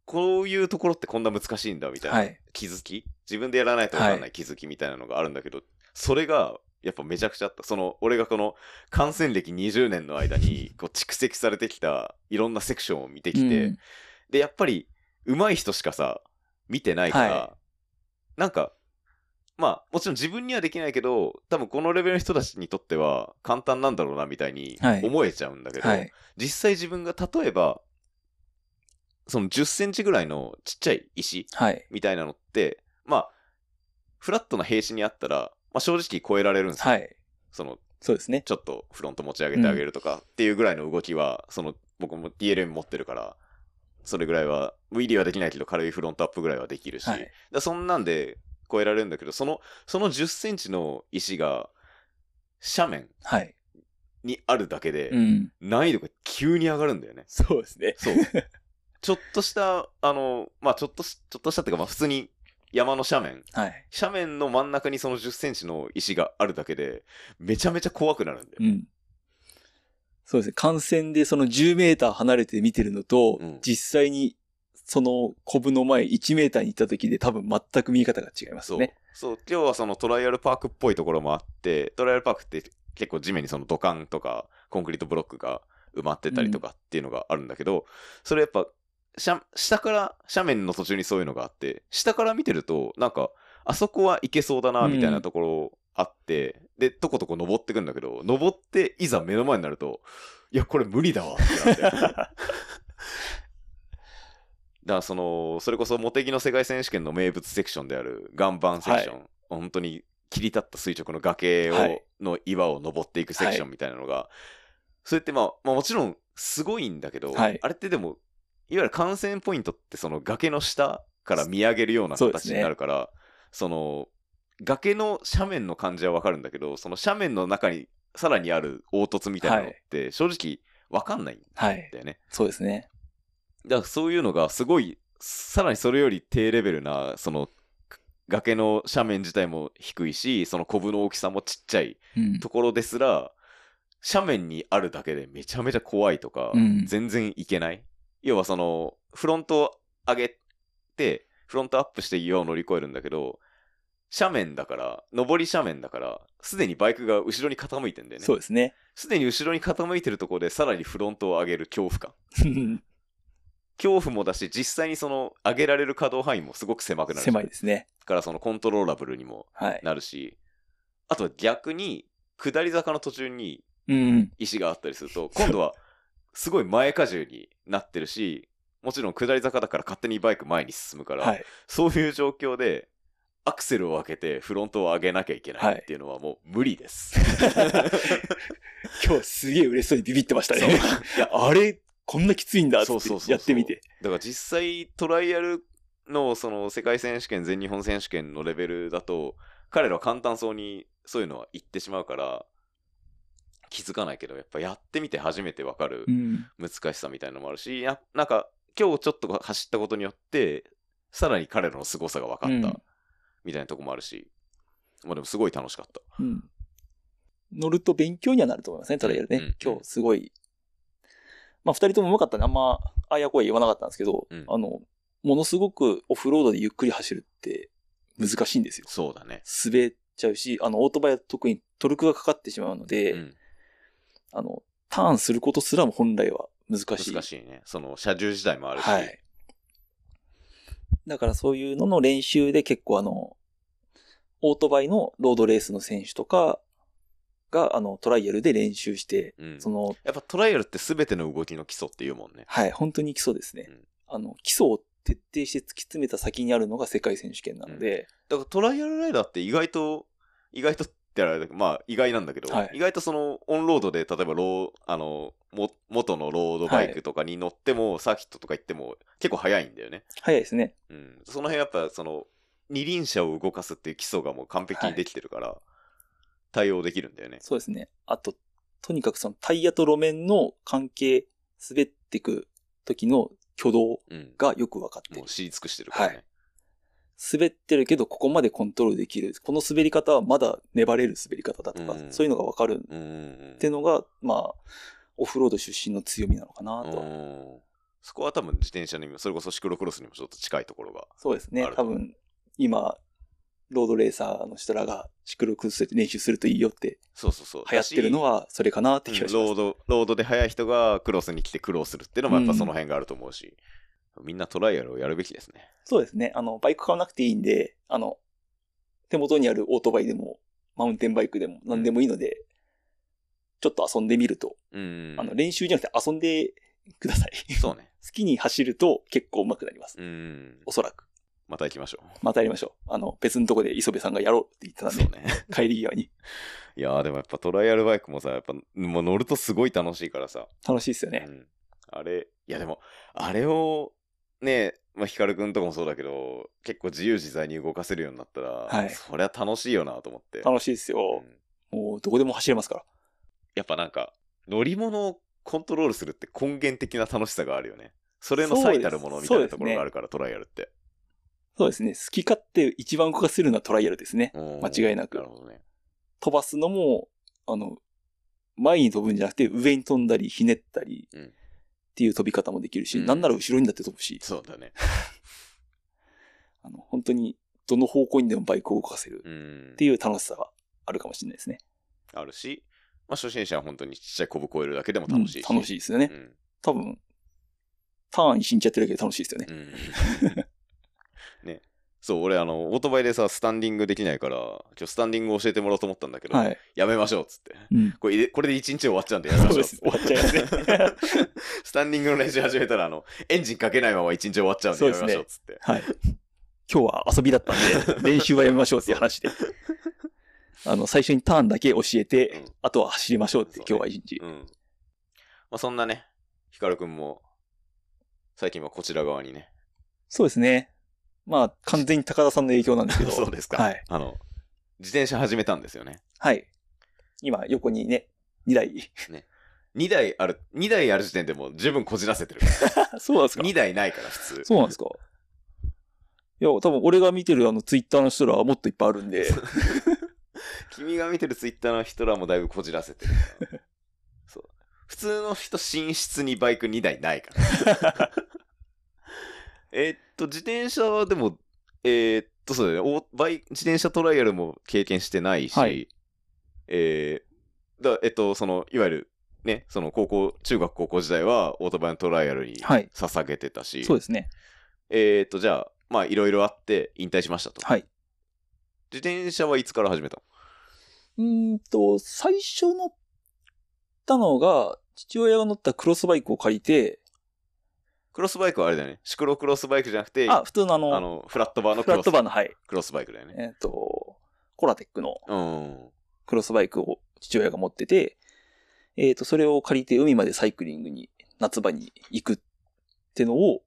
Speaker 1: こういうところってこんな難しいんだみたいな、
Speaker 2: はい
Speaker 1: 気づき自分でやらないと分かん
Speaker 2: は
Speaker 1: ない気づきみたいなのがあるんだけど、それがやっぱめちゃくちゃあったその俺がこの感染歴20年の間にこう蓄積されてきたいろんなセクションを見てきて、
Speaker 2: うん
Speaker 1: でやっぱり上手い人しかさ見てないから、
Speaker 2: は
Speaker 1: なんかまあもちろん自分にはできないけど多分このレベルの人たちにとっては簡単なんだろうなみたいに
Speaker 2: はい
Speaker 1: 思えちゃうんだけど、
Speaker 2: はい。
Speaker 1: 実際自分が例えばその10センチぐらいのちっちゃい石
Speaker 2: はい。
Speaker 1: みたいなのってまあフラットな平地にあったら、まあ、正直超えられるんですよ、
Speaker 2: はい。
Speaker 1: その
Speaker 2: そうですね。
Speaker 1: ちょっとフロント持ち上げてあげるとかっていうぐらいの動きは、その僕も DLM 持ってるからそれぐらいは無理はできないけど軽いフロントアップぐらいはできるし、
Speaker 2: は
Speaker 1: だか
Speaker 2: い。
Speaker 1: らそんなんで超えられるんだけどそのその1 0ンチの石が斜面
Speaker 2: はい。
Speaker 1: にあるだけで、
Speaker 2: うん。
Speaker 1: 難易度が急に上がるんだよね
Speaker 2: そうですね。
Speaker 1: そう。ちょっとした、あの、まあちょっとし、ちょっとしたっていうか、まあ普通に山の斜面、
Speaker 2: はい。
Speaker 1: 斜面の真ん中にその10センチの石があるだけで、めちゃめちゃ怖くなるんだ
Speaker 2: う
Speaker 1: よ。
Speaker 2: ん。そうですね。観戦でその10メーター離れて見てるのと、
Speaker 1: うん
Speaker 2: 実際にそのコブの前1メーターに行った時で多分全く見え方が違います
Speaker 1: そ
Speaker 2: よ
Speaker 1: う、
Speaker 2: ね。
Speaker 1: そう、今日はそのトライアルパークっぽいところもあって、トライアルパークって結構地面にその土管とかコンクリートブロックが埋まってたりとかっていうのがあるんだけど、それやっぱ、斜下から斜面の途中にそういうのがあって下から見てるとなんかあそこはいけそうだな
Speaker 2: うん
Speaker 1: みたいなところあって、でとことこ登ってくんだけど登っていざ目の前になるといやこれ無理だわって なってだからそのそれこそ茂木の世界選手権の名物セクションである岩盤セクション、本当に切り立った垂直の崖を、
Speaker 2: はい
Speaker 1: の岩を登っていくセクションみたいなのが、それってまあ、まあもちろんすごいんだけど、
Speaker 2: はい
Speaker 1: あれってでもいわゆる感染ポイントってその崖の下から見上げるような
Speaker 2: そうです
Speaker 1: 形
Speaker 2: ね
Speaker 1: になるからそ,、の崖の斜面の感じはわかるんだけどその斜面の中にさらにある凹凸みたいなのって正直わかんないん
Speaker 2: はい。
Speaker 1: だよね、
Speaker 2: そうですね。
Speaker 1: だからそういうのがすごいさらにそれより低レベルなその崖の斜面自体も低いしそのコブの大きさもちっちゃい
Speaker 2: うん
Speaker 1: と。ころですら斜面にあるだけでめちゃめちゃ怖いとか、
Speaker 2: うん
Speaker 1: 全然いけない要はそのフロントを上げてフロントアップして岩を乗り越えるんだけど斜面だから上り斜面だからすでにバイクが後ろに傾いてんだよね
Speaker 2: そうですね。
Speaker 1: すでに後ろに傾いてるところでさらにフロントを上げる恐怖感恐怖もだし実際にその上げられる可動範囲もすごく狭くなる
Speaker 2: 狭いですね。
Speaker 1: からそのコントローラブルにも
Speaker 2: はい。
Speaker 1: なるしあとは逆に下り坂の途中に
Speaker 2: うん。
Speaker 1: 石があったりすると今度はすごい前荷重になってるしもちろん下り坂だから勝手にバイク前に進むから、
Speaker 2: はい。
Speaker 1: そういう状況でアクセルを開けてフロントを上げなきゃいけないっていうのはもう無理 です。
Speaker 2: 今日すげえ嬉しそうにビビってました
Speaker 1: そう
Speaker 2: ね。いや、 あれ、こんなきついんだっ
Speaker 1: そうそうそうそう
Speaker 2: てやってみて。
Speaker 1: だから実際トライアルのその世界選手権全日本選手権のレベルだと彼らは簡単そうにそういうのは言ってしまうから気づかないけどやっぱやってみて初めてわかる
Speaker 2: うん。
Speaker 1: 難しさみたいのもあるし、やなんか今日ちょっと走ったことによってさらに彼らの凄さが分か
Speaker 2: う
Speaker 1: っ
Speaker 2: ん
Speaker 1: たみたいなとこもあるし、まあでもすごい楽しかった。
Speaker 2: うん。乗ると勉強にはなると思いますね、トライアルね。
Speaker 1: うんうん
Speaker 2: 今日すごい。まあ、二人とも上手かったんで、あんま、あやこや言わなかったんですけど、
Speaker 1: うん
Speaker 2: あの、ものすごくオフロードでゆっくり走るって難しいんですよ。
Speaker 1: そうだね。
Speaker 2: 滑っちゃうし、あの、オートバイは特にトルクがかかってしまうので、
Speaker 1: うん
Speaker 2: あの、ターンすることすらも本来は難しい。
Speaker 1: 難しいね。その車重自体もあるし、
Speaker 2: はい。だからそういうのの練習で結構あの、オートバイのロードレースの選手とかが、あの、トライアルで練習して、
Speaker 1: うん
Speaker 2: その、
Speaker 1: やっぱトライアルって全ての動きの基礎っていうもんね。
Speaker 2: はい、本当に基礎ですね。
Speaker 1: うん
Speaker 2: あの、基礎を徹底して突き詰めた先にあるのが世界選手権なので、
Speaker 1: だからトライアルライダーって意外と、意外とたら、まあ、意外なんだけど、
Speaker 2: はい
Speaker 1: 意外とその、オンロードで、例えばロー、あの、も、元のロードバイクとかに乗っても、サーキットとか行っても、結構早いんだよね。
Speaker 2: 早いですね。
Speaker 1: うん。その辺やっぱ、その、二輪車を動かすっていう基礎がもう完璧にできてるから、対応できるんだよね。
Speaker 2: そうですね。あと、とにかくそのタイヤと路面の関係、滑ってく時の挙動
Speaker 1: うん。
Speaker 2: がよく分かって
Speaker 1: もう
Speaker 2: る。
Speaker 1: 知り尽くしてるからね。
Speaker 2: は滑ってるけど、ここまでコントロールできる。この滑り方はまだ粘れる滑り方だとか、
Speaker 1: うん
Speaker 2: そういうのが分かる
Speaker 1: うんうんうん。
Speaker 2: ってのが、まあ、オフロード出身の強みなのかなと。
Speaker 1: うんそこは多分自転車にも、それこそシクロクロスにもちょっと近いところが。
Speaker 2: そうです
Speaker 1: あ
Speaker 2: ね
Speaker 1: る。
Speaker 2: 多分、今、ロードレーサーの人らがシクロクロスで練習するといいよって
Speaker 1: そうそうそう。
Speaker 2: 流行ってるのはそれかなって
Speaker 1: うん
Speaker 2: 気がしま
Speaker 1: ロ
Speaker 2: す。
Speaker 1: ード、ロードで速い人がクロスに来て苦労するっていうのもやっぱその辺があると思うし、みんなトライアルをやるべきですね。
Speaker 2: そうですね。あの、バイク買わなくていいんで、あの、手元にあるオートバイでも、マウンテンバイクでも何でもいいので、ちょっと遊んでみると、
Speaker 1: うん。
Speaker 2: あの、練習じゃなくて遊んでください。
Speaker 1: そうね。
Speaker 2: 好きに走ると結構上手くなります。
Speaker 1: うん。
Speaker 2: おそらく。
Speaker 1: また行きましょ
Speaker 2: またやりましょう。あの、別のとこで磯部さんがやろうって言ってた
Speaker 1: う。
Speaker 2: ん
Speaker 1: そう
Speaker 2: で、
Speaker 1: ね。
Speaker 2: 帰り際に。
Speaker 1: いやーでもやっぱトライアルバイクもさ、やっぱもう乗るとすごい楽しいからさ。
Speaker 2: 楽しいですよね
Speaker 1: う。ん、あれ、いやでも、あれを、ね、まあ、ヒカルくんとかもそうだけど、結構自由自在に動かせるようになったら、
Speaker 2: はい
Speaker 1: そりゃ楽しいよなと思って。
Speaker 2: 楽しいですよ
Speaker 1: う。ん
Speaker 2: もう、どこでも走れますから。
Speaker 1: やっぱなんか、乗り物をコントロールするって根源的な楽しさがあるよね。それの最たるものみたいなところがあるから、トライアルって。
Speaker 2: そうですね。好き勝手一番動かせるのはトライアルですね。
Speaker 1: うん
Speaker 2: 間違いなく
Speaker 1: なるほどね。
Speaker 2: 飛ばすのも、あの、前に飛ぶんじゃなくて上に飛んだり、ひねったり
Speaker 1: うん
Speaker 2: っていう飛び方もできるし、
Speaker 1: うん
Speaker 2: なんなら後ろにだって飛ぶし、
Speaker 1: そうだね。
Speaker 2: あの、本当にどの方向にでもバイクを動かせる
Speaker 1: うん
Speaker 2: って。いう楽しさはあるかもしれないですね。
Speaker 1: あるし、まあ、初心者は本当にちっちゃいコブ越えるだけでも楽しいし。
Speaker 2: うん楽しいですよね。
Speaker 1: うん
Speaker 2: 多分、ターンしんちゃってるだけで楽しいですよね。
Speaker 1: うん。 ね。そう、俺、あの、オートバイでさ、スタンディングできないから、ちょ、スタンディングを教えてもらおうと思ったんだけど、
Speaker 2: はい。
Speaker 1: やめましょう、っつって。
Speaker 2: うん。
Speaker 1: これで、これで一日終わっちゃうんでやめましょうっつって。
Speaker 2: そうです終わっちゃいますね
Speaker 1: スタンディングの練習始めたら、あの、エンジンかけないまま一日終わっちゃうんでやめましょう、っつって。
Speaker 2: はい。今日は遊びだった んで、練習はやめましょうっていう話で。あの、最初にターンだけ教えて、
Speaker 1: うん
Speaker 2: あとは走りましょうって、
Speaker 1: そうね
Speaker 2: 今日は一日。
Speaker 1: うん。まあ、そんなね、ヒカルくんも、最近はこちら側に ね。
Speaker 2: そうですね。まあ、完全に高田さんの影響なんですけ ど。
Speaker 1: そうですか。
Speaker 2: はい。
Speaker 1: あの、自転車始めたんですよね。
Speaker 2: はい。今、横にね、2台。
Speaker 1: 2台ある、2台ある時点でもう十分こじらせてる。
Speaker 2: そうなんです
Speaker 1: 2台ないから、普通。
Speaker 2: そうなんですか。いや、多分俺が見てるあの、ツイッターの人らはもっといっぱいあるんで。
Speaker 1: 君が見てるツイッターの人らもだいぶこじらせてるから そう普通の人寝室にバイク2台ないから えーっと自転車はでもえーっとそうだよねおバイ自転車トライアルも経験してないし、
Speaker 2: はい
Speaker 1: えーだえっとそのいわゆるねその高校中学高校時代はオートバイのトライアルに
Speaker 2: はい
Speaker 1: 捧げてたし、
Speaker 2: そうですね。
Speaker 1: えーっとじゃあまあいろいろあって引退しましたと、
Speaker 2: はい。
Speaker 1: 自転車はいつから始めたの
Speaker 2: うーんと、最初乗ったのが、父親が乗ったクロスバイクを借りて、
Speaker 1: クロスバイクはあれだよね。シクロクロスバイクじゃなくて、
Speaker 2: あ、
Speaker 1: あ
Speaker 2: 普通のあの、
Speaker 1: の、フラットバーの
Speaker 2: フ
Speaker 1: ク
Speaker 2: ラ
Speaker 1: ロ
Speaker 2: ッ
Speaker 1: ス
Speaker 2: トバーの、はい。
Speaker 1: クロスバイクだよね。
Speaker 2: えっ、と、コラテックの
Speaker 1: うん。
Speaker 2: クロスバイクを父親が持ってて、えっ、と、それを借りて海までサイクリングに、夏場に行くってのを、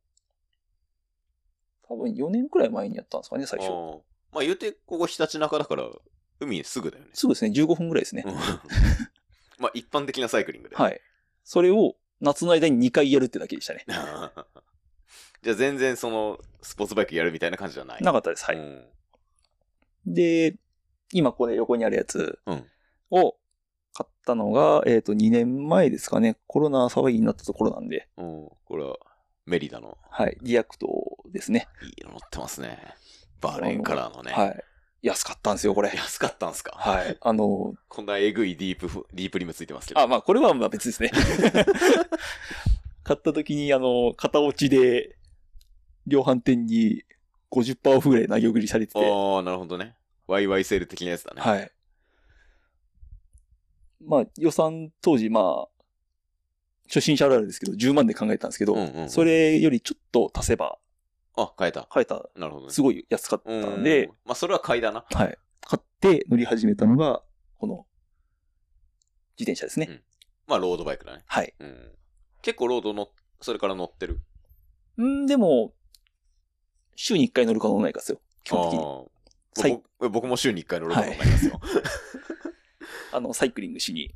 Speaker 2: 多分4年くらい前にやったんですかね、最
Speaker 1: あ
Speaker 2: 初。
Speaker 1: ーまあ言うて、ここひたちなかだから、海すぐだよね。
Speaker 2: そうですね、15分くらいですね
Speaker 1: う。ん まあ一般的なサイクリングで。。
Speaker 2: はいい。それを夏の間に2回やるってだけでしたね。
Speaker 1: じゃ あ全然その、スポーツバイクやるみたいな感じじゃない。
Speaker 2: なかったです、は
Speaker 1: う
Speaker 2: い。
Speaker 1: ん
Speaker 2: で、今これ横にあるやつ
Speaker 1: うん
Speaker 2: を買ったのが、えっ、と、2年前ですかね。コロナ騒ぎになったところなんで、
Speaker 1: うん。これは、メリダの、
Speaker 2: はい。リアクトですね。
Speaker 1: いいの乗ってますね。バーレーンカラーのね。
Speaker 2: はい。安かったんですよ、これ。
Speaker 1: 安かったんすか
Speaker 2: はい。あの、
Speaker 1: こんなえぐいディープフ、ディープリムついてますけど。
Speaker 2: あ、まあ、これはまあ別ですね。 買った時に、あの、片落ちで、量販店に50%オフぐらい投げ送りされて
Speaker 1: あ
Speaker 2: て、
Speaker 1: ー、なるほどね。ワイワイセール的なやつだね。
Speaker 2: はい。まあ、予算当時、まあ、初心者あるあるですけど、10万で考えたんですけど、
Speaker 1: うんうんうん
Speaker 2: それよりちょっと足せば、
Speaker 1: あ、変えた。
Speaker 2: 買えた、
Speaker 1: なるほどね。
Speaker 2: すごい安かったんで、
Speaker 1: うんまあ、それは買いだな。
Speaker 2: はい。買って乗り始めたのが、この、自転車ですね。
Speaker 1: うんまあ、ロードバイクだね。
Speaker 2: はい。
Speaker 1: うん。結構ロードの、それから乗ってる。
Speaker 2: うん、でも、週に1回乗るか乗らないかですよ。基本的に。
Speaker 1: あー
Speaker 2: 最
Speaker 1: 僕僕も週に1回乗ることになりますよ。
Speaker 2: あの、サイクリングしに、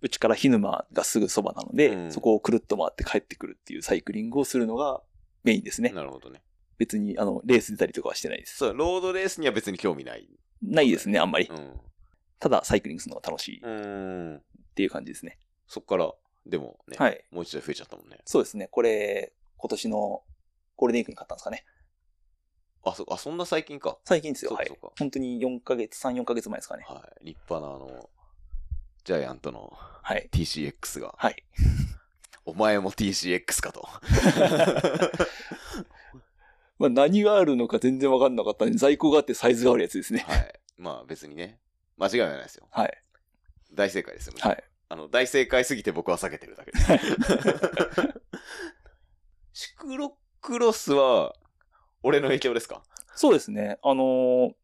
Speaker 2: うちから日沼がすぐそばなので、
Speaker 1: うん
Speaker 2: そこをくるっと回って帰ってくるっていうサイクリングをするのがメインですね。
Speaker 1: なるほどね。
Speaker 2: 別に、あの、レース出たりとかはしてないです。
Speaker 1: そう、ロードレースには別に興味ない。
Speaker 2: ないですね、あんまり。
Speaker 1: うん。
Speaker 2: ただ、サイクリングするのが楽しいっ
Speaker 1: うん。
Speaker 2: ていう感じですね。
Speaker 1: そっから、でもね、
Speaker 2: はい。
Speaker 1: もう一台増えちゃったもんね。
Speaker 2: そうですね、これ、今年のゴールデンウィークに買ったんですかね。
Speaker 1: あ、そ、あ、そんな最近か。
Speaker 2: 最近ですよ、
Speaker 1: そう
Speaker 2: は
Speaker 1: か
Speaker 2: い
Speaker 1: そうか。
Speaker 2: 本当に4ヶ月、3、4ヶ月前ですかね。
Speaker 1: はい。立派なあの、ジャイアントの
Speaker 2: はい。
Speaker 1: TCX が、
Speaker 2: はい。
Speaker 1: お前も TCX かと。
Speaker 2: まあ、何があるのか全然わかんなかったんで、在庫があってサイズがあるやつですね。
Speaker 1: はい。まあ別にね、間違いはないですよ。
Speaker 2: はい。
Speaker 1: 大正解ですよ。むしろ
Speaker 2: はい。
Speaker 1: あの、大正解すぎて僕は避けてるだけ です。シクロクロスは、俺の影響ですか
Speaker 2: そうですね。あのー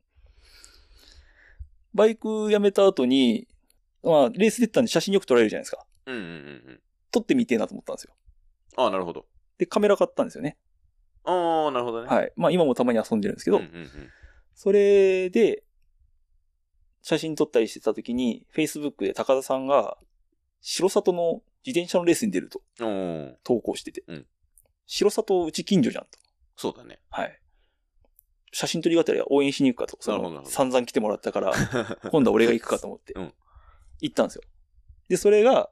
Speaker 2: バイクやめた後に、まあ、レース出てたんで写真よく撮られるじゃないですか。
Speaker 1: うんうんうんうん。
Speaker 2: 撮ってみてえなと思ったんですよ。
Speaker 1: ああ、なるほど。
Speaker 2: で、カメラ買ったんですよね。
Speaker 1: ああ、なるほどね。い。
Speaker 2: はい。まあ、今もたまに遊んでるんですけど、
Speaker 1: うんうんうん。
Speaker 2: それで、写真撮ったりしてた時に、Facebook で高田さんが、白里の自転車のレースに出ると
Speaker 1: おー
Speaker 2: 投稿してて。
Speaker 1: うん
Speaker 2: 白里うち近所じゃんと。
Speaker 1: そうだね。
Speaker 2: はい。写真撮りがてら応援しに行くかと。そ
Speaker 1: なるほどな
Speaker 2: の
Speaker 1: るほど
Speaker 2: 散々来てもらったから、 今度は俺が行くかと思って、
Speaker 1: うん
Speaker 2: 行ったんですよ。で、それが、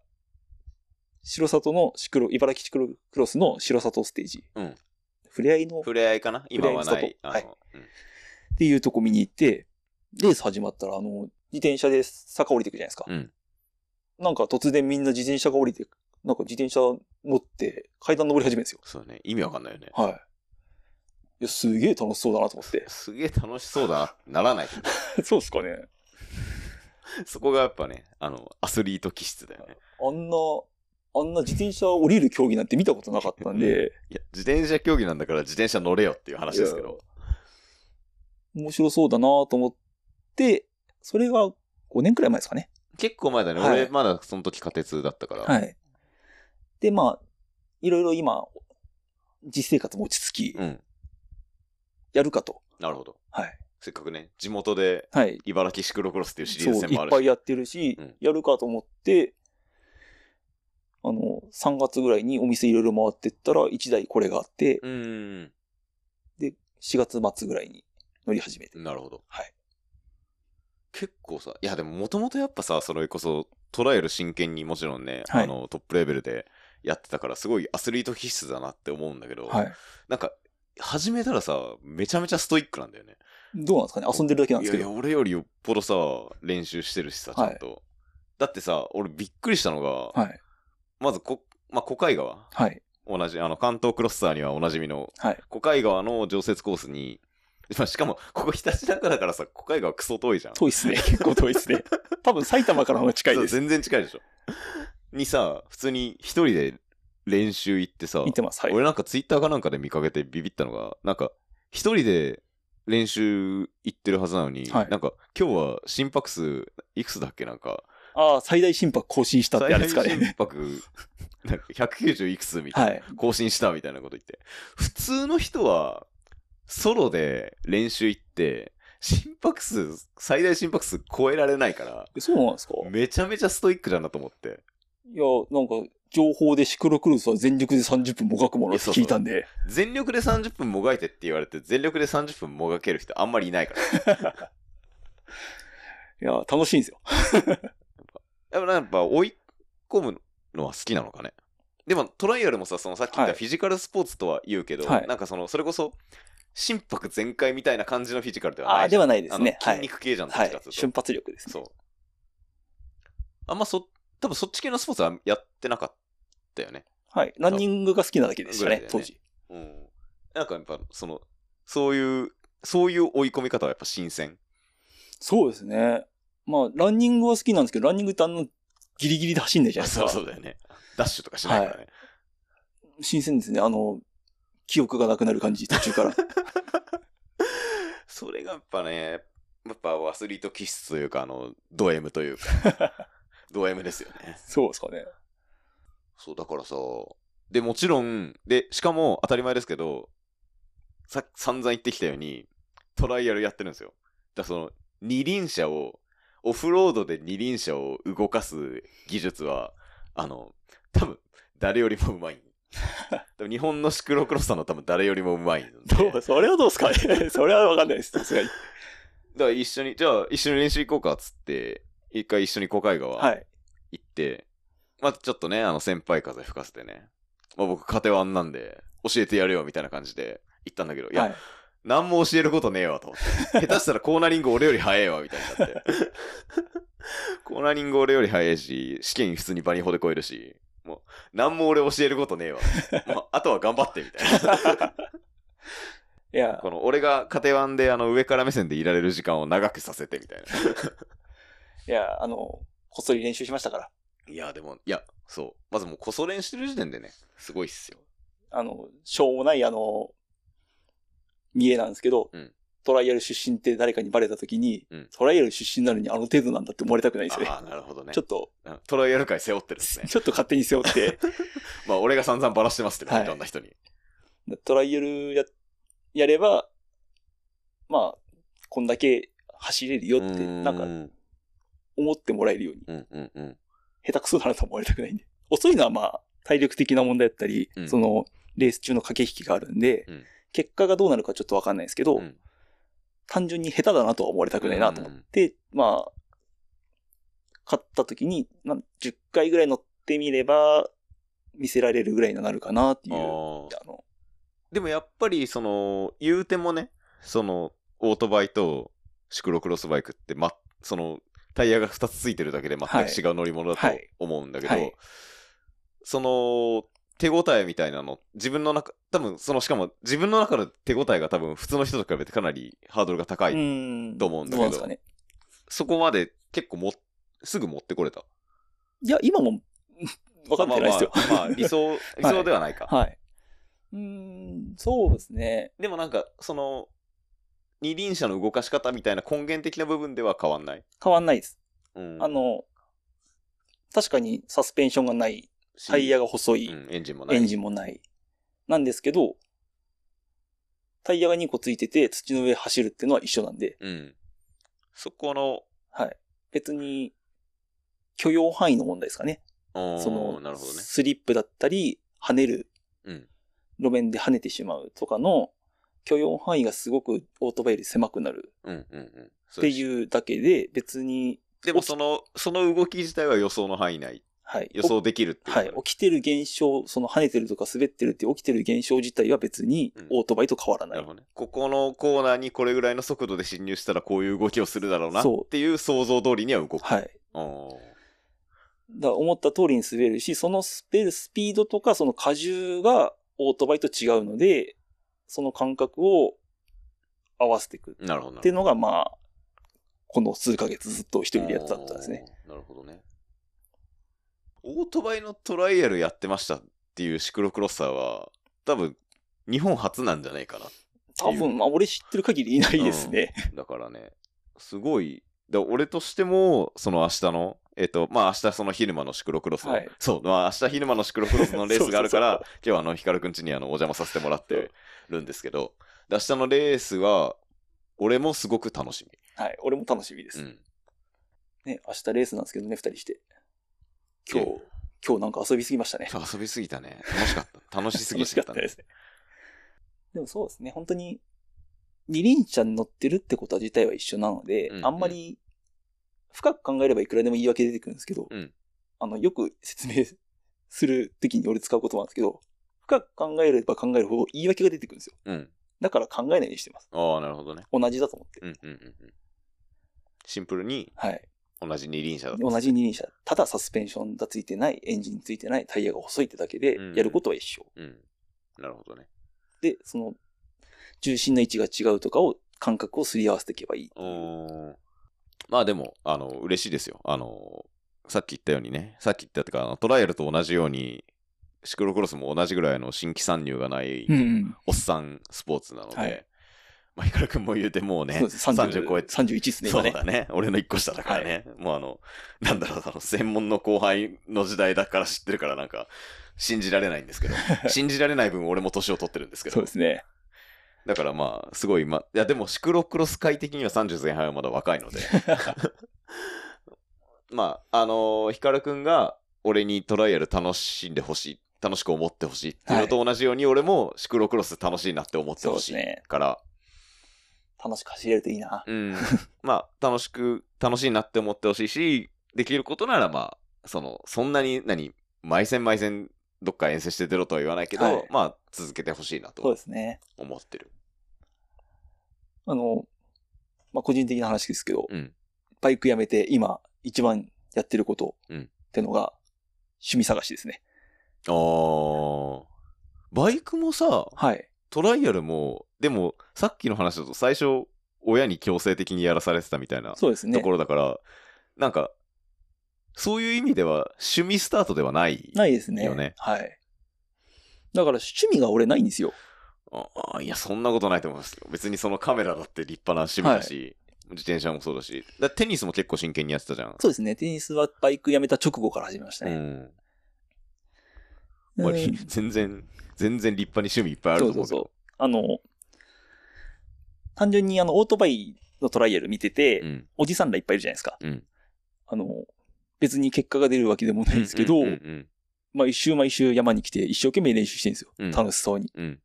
Speaker 2: 白里のシクロ、茨城シクロクロスの白里ステージ。
Speaker 1: うん
Speaker 2: ふれあいのっ
Speaker 1: 触れ合いかな今はな
Speaker 2: 触れ合い
Speaker 1: い
Speaker 2: ス。トップ
Speaker 1: あのうん
Speaker 2: ていうとこ見に行って、レース始まったら、あの、自転車で坂降りていくじゃないですか。
Speaker 1: うん
Speaker 2: なんか突然みんな自転車が降りて、なんか自転車乗って階段登り始めるんですよ。
Speaker 1: そうね。意味わかんないよね。
Speaker 2: はい。いや、すげえ楽しそうだなと思って。
Speaker 1: すげえ楽しそうだな。ならない。
Speaker 2: そうっすかね。
Speaker 1: そこがやっぱね、あの、アスリート気質だよね。
Speaker 2: あんな、あんな自転車降りる競技なんて見たことなかったんで、
Speaker 1: いや、自転車競技なんだから自転車乗れよっていう話ですけど。
Speaker 2: 面白そうだなと思って、それが5年くらい前ですかね。
Speaker 1: 結構前だね。
Speaker 2: はい
Speaker 1: 俺まだその時仮鉄だったから。
Speaker 2: はい。で、まあ、いろいろ今、実生活も落ち着き、
Speaker 1: うん。
Speaker 2: やるかと。
Speaker 1: なるほど。
Speaker 2: はい。
Speaker 1: せっかくね、地元で
Speaker 2: はい。
Speaker 1: 茨城シクロクロスっていうシリ
Speaker 2: そ
Speaker 1: ー
Speaker 2: う、
Speaker 1: ズ戦
Speaker 2: い
Speaker 1: もあ
Speaker 2: っ
Speaker 1: るし。
Speaker 2: ぱいやってるし、
Speaker 1: うん
Speaker 2: やるかと思って、あの、3月ぐらいにお店いろいろ回ってったら、1台これがあって、
Speaker 1: うーん。
Speaker 2: 4月末ぐらいに乗り始めて。
Speaker 1: なるほど。
Speaker 2: はい。
Speaker 1: 結構さ、いやでももともとやっぱさ、それこそトライアル真剣にもちろんね、
Speaker 2: はい
Speaker 1: あのトップレベルでやってたから、すごいアスリート気質だなって思うんだけど、
Speaker 2: はい。
Speaker 1: なんか、始めたらさ、めちゃめちゃストイックなんだよね。
Speaker 2: どうなんですかね遊んでるだけなん
Speaker 1: い
Speaker 2: です
Speaker 1: やい
Speaker 2: けど。
Speaker 1: や、俺よりよっぽどさ、練習してるしさ、ちゃんと。だってさ、俺びっくりしたのが、
Speaker 2: はい。
Speaker 1: まずこ、まあ、小海川、
Speaker 2: はい。
Speaker 1: 同じ、あの、関東クロスターにはおなじみの、
Speaker 2: はい。
Speaker 1: 小海川の常設コースに、まあしかも、ここ日立中だからさ、小海川クソ遠いじゃん。
Speaker 2: 遠いっ すね。結構遠いっすね。 多分埼玉からの方が近いです。
Speaker 1: そう全然近いでしょ。にさ、普通に一人で練習行ってさ、
Speaker 2: 見てます。はい。
Speaker 1: 俺なんかツイッターかなんかで見かけてビビったのが、なんか、一人で練習行ってるはずなのに、
Speaker 2: はい
Speaker 1: なんか、今日は心拍数、いくつだっけなんか、
Speaker 2: ああ、最大心拍更新したってあれですか
Speaker 1: 最大
Speaker 2: ね。
Speaker 1: 心拍、なんか190いくつみたいな。
Speaker 2: はい。
Speaker 1: 更新したみたいなこと言って。普通の人は、ソロで練習行って、心拍数、最大心拍数超えられないから、
Speaker 2: えそうなんですか
Speaker 1: めちゃめちゃストイックだなと思って。
Speaker 2: いや、なんか、情報でシクロクルスは全力で30分もがくものって聞いたんで、
Speaker 1: 全力で30分もがいてって言われて、全力で30分もがける人あんまりいないから。
Speaker 2: いや、楽しいんですよ。
Speaker 1: でもやっぱ追い込むのは好きなのかね。でもトライアルもさ、そのさっき言っ
Speaker 2: は
Speaker 1: た
Speaker 2: い
Speaker 1: フィジカルスポーツとは言うけど、
Speaker 2: はい
Speaker 1: なんかその、それこそ、心拍全開みたいな感じのフィジカルでは
Speaker 2: あ
Speaker 1: な
Speaker 2: あ、
Speaker 1: いじ
Speaker 2: で
Speaker 1: ゃん。
Speaker 2: はないですね。
Speaker 1: あの
Speaker 2: は
Speaker 1: 筋
Speaker 2: い。
Speaker 1: 肉系じゃん、
Speaker 2: は
Speaker 1: どっ
Speaker 2: い
Speaker 1: ちか。っていうと
Speaker 2: 瞬発力ですね。
Speaker 1: そう。あんまそ、多分そっち系のスポーツはやってなかったよね。
Speaker 2: はい。ランニングが好きなだけでした
Speaker 1: ぐら
Speaker 2: ね
Speaker 1: い、だよ
Speaker 2: 当
Speaker 1: ね
Speaker 2: 時。
Speaker 1: うん。なんかやっぱ、その、そういう、そういう追い込み方はやっぱ新鮮。
Speaker 2: そうですね。まあ、ランニングは好きなんですけど、ランニングってあの、ギリギリで走んないじゃないです
Speaker 1: そう
Speaker 2: か。
Speaker 1: そうだよね。ダッシュとかしない からね。
Speaker 2: 新鮮ですね。あの、記憶がなくなる感じ、途中から。
Speaker 1: それがやっぱね、やっぱアスリート気質というか、あの、ド M というか、 ド M ですよね。
Speaker 2: そうですかね。
Speaker 1: そう、だからさ、で、もちろん、で、しかも当たり前ですけど、さ、散々言ってきたように、トライアルやってるんですよ。だからその、二輪車を、オフロードで二輪車を動かす技術は、あの、多分、誰よりもう まい。多分日本のシクロクロスさんの多分誰よりもうまいんで。
Speaker 2: どう、それはどうですかね それはわかんないです。さすがに。
Speaker 1: だから一緒に、じゃあ一緒に練習行こうかっつって、一回一緒に小海川
Speaker 2: はい。
Speaker 1: 行って、まあちょっとね、あの先輩風吹かせてね、まあ僕、家庭はあんなんで、教えてやるよみたいな感じで行ったんだけど、いや、
Speaker 2: はい
Speaker 1: 何も教えることねえわと思 って。下手したらコーナリング俺より早いわみたいになって。コーナリング俺より早いし、試験普通にバニホで超えるし、もう、何も俺教えることねえわ。 もうあとは頑張ってみたいな。
Speaker 2: いや、
Speaker 1: この俺が家庭湾であの上から目線でいられる時間を長くさせてみたいな。
Speaker 2: いや、あの、こっそり練習しましたから。
Speaker 1: いや、でも、いや、そう。まずもう、こそ練してる時点でね、すごいっすよ。
Speaker 2: あの、しょうもない、あの、見えなんですけど、
Speaker 1: うん
Speaker 2: トライアル出身って誰かにバレたときに、
Speaker 1: うん
Speaker 2: トライアル出身なのにあの程度なんだって思われたくないですよね
Speaker 1: あ。あ、なるほどね。
Speaker 2: ちょっと、
Speaker 1: うんトライアル界背負ってるん ですね。
Speaker 2: ちょっと勝手に背 負って、
Speaker 1: まあ、俺が散々バラしてますって、
Speaker 2: はい
Speaker 1: いろんな人に。
Speaker 2: トライアルや、やれば、まあ、こんだけ走れるよって、なん
Speaker 1: う
Speaker 2: か
Speaker 1: ん
Speaker 2: 思ってもらえるように、
Speaker 1: うんうん。
Speaker 2: 下手くそだなと思われたくないんで。遅いのはまあ、体力的な問題だったり、
Speaker 1: うん
Speaker 2: その、レース中の駆け引きがあるんで、
Speaker 1: うん
Speaker 2: 結果がどうなるかちょっとわかんないですけど、
Speaker 1: ん
Speaker 2: 単純に下手だなとは思われたくないなと思って、まあ、勝った時に、なん10回ぐらい乗ってみれば、見せられるぐらいになるかなっていう、あ
Speaker 1: あー
Speaker 2: の、
Speaker 1: でもやっぱり、その、言うてもね、その、オートバイとシクロクロスバイクって、ま、その、タイヤが2つついてるだけで全く違う乗り物だと
Speaker 2: はい
Speaker 1: 思うんだけど、
Speaker 2: はい
Speaker 1: その、手応えみたいなの、自分の中、多分その、しかも自分の中の手応えが多分普通の人と比べてかなりハードルが高い。
Speaker 2: うん
Speaker 1: と思うんだけど
Speaker 2: どうなんですかね。
Speaker 1: そこまで結構も、すぐ持ってこれた。
Speaker 2: いや、今も、分かってないですよ。
Speaker 1: まあまあまあ理想、理想ではないか。
Speaker 2: はい。うーん、そうですね。
Speaker 1: でもなんか、その、二輪車の動かし方みたいな根源的な部分では変わんない。
Speaker 2: 変わんないです。
Speaker 1: うん
Speaker 2: あの、確かにサスペンションがない、タイヤが細い、
Speaker 1: うんエンジンもない。
Speaker 2: エンジンもない。なんですけど、タイヤが2個ついてて、土の上走るってのは一緒なんで、
Speaker 1: うん。そこの、
Speaker 2: 別に、許容範囲の問題ですかね。
Speaker 1: そ
Speaker 2: その、
Speaker 1: なるほどね。
Speaker 2: スリップだったり、跳ねる、
Speaker 1: うん。
Speaker 2: 路面で跳ねてしまうとかの、許容範囲がすごくオートバイより狭くなる
Speaker 1: うんうんうん。
Speaker 2: って
Speaker 1: う。
Speaker 2: いうだけで、別に、
Speaker 1: でもその、その動き自体は予想の範囲内。
Speaker 2: はい。
Speaker 1: 予想できるっていうの
Speaker 2: は
Speaker 1: が
Speaker 2: い
Speaker 1: ね。。
Speaker 2: 起きてる現象、その跳ねてるとか滑ってるって起きてる現象自体は別に
Speaker 1: うん
Speaker 2: オートバイと変わらな。
Speaker 1: ないるほどね。ここのコーナーにこれぐらいの速度で侵入したらこういう動きをするだろうなっ
Speaker 2: そう
Speaker 1: ていう想像通りには動く。
Speaker 2: はい。だか
Speaker 1: あー
Speaker 2: ら思った通りに滑るし、その滑るスピードとかその荷重がオートバイと違うので、その感覚を合わせていくっ
Speaker 1: なるほどなるほど。
Speaker 2: ていうのが、まあ、この数ヶ月ずっと一人でやってたことですね。
Speaker 1: おー。なるほどね。オートバイのトライアルやってましたっていうシクロクロスサーは、多分、日本初なんじゃない かな。
Speaker 2: 多分、まあ俺知ってる限りいないですね。
Speaker 1: だからね、すごい、だ俺としても、その明日の、えっと、まあ明日その昼間のシクロクロスの、
Speaker 2: はい
Speaker 1: そう、まあ明日昼間のシクロクロスのレースがあるか
Speaker 2: そう
Speaker 1: ら、今日はあの、ヒカルくん家にあの、お邪魔させてもらってるんですけど、で明日のレースは、俺もすごく楽し
Speaker 2: はい。俺も楽しみです。
Speaker 1: み。うん。
Speaker 2: ね、明日レースなんですけどね、二人して。今日、今日なんか遊びすぎましたね。
Speaker 1: 遊びすぎたね。楽しかった。楽しすぎ
Speaker 2: 楽しかった
Speaker 1: ね
Speaker 2: ですね。でもそうですね、本当に、二輪車に乗ってるってことは自体は一緒なので、
Speaker 1: うんうん
Speaker 2: あんまり深く考えればいくらでも言い訳出てくるんですけど、
Speaker 1: うん
Speaker 2: あの、よく説明するときに俺使うことなんですけど、深く考えれば考えるほど言い訳が出てくるんですよ。
Speaker 1: うん。
Speaker 2: だから考えないようにしてます。
Speaker 1: ああ、なるほどね。
Speaker 2: 同じだと思って。
Speaker 1: うんうんうんうん。シンプルに
Speaker 2: はい。
Speaker 1: 同じ二輪車だった。
Speaker 2: 同じ二輪車。ただサスペンションがついてない、エンジンついてない、タイヤが細いってだけで
Speaker 1: うんうん、
Speaker 2: やることは一緒。
Speaker 1: うん。なるほどね。
Speaker 2: で、その、重心の位置が違うとかを、感覚をすり合わせていけばいいっていう。
Speaker 1: おまあでも、あの、嬉しいですよ。あの、さっき言ったようにね、さっき言ったってか、あのトライアルと同じように、シクロクロスも同じぐらいの新規参入がない
Speaker 2: うんうん。
Speaker 1: おっさんスポーツなので、
Speaker 2: はい
Speaker 1: まあ、ヒカル君も言うてもうね、
Speaker 2: そうです。30
Speaker 1: 30超えて。
Speaker 2: 31ですね、
Speaker 1: そ
Speaker 2: 今
Speaker 1: う
Speaker 2: ね。
Speaker 1: だね。俺の一個下だからね。もうあの、なんだろう、その、専門の後輩の時代だから知ってるからなんか、信じられないんですけ ど、信じられない分俺も年を取ってるんですけ
Speaker 2: そう
Speaker 1: ど
Speaker 2: で、すね。
Speaker 1: だからまあ、すごい、まあ、いやでもシクロクロス界的には30前半はまだ若い ので、まあ、あのー、ヒカルくんが俺にトライアル楽しんでほしい、楽しく思ってほしいっていうのと同じように、俺もシクロクロス楽しいなって思ってほし
Speaker 2: そうですね
Speaker 1: いから、
Speaker 2: 楽しく走れるといいな。
Speaker 1: うん。 まあ、楽しく、楽しいなって思ってほしいし、できることならまあ、その、そんなに、何、毎戦毎戦、どっか遠征して出ろとは言わないけど、
Speaker 2: はい
Speaker 1: まあ、続けてほしいな
Speaker 2: そう
Speaker 1: と
Speaker 2: ですね。
Speaker 1: 思ってる。
Speaker 2: あの、まあ、個人的な話ですけど、
Speaker 1: うん。
Speaker 2: バイクやめて今一番やってること
Speaker 1: うん
Speaker 2: ってのが趣味探しですね。
Speaker 1: あー。バイクもさ、
Speaker 2: はい。
Speaker 1: トライアルも、でも、さっきの話だと最初、親に強制的にやらされてたみたいな
Speaker 2: そうですね
Speaker 1: とこ。ろだから、なんか、そういう意味では、趣味スタートではない。
Speaker 2: ないですね。
Speaker 1: よね
Speaker 2: はい。だから趣味が俺ないんですよ。
Speaker 1: ああいや、そんなことないと思いますよ。別にそのカメラだって立派な趣味だし、自転車もそうだし、だテニスも結構真剣にやってたじゃん。
Speaker 2: そうですね。テニスはバイクやめた直後から始めました
Speaker 1: う
Speaker 2: ね。
Speaker 1: ん。
Speaker 2: うん
Speaker 1: まあり全然、全然立派に趣味いっぱいあると
Speaker 2: そう
Speaker 1: 思
Speaker 2: そう
Speaker 1: うけ
Speaker 2: そう
Speaker 1: ど。。
Speaker 2: あの、単純にあの、オートバイのトライアル見てて、
Speaker 1: うん
Speaker 2: おじさんらいっぱいいるじゃないですか。
Speaker 1: うん
Speaker 2: あの、別に結果が出るわけでもないんですけど、
Speaker 1: うんうんうん
Speaker 2: まあ一周毎週山に来て一生懸命練習してるんですよ。
Speaker 1: うん
Speaker 2: 楽しそうに。
Speaker 1: うん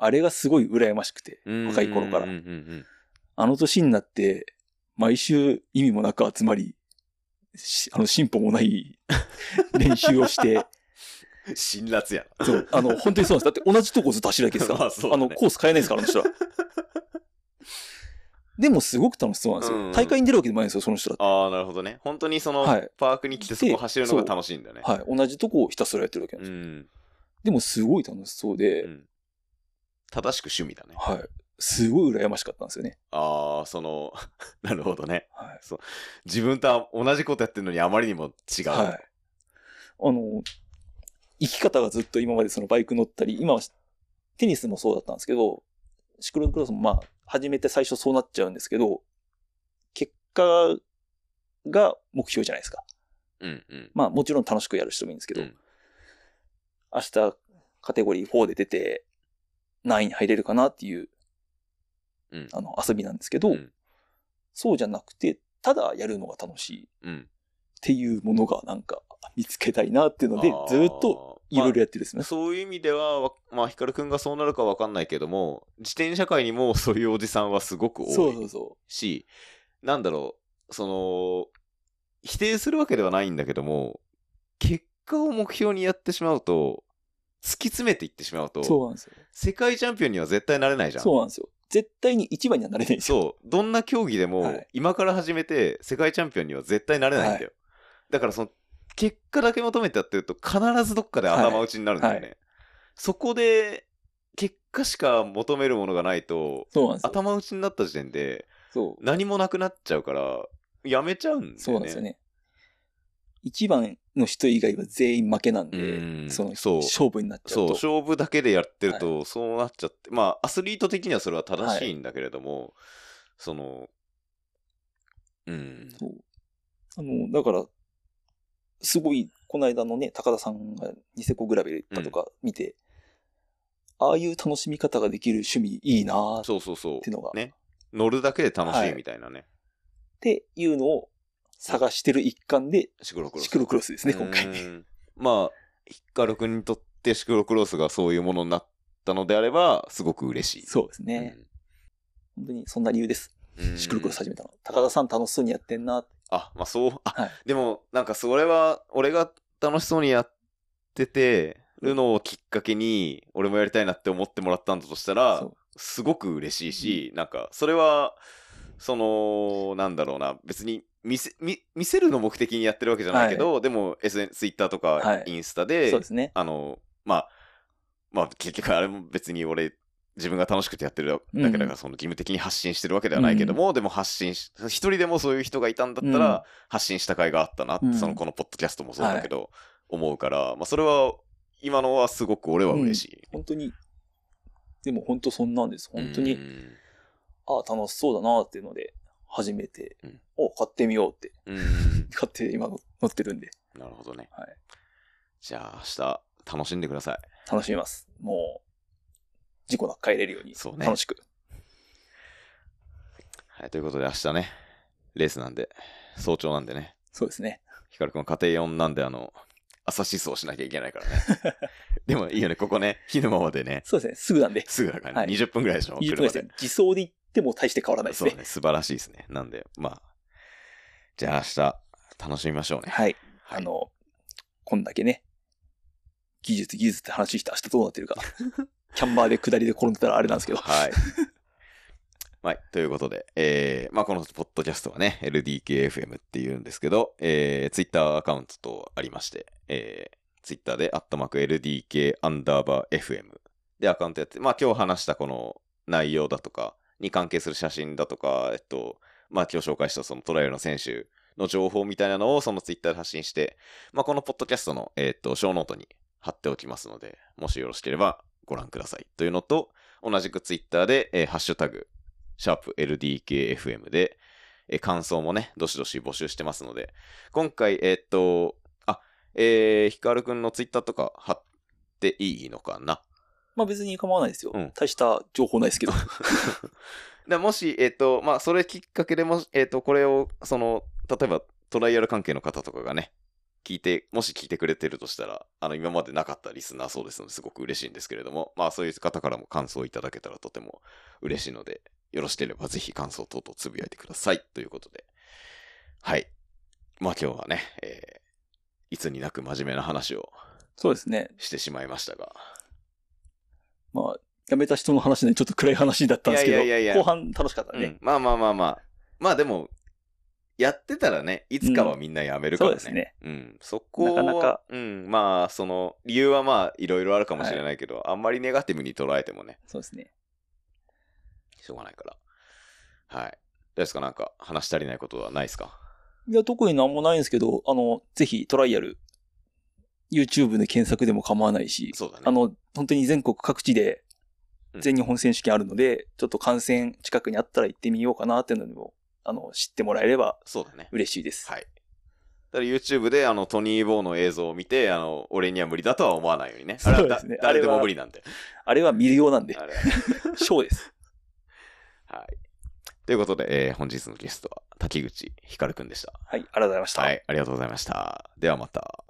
Speaker 2: あれがすごい羨ましくて、
Speaker 1: うん
Speaker 2: 若い頃から
Speaker 1: うんうんうん
Speaker 2: あの年になって、毎週意味もなく集まり、しあの、進歩もない練習をして、
Speaker 1: うん辛辣やな。
Speaker 2: そう、あの、本当にそうなんです。だって同じとこずっと走るだけですから、
Speaker 1: まあそうだね
Speaker 2: の、コース変えないですから、あの人は。 でもすごく楽しそうなんです
Speaker 1: うん
Speaker 2: よ。大会に出るわけでもないんですよ、その人だって。
Speaker 1: ああ、なるほどね。本当にその、
Speaker 2: はい
Speaker 1: パークに来てそこ走るのが楽しいんだね。
Speaker 2: はい。同じとこをひたすらやってるだけなん
Speaker 1: う
Speaker 2: ですよ。
Speaker 1: ん。
Speaker 2: でもすごい楽しそうで、
Speaker 1: うん正しく趣味だね。
Speaker 2: はい。すごい羨ましかったんですよね。
Speaker 1: ああ、その、 なるほどね。
Speaker 2: はい。
Speaker 1: 自分とは同じことやってるのにあまりにも違う。
Speaker 2: はい。あの、生き方がずっと今までそのバイク乗ったり、今はテニスもそうだったんですけど、シクロクロスもまあ、始めて最初そうなっちゃうんですけど、結果が目標じゃないですか。
Speaker 1: うんうん。
Speaker 2: まあ、もちろん楽しくやる人もいいんですけど、
Speaker 1: うん
Speaker 2: 明日カテゴリー4で出て、何位に入れるかなっていう、
Speaker 1: うん
Speaker 2: あの、遊びなんですけど、
Speaker 1: うん
Speaker 2: そうじゃなくて、ただやるのが楽しいっ
Speaker 1: うん。
Speaker 2: ていうものがなんか見つけたいなっていうので
Speaker 1: あ、ー
Speaker 2: ずっといろいろやってるんです
Speaker 1: まあ
Speaker 2: ね。
Speaker 1: そういう意味では、わまあ、ヒカルくんがそうなるかわかんないけども、自転車界にも そういうおじさんはすごく多
Speaker 2: そうそ
Speaker 1: いう
Speaker 2: そ
Speaker 1: し、なんだろう、その、否定するわけではないんだけども、結果を目標にやってしまうと、突き詰めていってしまう
Speaker 2: う。
Speaker 1: と、
Speaker 2: そうなんですよ。
Speaker 1: 世界チャンピオンには絶対なれないじゃん。
Speaker 2: そうなんですよ。絶対に一番にはなれないんですよ。
Speaker 1: そう。どんな競技でも、
Speaker 2: はい
Speaker 1: 今から始めて世界チャンピオンには絶対なれないんだよ。だからその、結果だけ求めてやってると必ずどっかで頭打ちになるんだよね。
Speaker 2: はい
Speaker 1: そこで、結果しか求めるものがないと、
Speaker 2: そうなんですよ。
Speaker 1: 頭打ちになった時点で
Speaker 2: そう。
Speaker 1: 何もなくなっちゃうから、やめちゃうんだよね。
Speaker 2: そうなんですよね。一番の人以外は全員負けなん
Speaker 1: う
Speaker 2: で、
Speaker 1: ん
Speaker 2: その
Speaker 1: そう
Speaker 2: 勝負になっちゃ
Speaker 1: そうう、
Speaker 2: と。
Speaker 1: 勝負だけでやってると、そうなっちゃって、まあ、アスリート的にはそれは正しいんだけれども、その、うん、
Speaker 2: そうあの、だから、すごい、この間のね、高田さんがニセコグラベル行ったとか見て、ああいう楽しみ方ができる趣味いいなーっ
Speaker 1: そうそうそう。
Speaker 2: てのが
Speaker 1: ね。乗るだけで楽しいみたいなね。
Speaker 2: ていうのを探してる一環で、
Speaker 1: シクロクロス。
Speaker 2: シクロクロスですね、今
Speaker 1: う
Speaker 2: 回。
Speaker 1: んまあ、ヒカル君にとってシクロクロスがそういうものになったのであれば、すごく嬉しい。
Speaker 2: そうですね。本当にそんな理由です。
Speaker 1: うん
Speaker 2: シクロクロス始めたの。高田さん楽しそうにやってんなって。
Speaker 1: あ、まあそう、あ、
Speaker 2: はい
Speaker 1: でも、なんかそれは、俺が楽しそうにやってて、るのをきっかけに、俺もやりたいなって思ってもらったんだとしたら
Speaker 2: そう、
Speaker 1: すごく嬉しいし、なんか、それは、その、なんだろうな、別に見せ、見見せるの目的にやってるわけじゃないけど、でも、SN、Twitter と
Speaker 2: は
Speaker 1: か
Speaker 2: い
Speaker 1: インスタで、
Speaker 2: そうですね。
Speaker 1: あの、まあ、まあ、結局あれも別に俺、自分が楽しくてやってるだけだから、
Speaker 2: うん
Speaker 1: その義務的に発信してるわけではないけども、でも発信し、一人でもそういう人がいたんだったら、
Speaker 2: うん
Speaker 1: 発信した甲斐があったなって、
Speaker 2: うん
Speaker 1: そのこのポッドキャストもそうだけど、思うから、まあ、それは、今のはすごく俺は嬉しい。
Speaker 2: 本当に、でも本当そんなんです。本当に、
Speaker 1: うん
Speaker 2: ああ、楽しそうだなっていうので、始めて、
Speaker 1: うん
Speaker 2: お、買ってみようって、
Speaker 1: うんうんうん。
Speaker 2: 買って今乗ってるんで、
Speaker 1: なるほどね。
Speaker 2: はい
Speaker 1: じゃあ、明日、楽しんでください。
Speaker 2: 楽しみます。もう、事故なく帰れるように
Speaker 1: そう、ね
Speaker 2: 楽しく。
Speaker 1: はい、ということで、明日ね、レースなんで、早朝なんでね、
Speaker 2: そうですね。
Speaker 1: ヒカル君は家庭4なんで、あの、朝思想しなきゃいけないからね。 でもいいよね、ここね、火のままでね、
Speaker 2: そうですね。すぐなんで、
Speaker 1: すぐだから、
Speaker 2: はい
Speaker 1: ね20分ぐらいでしょ、
Speaker 2: 20分ですね。自走で行っても大して変わらないです
Speaker 1: そう
Speaker 2: ね。
Speaker 1: ね、素晴らしいですね。なんで、まあ、じゃあ明日、楽しみましょうね。
Speaker 2: はい。
Speaker 1: はい
Speaker 2: あの、こんだけね、技術技術って話して明日どうなって るか。キャンバーで下りで転んでたらあれなんですけど。
Speaker 1: はい。はい。ということで、えー、まあ、このポッドキャストはね、LDKFM っていうんですけど、えー、ツイッターアカウントとありまして、えー、ツイッターで、アットマーク LDK アンダーバー FM でアカウントやって、まあ、今日話したこの内容だとか、に関係する写真だとか、えっと、まあ、今日紹介したそのトライアルの選手の情報みたいなのをそのツイッターで発信して、まあ、このポッドキャストの、えっと、ショーノートに貼っておきますので、もしよろしければご覧ください。というのと、同じくツイッターで、えーハッシュタグ、シャープ LDKFM で、えー感想もね、どしどし募集してますので、今回、えーっと、あ、えー、ヒカルくんのツイッターとか貼っていいのかな
Speaker 2: まあ別に構わないですよ。
Speaker 1: うん
Speaker 2: 大した情報ないです けど。
Speaker 1: でもし、えっ、と、まあ、それきっかけでもし、えっ、と、これを、その、例えばトライアル関係の方とかがね、聞いて、もし聞いてくれてるとしたら、あの、今までなかったリスナーそうですので、すごく嬉しいんですけれども、まあ、そういう方からも感想をいただけたらとても嬉しいので、よろしければぜひ感想等々つぶやいてください。ということで、はい。まあ、今日はね、えーいつになく真面目な話を
Speaker 2: そうですね。
Speaker 1: してしまいましたが、
Speaker 2: まあ、辞めた人の話でちょっと暗い話だったんですけど、
Speaker 1: いやいやいやいや
Speaker 2: 後半楽しかったね。
Speaker 1: うんまあまあまあまあ。まあでも、やってたらね、いつかはみんなやめるからね。
Speaker 2: うんそうですね。
Speaker 1: ん。そこは
Speaker 2: なかなか
Speaker 1: うん。まあ、その、理由はまあ、いろいろあるかもしれないけど、あんまりネガティブに捉えてもね、
Speaker 2: そうですね。
Speaker 1: しょうがないから。はい。どうですかなんか、話し足りないことはないですか
Speaker 2: いや、特になんもないんですけど、あの、ぜひトライアル、YouTube で検索でも構わないし、
Speaker 1: そうだね。
Speaker 2: あ、の、本当に全国各地で
Speaker 1: うん
Speaker 2: 全日本選手権あるので、ちょっと観戦近くにあったら行ってみようかなっていうのでも、あの、知ってもらえれば
Speaker 1: そうだね。
Speaker 2: 嬉しいです。
Speaker 1: はい。だから YouTube であのトニー・ボーの映像を見て、あの、俺には無理だとは思わないようにね。あれは
Speaker 2: そう
Speaker 1: だ
Speaker 2: ですねあ
Speaker 1: 誰
Speaker 2: れは
Speaker 1: でも無理なんで。
Speaker 2: あれは見るようなんで、
Speaker 1: あれ
Speaker 2: ショーです。
Speaker 1: はい。ということで、えー本日のゲストは滝口ひかるくんでした。
Speaker 2: はい、ありがとうございました。
Speaker 1: はい、ありがとうございました。ではまた。